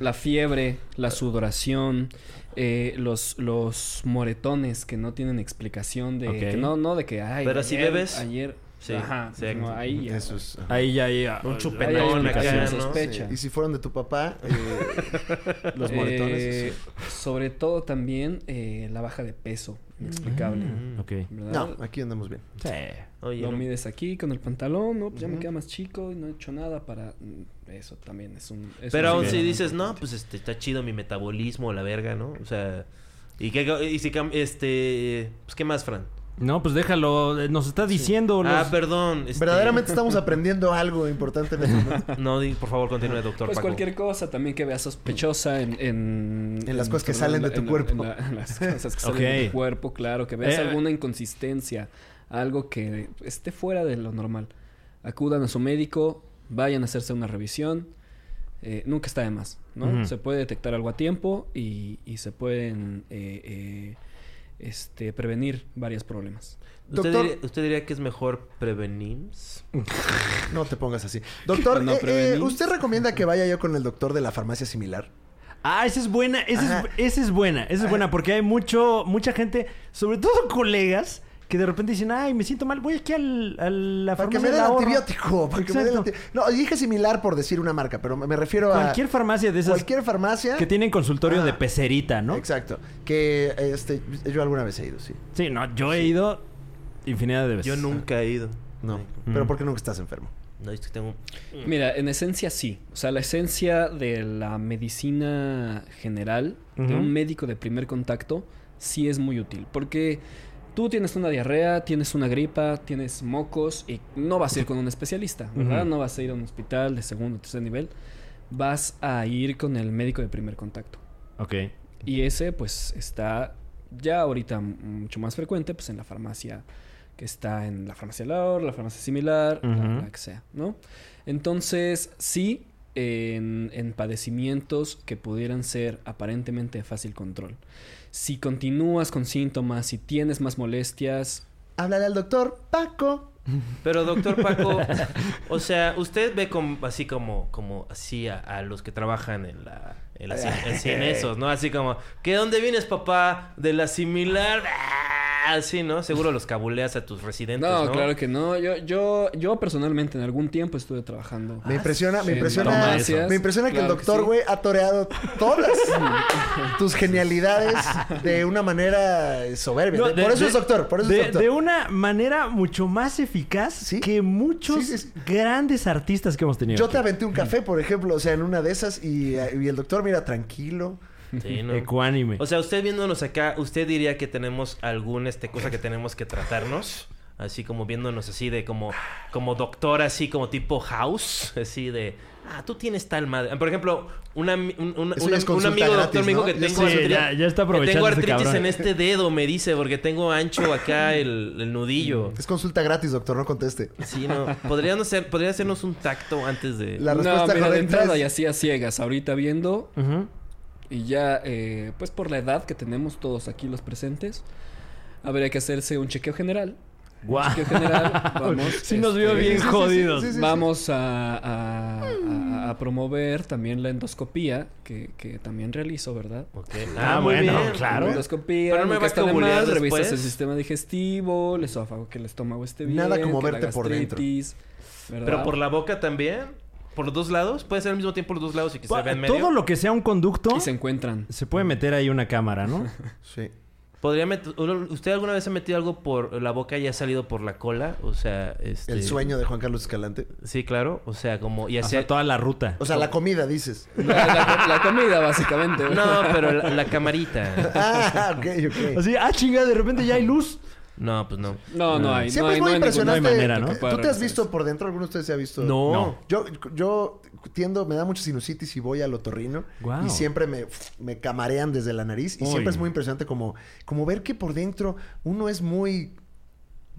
La fiebre, la sudoración, eh, los, los moretones que no tienen explicación de... Ok. que no, no de que... Ay, Pero si ayer- bebes. Ayer... Sí, Ajá. sí. no, ahí ya. Eso es- Ahí ya, ya. Un Ahí hay chupetón una acá, explicación, ¿no? sospecha. Y si fueron de tu papá, eh, los moretones. Eh, eso sí. sobre todo también eh, la baja de peso, inexplicable. Mm, Ok. Eh, ¿verdad? No, aquí andamos bien. Sí. Oye, Lo no- mides aquí con el pantalón, no, pues ya me queda más chico y no he hecho nada para... mm, Eso también es un... es Pero un aún signo si muy dices, no, importante. pues este, está chido mi metabolismo, la verga, ¿no? O sea. ¿Y, qué, y si cam- este. Pues qué más, Fran? No, pues déjalo. eh, Nos está diciendo. los- Ah, perdón. este, Verdaderamente estamos aprendiendo algo importante en este momento. [laughs] No, di- por favor, continúe, doctor Pues Paco. cualquier cosa también que veas sospechosa en... En, En las cosas que salen de tu en la- cuerpo. En, la- en las cosas que Ok. salen de tu cuerpo, claro. Que veas Eh, alguna inconsistencia, algo que esté fuera de lo normal. Acudan a su médico, vayan a hacerse una revisión. Eh, nunca está de más, ¿no? Ujú. Se puede detectar algo a tiempo y, y se pueden eh, eh, este, prevenir varios problemas. ¿Usted, Doctor- diría, usted diría que es mejor prevenir? Pues, No te [laughs] pongas así. Doctor, eh, No eh, prevenís. ¿usted recomienda que vaya yo con el doctor de la farmacia similar? Ah, esa es buena, esa es, Ajá. esa es buena, esa es buena, porque hay mucho, mucha gente, sobre todo colegas, que de repente dicen, ay, me siento mal, voy aquí al, a la Para que farmacia me del den ahorro". antibiótico. [laughs] Para que me den Exacto. anti- No, dije similar por decir una marca, pero me me refiero a. Cualquier farmacia de esas cualquier farmacia. que tienen consultorio Ah. de pecerita, ¿no? Exacto. Que este, yo alguna vez he ido, sí. Sí, no, yo he ido infinidad de veces. Yo nunca he ido. No. Pero porque nunca estás enfermo. No, es que tengo. Mm. Mira, en esencia sí. O sea, la esencia de la medicina general, de Ujú. un médico de primer contacto, sí es muy útil. Porque tú tienes una diarrea, tienes una gripa, tienes mocos y no vas a ir con un especialista, ¿verdad? Ujú. No vas a ir a un hospital de segundo o tercer nivel. Vas a ir con el médico de primer contacto. Ok. Y ese, pues, está ya ahorita mucho más frecuente, pues, en la farmacia que está en la farmacia Laor, la farmacia similar, la- Ujú. la, que sea, ¿no? Entonces, sí, en, en padecimientos que pudieran ser aparentemente de fácil control. Si continúas con síntomas, si tienes más molestias, Háblale al doctor Paco. Pero doctor [laughs] Paco, o sea, usted ve com- así como, como así a, a los que trabajan en la, en [laughs] la cien- en cien esos, ¿no? Así como, ¿qué dónde vienes, papá? De la similar. [laughs] Ah, Así, ¿no? Seguro los cabuleas a tus residentes, no, ¿no? claro que no. Yo, yo, yo personalmente en algún tiempo estuve trabajando. Ah, Me impresiona, sí, me impresiona, farmacias, me impresiona que claro el que doctor, sí. güey, ha toreado [laughs] todas tus genialidades de una manera soberbia. No, De- de- por eso de- es doctor, por eso de, es doctor. de una manera mucho más eficaz Sí. que muchos Sí, sí, sí. grandes artistas que hemos tenido. Yo aquí. te aventé un café, por ejemplo, o sea, en una de esas, y, y el doctor, mira, tranquilo. Sí, ¿no? Ecuánime. O sea, usted viéndonos acá, ¿usted diría que tenemos alguna este, cosa que tenemos que tratarnos? Así como viéndonos así de como, como doctor, así como tipo house, así de, ah, tú tienes tal madre. Por ejemplo, una ami- un, un- Eso un ya es am- un consulta amigo doctor gratis, me dijo ¿no? que Ya tengo, sé, artritis- ya- que ya está tengo aprovechando este artritis cabrón. en este dedo, me dice, porque tengo ancho acá el, el nudillo. Es consulta gratis, doctor, no conteste. Sí, no. ¿Podría, no ser, podría hacernos un tacto antes de... La respuesta no, mira, de correcta entrada es- y así a ciegas. Ahorita viendo, Ujú. Y ya, eh, pues por la edad que tenemos todos aquí los presentes, habría que hacerse un chequeo general. Guau. Chequeo [laughs] general, vamos. Sí nos vio este, bien sí, sí, jodidos. sí, Mm. sí. Vamos a, a- a- a promover también la endoscopía, que, que también realizo, ¿verdad? Ok. Ah, muy bueno, bien. claro. La endoscopía, Pero no me nunca va a está de cabulear más, revisas después. el sistema digestivo, el esófago, que el estómago esté bien. Nada como que la verte por dentro. gastritis, ¿verdad? Pero por la boca también, por los dos lados, puede ser al mismo tiempo los dos lados y que se Pa- vea en medio. Todo lo que sea un conducto, Y se se... [laughs] encuentran. puede meter ahí una [laughs] cámara, ¿no? Sí. ¿Podría met- ¿Usted alguna vez ha metido algo por la boca y ha salido por la cola? O sea, este... El sueño de Juan Carlos Escalante. Sí, claro. O sea, como... Y O hacia... sea, toda la ruta. O sea, Oh. la comida, dices. La, la- la comida, básicamente. No, pero la, la camarita. Ah, ok, [laughs] ok. Así, ah, chinga, de repente ya hay luz. No, pues no. No, no hay. Siempre no hay, es muy no impresionante. hay ningún- no hay manera, ¿no? ¿Tú te has visto por dentro? ¿Alguno de ustedes se ha visto? No. Yo, yo tiendo, me da mucha sinusitis y voy al otorrino. Guau. Y siempre me, me camarean desde la nariz. Y Uy. siempre es muy impresionante como, como ver que por dentro uno es muy,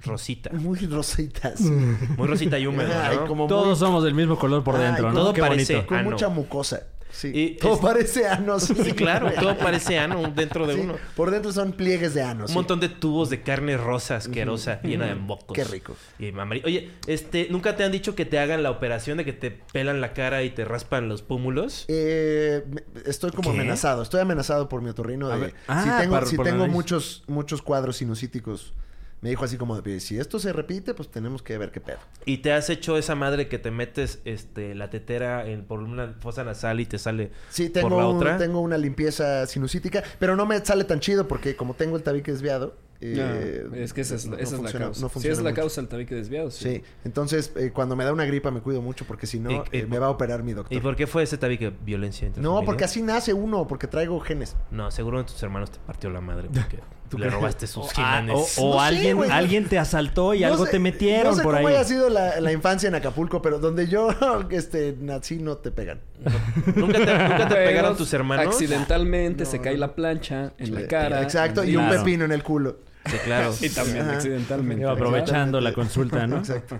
Rosita. muy [laughs] rositas. Muy rosita y húmeda, Ay, Mm. ¿no? como muy- Todos somos del mismo color por Ay, dentro, ¿no? todo Qué parece. bonito. con Ah, no. mucha mucosa. Sí. Y todo es- parece anos. Sí, claro, [laughs] todo parece ano dentro de Sí, Ah, uno. Por dentro son pliegues de anos. Un montón de tubos de carne rosa asquerosa llena de mocos. Qué rico. Y amarillo. Oye, este, ¿nunca te han dicho que te hagan la operación de que te pelan la cara y te raspan los pómulos? Eh, me- estoy como ¿Qué? amenazado. Estoy amenazado por mi otorrino. A de- ver. si Ah, tengo, par- si por la tengo nariz. muchos, muchos cuadros sinusíticos. Me dijo así como de, si esto se repite, pues tenemos que ver qué pedo. ¿Y te has hecho esa madre que te metes este, la tetera en, por una fosa nasal y te sale Sí, por la tengo, un- otra? tengo una limpieza sinusítica, pero no me sale tan chido porque como tengo el tabique desviado... eh, Ah, es que esa es, no- la- no esa es funciona- la causa. no si es funciona la mucho. causa el tabique desviado, sí. Sí, entonces eh, cuando me da una gripa me cuido mucho porque si no Y- y- eh, me va a operar mi doctor. ¿Y por qué fue ese tabique? ¿Violencia entre No, familia? porque así nace uno, porque traigo genes. No, seguro de tus hermanos te partió la [laughs] madre porque tú le crees? robaste sus Ah, jimanes. o o No sé, alguien, güey. alguien te asaltó y No algo sé- te metieron no sé por cómo ahí. haya sido la, la infancia en Acapulco, pero donde yo [laughs] este, nací no te pegan. [laughs] ¿Nunca te, nunca [laughs] te Juegos, pegaron tus hermanos? Accidentalmente se No, cae no. la plancha en la cara. Este, Exacto, en- y un Claro. pepino en el culo. Sí, [laughs] claro. Y también Ajá. accidentalmente. Iba aprovechando la Exactamente. consulta, ¿no? Exacto.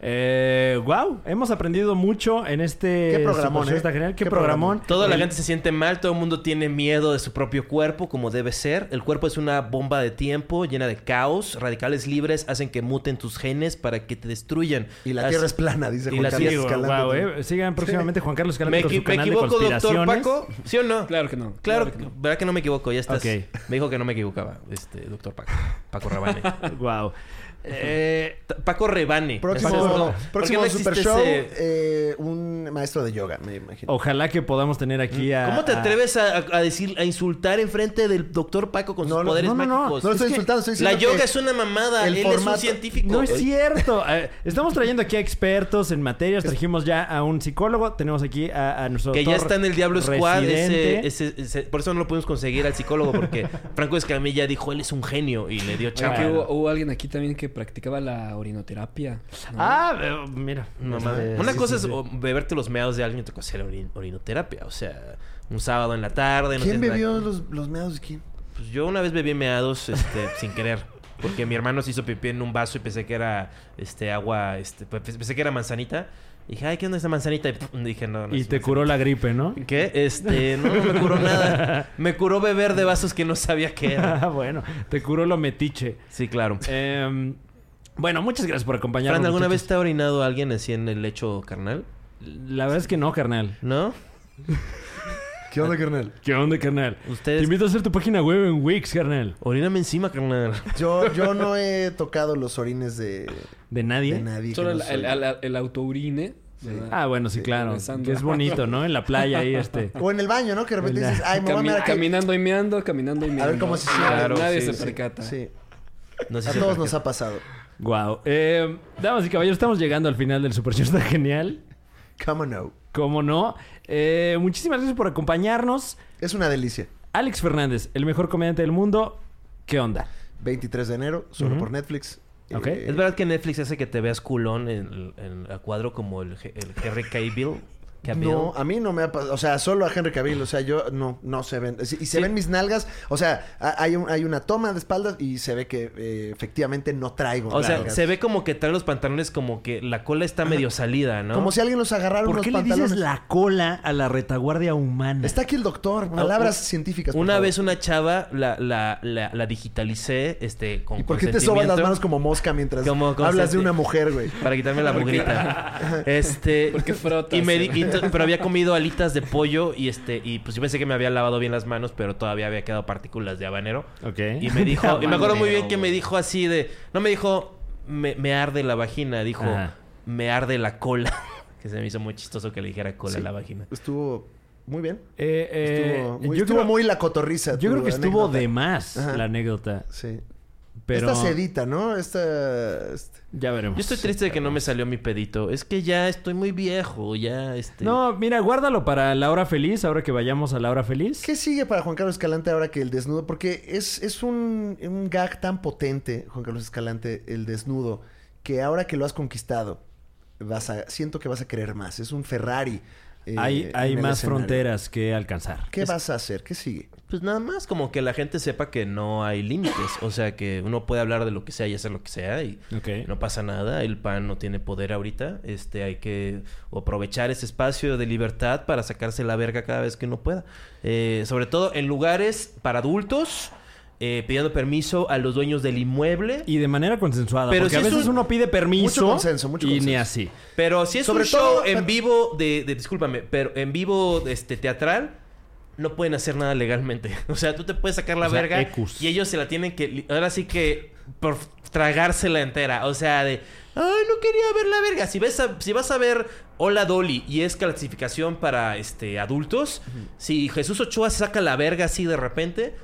Eh, wow, hemos aprendido mucho en este Qué programón, Super ¿eh? Fiesta General. Qué, Qué programón. Toda la El- gente se siente mal, todo el mundo tiene miedo de su propio cuerpo, como debe ser. El cuerpo es una bomba de tiempo llena de caos. Radicales libres hacen que muten tus genes para que te destruyan. Y la Así- tierra es plana, dice Y Juan la Carlos tierra- Digo, Escalante. guau, eh. Sigan próximamente Juan ¿Me, Carlos Escalante con equi- su me canal de equivoco, doctor conspiraciones. Paco? ¿Sí o no? Claro que no. Claro, que no. ¿verdad que no me equivoco? Ya estás. Ok. Me dijo que no me equivocaba, este, doctor Paco. Paco Rabane. Guau. Eh, t- Paco Rebane. Próximo, Exacto. ¿Por qué [laughs] próximo no existe Super Show, ese- eh, un maestro de yoga, me imagino. Ojalá que podamos tener aquí a. ¿Cómo te a- atreves a, a decir, a insultar enfrente del doctor Paco con No, sus no, poderes no, no, no. mágicos? No lo estoy Es que insultando, estoy La diciendo yoga que- es una mamada. el Él es formato- un científico. No es [laughs] cierto. Eh, estamos trayendo aquí a expertos en materias. Trajimos ya a un psicólogo. Tenemos aquí a, a nuestro Que ya doctor está en el Diablo Squad. Ese, residente. ese- ese- por eso no lo pudimos conseguir al psicólogo, porque Franco Escamilla dijo, él es un genio y le dio Oye, que chamba. hubo, hubo alguien aquí también que practicaba la orinoterapia. ¿no? Ah, eh, mira. No Este, Eh, mames. Una sí, cosa sí, es sí. o, beberte los meados de alguien, otra cosa es la orin- orinoterapia. O sea, un sábado en la tarde. no ¿Quién tienes bebió nada- los, los meados de quién? Pues yo una vez bebí meados este, [laughs] sin querer. Porque mi hermano se hizo pipí en un vaso y pensé que era este agua, este, pe- pensé que era manzanita. Y dije, ay, ¿qué onda esta manzanita? Y pum, dije, no, no Y es te manzanita". curó la gripe, ¿no? ¿Qué? Este, no, no me curó [laughs] nada. Me curó beber de vasos que no sabía que era. Ah, bueno, te curó lo metiche. Sí, claro. Em, bueno, muchas gracias por acompañarnos. Fran, ¿alguna vez muchachos. te ha orinado alguien así en el lecho carnal? La verdad es que no, carnal. ¿No? ¿Qué onda, carnal? ¿Qué onda, carnal? Te Ustedes. invito a hacer tu página web en Wix, carnal. Oríname encima, carnal. Yo, yo no he tocado los orines de, ¿De nadie? de nadie. que Solo el, no soy. el, el- el autourine. ¿verdad? Ah, bueno, sí, claro. regresando. Que es bonito, ¿no? En la playa [laughs] ahí, este. O en el baño, ¿no? Que de repente El- dices, ay, me voy a Cami- mear aquí". caminando y meando, caminando y meando. cómo se Nadie- siente. Nadie Claro, se sí, sí. percata. Sí, No sé a si todos nos ha pasado. Wow. Em, damas y caballeros, estamos llegando al final del Super Show. Está genial. Come on now. ¿Cómo no? Eh, muchísimas gracias por acompañarnos. Es una delicia. Alex Fernández, el mejor comediante del mundo. ¿Qué onda? 23 de enero, solo por Netflix. Eh, Ok. ¿Es verdad que Netflix hace que te veas culón en, en- a cuadro como el, G- el Henry Cavill? Cavill? No, a mí no me ha pasado. O sea, solo a Henry Cavill. O sea, yo no, no se ven. Sí, Y se ven mis nalgas. O sea, ha- hay, un- hay una toma de espaldas y se ve que eh, efectivamente no traigo. O sea, nalgas. se ve como que trae los pantalones como que la cola está medio salida, ¿no? Como si alguien los agarrara ¿Por unos qué le pantalones. dices la cola a la retaguardia humana? Está aquí el doctor. Palabras un- científicas. pues, por Ah, Una favor. vez una chava la, la, la, la digitalicé este, con ¿Y por qué te sobas las manos como mosca mientras Como con hablas de senti- una mujer, güey? Para quitarme la [laughs] mugrita. Este. Porque frotas. ¿eh? Y me di- y to- pero había comido alitas de pollo y este. Y pues yo pensé que me había lavado bien las manos, pero todavía había quedado partículas de habanero. Ok. Y me [laughs] dijo. y me acuerdo muy bien que me güey. dijo así de. No me dijo. Me, me arde la vagina. Dijo. Ajá. Me arde la cola. [laughs] que se me hizo muy chistoso que le dijera cola a la vagina. Estuvo muy bien. Eh, eh, Estuvo, muy, yo estuvo creo, muy la cotorriza. yo tu creo que estuvo anécdota. de más Ajá. la anécdota. Sí. Pero Esta sedita, ¿no? Esta. este- ya veremos. Yo estoy triste de que no me salió mi pedito. Es que ya estoy muy viejo. Ya este. No, mira, guárdalo para la hora feliz, ahora que vayamos a la hora feliz. ¿Qué sigue para Juan Carlos Escalante ahora que el desnudo? Porque es, es un, un gag tan potente, Juan Carlos Escalante, el desnudo, que ahora que lo has conquistado, vas a, siento que vas a querer más. Es un Ferrari. eh, hay hay en el más escenario. fronteras que alcanzar. ¿Qué vas a hacer? ¿Qué sigue? Pues nada más como que la gente sepa que no hay límites. O sea, que uno puede hablar de lo que sea y hacer lo que sea y Ok. no pasa nada. El PAN no tiene poder ahorita. Este, hay que aprovechar ese espacio de libertad para sacarse la verga cada vez que uno pueda. Eh, sobre todo en lugares para adultos, eh, pidiendo permiso a los dueños del inmueble. Y de manera consensuada. Pero porque sí a es veces un- uno pide permiso. Mucho consenso, mucho y ni consenso. así. Pero si es Sobre un show todo- en vivo de, de- discúlpame, pero en vivo este teatral no pueden hacer nada legalmente. [laughs] O sea, tú te puedes sacar la O sea, verga ecus. y ellos se la tienen que li- ahora sí que por tragársela entera, o sea, de ay, no quería ver la verga. Si ves a- si vas a ver Hola Dolly y es clasificación para este adultos, si Jesús Ochoa se saca la verga así de repente,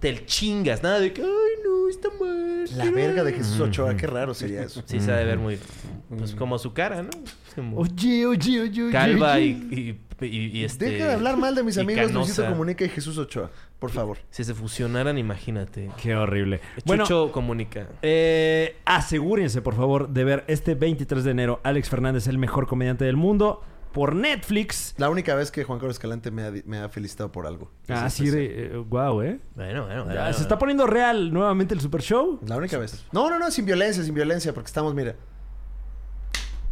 te chingas, nada de que ay, no, está mal. La quiero verga de Jesús Ochoa, qué [laughs] raro sería eso. Sí, se ha de ver muy. Pues como su cara, ¿no? Como Oye, oye, oye, calva y, y, y- y este. Deja de hablar mal de mis y amigos Luisito canosa. Comunica y Jesús Ochoa, por favor. Si se fusionaran, imagínate. Qué horrible. Bueno, Chucho comunica. eh, asegúrense, por favor, de ver este 23 de enero Alex Fernández, el mejor comediante del mundo, por Netflix. La única vez que Juan Carlos Escalante me ha, di- me ha felicitado por algo. Ah, Es Así especial. de. eh, Guau, ¿eh? Bueno, bueno, Ya, bueno, se está poniendo real nuevamente el Super Show. La única vez. No, no, no, sin violencia, sin violencia, porque estamos, mira.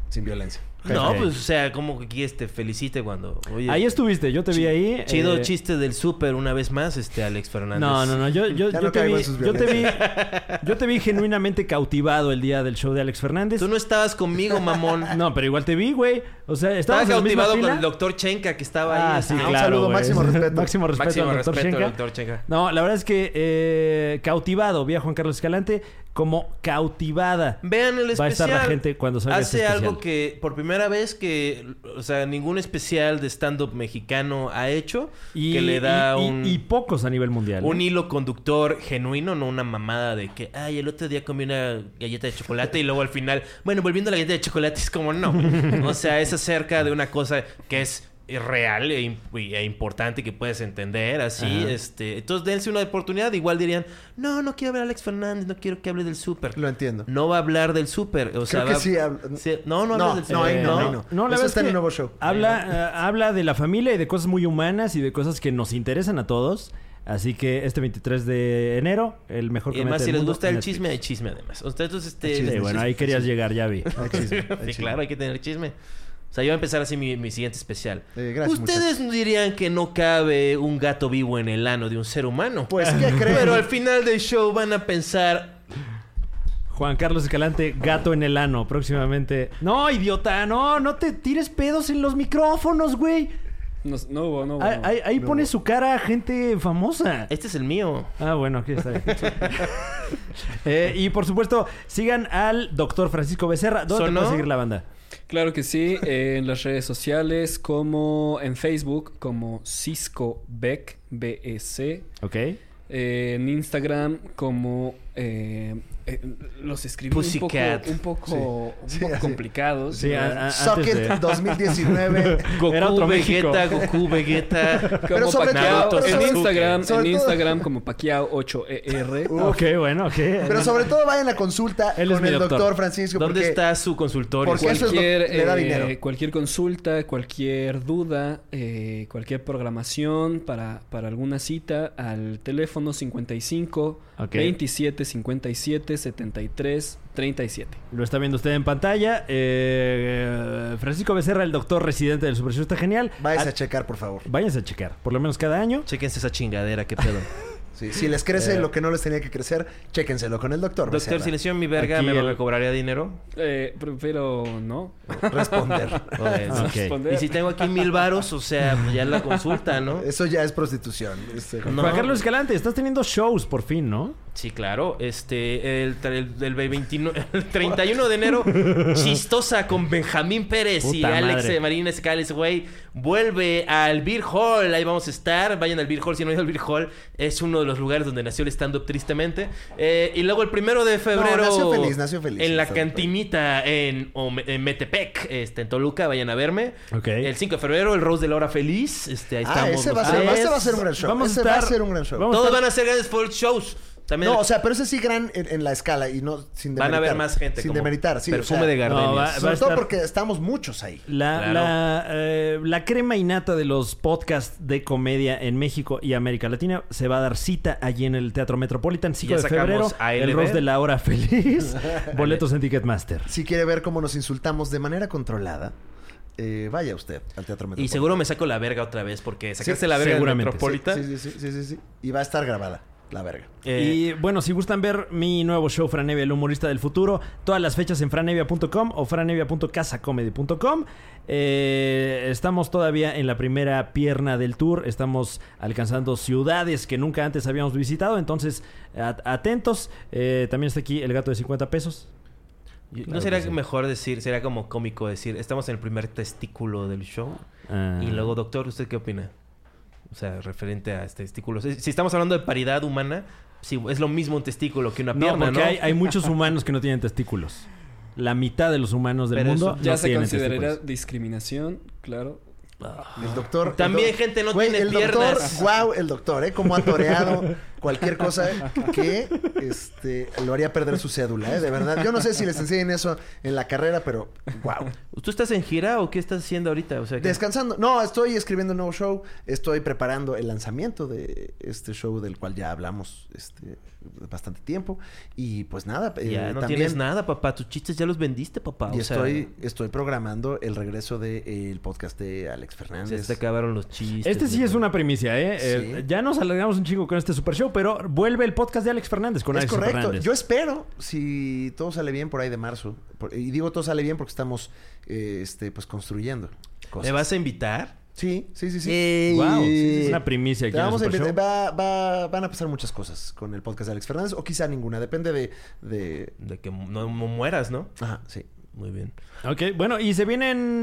Sin violencia. No, Ok. pues, o sea, como que aquí este, felicite cuando. Oye, Ahí estuviste, yo te vi ahí. chido eh, chiste del súper una vez más, este Alex Fernández. No, no, no. Yo, yo, Ya yo no te caigo vi, en sus yo, te vi, [laughs] yo te vi genuinamente cautivado el día del show de Alex Fernández. Tú no estabas conmigo, mamón. [laughs] No, pero igual te vi, güey. O sea, Estaba estabas en la misma cautivado con fila. el doctor Chenka que estaba ahí. Ah, este, sí, Ah, un claro. saludo, güey. [laughs] máximo respeto. máximo respeto Máximo al doctor respeto al Schenker. doctor Chenka. No, la verdad es que eh, cautivado, vi a Juan Carlos Escalante como cautivada. Vean el especial. Va a estar la gente cuando salga Hace este especial. algo que por primera vez que, o sea, ningún especial de stand-up mexicano ha hecho. Y, que le da y- y- un, y pocos a nivel mundial. un hilo conductor genuino, no una mamada de que, ay, el otro día comí una galleta de chocolate y luego al final, bueno, volviendo a la galleta de chocolate es como no. güey. O sea, es acerca de una cosa que es real e, im- y- e importante que puedes entender así Ajá. este entonces dense una oportunidad igual dirían no no quiero ver a Alex Fernández no quiero que hable del súper Lo entiendo. no va a hablar del súper. O sea, Creo que va- sí habla- No, no, No, hablas del súper. no, ahí no, Eh, ahí no. la Eso está verdad es en que el nuevo show. Habla, eh, habla de la familia y de cosas muy humanas y de cosas que nos interesan a todos. Así que este 23 de enero, el mejor Y además, comediante si del les mundo, gusta el Netflix. chisme, hay chisme además. O sea, Entonces, este... Sí, bueno, ahí querías llegar, [laughs] ya vi. Hay chisme, hay Sí, chisme. claro, hay que tener chisme. O sea, yo voy a empezar así mi, mi siguiente especial. Eh, gracias, Ustedes dirían que no cabe un gato vivo en el ano de un ser humano. Pues, ¿qué creen? Pero al final del show van a pensar... Juan Carlos Escalante, gato en el ano, próximamente. No, idiota, no, no te tires pedos en los micrófonos, güey. No, no hubo, no hubo. Ahí, no hubo. ahí- ahí pone su cara a gente famosa. Este es el mío. Ah, bueno, [laughs] aquí está bien. Eh, y por supuesto, sigan al doctor Francisco Becerra. ¿Dónde te ¿Sonó? puede seguir la banda? Claro que sí, eh, en las redes sociales como en Facebook como Cisco Beck, B-E-C, Ok. eh, en Instagram como eh, eh, los escribí Pussycat. un poco, un poco, Sí, un poco así. complicados. Sí, ¿verdad? ah, a- a- Suck antes it [laughs] de- 2019. Goku, Era otro México. Vegeta, Goku, Vegeta. Como [laughs] Pero sobre Pacquiao, todo- pero en sobre- Instagram, sobre en todo- Instagram como E Paquiao8ER. Ok, bueno, ok. Pero sobre todo vayan a consulta Él es con mi el doctor. doctor, Francisco. ¿Dónde porque está su consultorio? Porque eso es lo que Cualquier, le da eh, dinero. cualquier consulta, cualquier duda, eh, cualquier programación para, para alguna cita al teléfono 55 Ok. 27 57 73 37. Lo está viendo usted en pantalla. Eh, eh, Francisco Becerra, el doctor residente del Super Show, está genial. Váyanse Ah, a checar, por favor. váyanse a checar, por lo menos cada año. Chéquense esa chingadera, qué [laughs] pedo. Sí, si les Eh. crece lo que no les tenía que crecer, chéquenselo con el doctor. Doctor, Becerra. si le hicieron mi verga, Aquí ¿me el- recobraría [laughs] dinero? Eh, pero, pero no. [laughs] Responder. Joder. Ah, Ok. Responder. Y si tengo aquí mil varos, o sea, pues ya la consulta, ¿no? Eso ya [laughs] es prostitución. Este, No. Juan Carlos Escalante, estás teniendo shows por fin, ¿no? Sí, claro. Este, el, tra- el, el 29 [laughs] el 31 de enero, chistosa con Benjamín Pérez y Puta Alex madre. eh, Marínez Cales, güey. Vuelve al Beer Hall. Ahí vamos a estar. Vayan al Beer Hall. Si no han ido al Beer Hall, es uno de los lugares donde nació el stand-up, tristemente. Eh, y luego el primero de febrero. nació feliz, nació feliz En el la stand-up. cantinita en, Ome- en Metepec, este, en Toluca. Vayan a verme. Ok. El 5 de febrero, el Rose de la Hora Feliz. Este, ahí Ah, estamos. ese los va a, ser, tres. ese va a ser un gran show. Vamos a ese va a estar- ser un gran show. vamos a Todos estar- van a ser grandes folk shows. También No, o sea, pero ese sí gran en, en la escala y no sin Van a demeritar. haber más gente, Sin como demeritar, sí. o perfume sea, de gardenias. No, va- Sobre todo estar- porque estamos muchos ahí. La, Claro. la, eh, la crema innata de los podcasts de comedia en México y América Latina se va a dar cita allí en el Teatro Metropolitan, 5 Ya de sacamos febrero. ALB. El Ross de la Hora Feliz. Boletos en Ticketmaster. Si quiere ver cómo nos insultamos de manera controlada, eh, vaya usted al Teatro Metropolitano. Y seguro me saco la verga otra vez porque sacaste Sí, la verga en seguramente. Metropolitan. Sí, sí, sí, sí, sí, sí. Y va a estar grabada, la verga. Eh, y bueno, si gustan ver mi nuevo show Franevia, el humorista del futuro, todas las fechas en franevia.com o franevia.casacomedy.com. Eh, estamos todavía en la primera pierna del tour, estamos alcanzando ciudades que nunca antes habíamos visitado, entonces at- atentos. Eh, también está aquí el gato de 50 pesos. ¿No sería mejor decir, sería como cómico decir, estamos en el primer testículo del show? Ah. Y luego, doctor, ¿usted qué opina? O sea, referente a este testículo. Si, si estamos hablando de paridad humana, sí, es lo mismo un testículo que una No, pierna, porque ¿no? Hay, hay muchos humanos que no tienen testículos. La mitad de los humanos del Pero eso mundo no Ya pues, se tienen consideraría testículos. discriminación, claro. El doctor. También el doc- gente no Güey, tiene el piernas. Doctor, wow, el doctor, ¿eh? Como ha toreado cualquier cosa que este, lo haría perder su cédula, ¿eh? De verdad. Yo no sé si les enseñen eso en la carrera, pero wow. ¿Tú estás en gira o qué estás haciendo ahorita? O sea, que- Descansando. No, estoy escribiendo un nuevo show. Estoy preparando el lanzamiento de este show del cual ya hablamos este, bastante tiempo. Y pues nada, eh, ya no también- tienes nada, papá. Tus chistes ya los vendiste, papá. Y o sea, estoy, estoy programando el regreso del podcast de Alex se Fernández. te acabaron los chistes. Este sí güey. es una primicia, ¿eh? Eh, Sí. ya nos alargamos un chingo con este super show, pero vuelve el podcast de Alex Fernández con es Alex correcto. Fernández. Yo espero, si todo sale bien por ahí de marzo. Por- y digo todo sale bien porque estamos eh, este, pues construyendo cosas. ¿Me vas a invitar? Sí, sí, sí, sí. Sí, Wow, sí, es sí. una primicia Te aquí en el vamos a Super invitar- Show. va- va- van a pasar muchas cosas con el podcast de Alex Fernández, o quizá ninguna, depende de. de- De que mu- no mu- mueras, ¿no? Ajá, sí. Muy bien. Ok, bueno, y se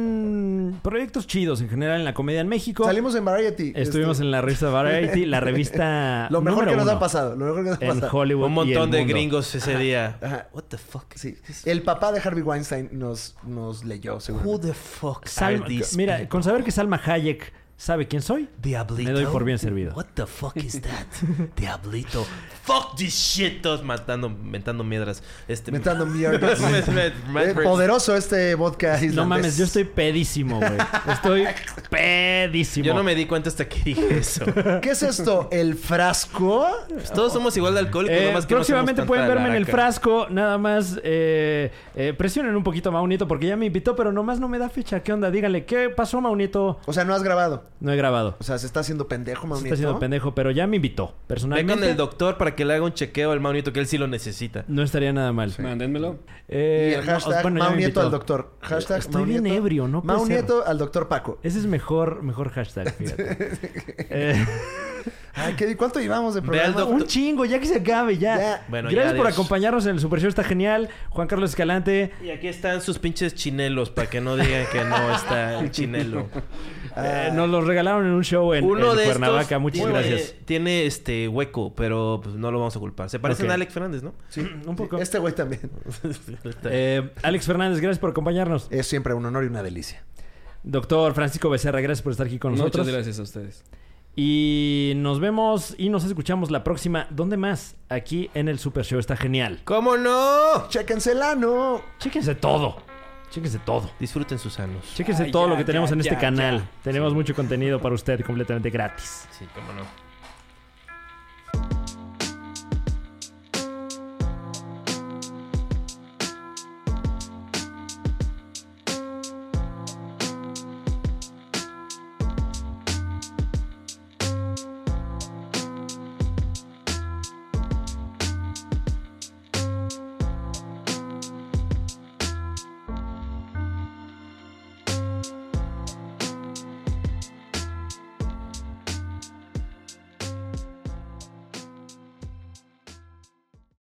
vienen proyectos chidos en general en la comedia en México. Salimos en Variety. este, Estuvimos en la revista Variety, la revista. [laughs] Lo mejor número que nos ha uno pasado. Lo mejor que nos ha En pasado. Hollywood. Un y el montón de mundo. gringos ese día. ajá. What the fuck? Sí. El papá de Harvey Weinstein nos, nos leyó, Who seguro. the fuck are Salma- these mira, people? con saber que Salma Hayek sabe quién soy, Diablito. me doy por bien servido. What the fuck is that? [laughs] Diablito. Fuck this shit. Todos matando, mentando miedras. Este, [laughs] Mentando [laughs] mierdas. Eh, Eh, poderoso este vodka islandés. Pues No mames, yo estoy pedísimo, güey. [laughs] Estoy pedísimo. Yo no me di cuenta hasta que dije eso. ¿Qué es esto? ¿El frasco? Pues todos somos igual de alcohólicos, Eh, nomás que no somos próximamente tanta pueden verme en el laraca. frasco. Nada más eh, eh, presionen un poquito a Maunito porque ya me invitó, pero nomás no me da fecha. ¿Qué onda? Díganle, ¿qué pasó, Maunito? O sea, no has grabado. No he grabado. O sea, se está haciendo pendejo, Se Maunito. está haciendo pendejo, pero ya me invitó. Ve Personalmente, con el doctor para que le haga un chequeo al maunito que él sí lo necesita. no estaría nada mal. Mándenmelo. Y Eh, el no, hashtag bueno, ya me Mau Nieto invitó. al doctor. Hashtag Estoy Mau bien Nieto- ebrio, no puede Mau ser. Nieto al doctor Paco. Ese es mejor, mejor [laughs] hashtag, fíjate. Eh, Ay, ¿qué- ¿Cuánto llevamos de Ve programa? al doctor. un chingo, ya que se acabe, ya. Ya. Bueno, Gracias ya, por adiós. acompañarnos en el Super Show, está genial. Juan Carlos Escalante, Y aquí están sus pinches chinelos para que no digan que no está el chinelo. Ah. eh, nos los regalaron en un show [laughs] en, Uno en de Cuernavaca. estos Muchas tiene, gracien tiene este hueco, pero pues, no lo vamos a culpar. Se parecen Ok. a Alex Fernández, ¿no? Sí, [clears throat] un poco. Este güey también. Eh, Alex Fernández, gracias por acompañarnos. Es siempre un honor y una delicia. Doctor Francisco Becerra, gracias por estar aquí con nosotros. Muchas gracias a ustedes. Y nos vemos y nos escuchamos la próxima. ¿Dónde más? Aquí en el Super Show. Está genial. ¿Cómo no? ¡Chéquense el ano! Chéquense todo. Chéquense todo. Disfruten sus anos. Chéquense Ya, todo ya, lo que tenemos ya, en este ya, canal. Tenemos mucho contenido para usted completamente gratis. Sí, cómo no.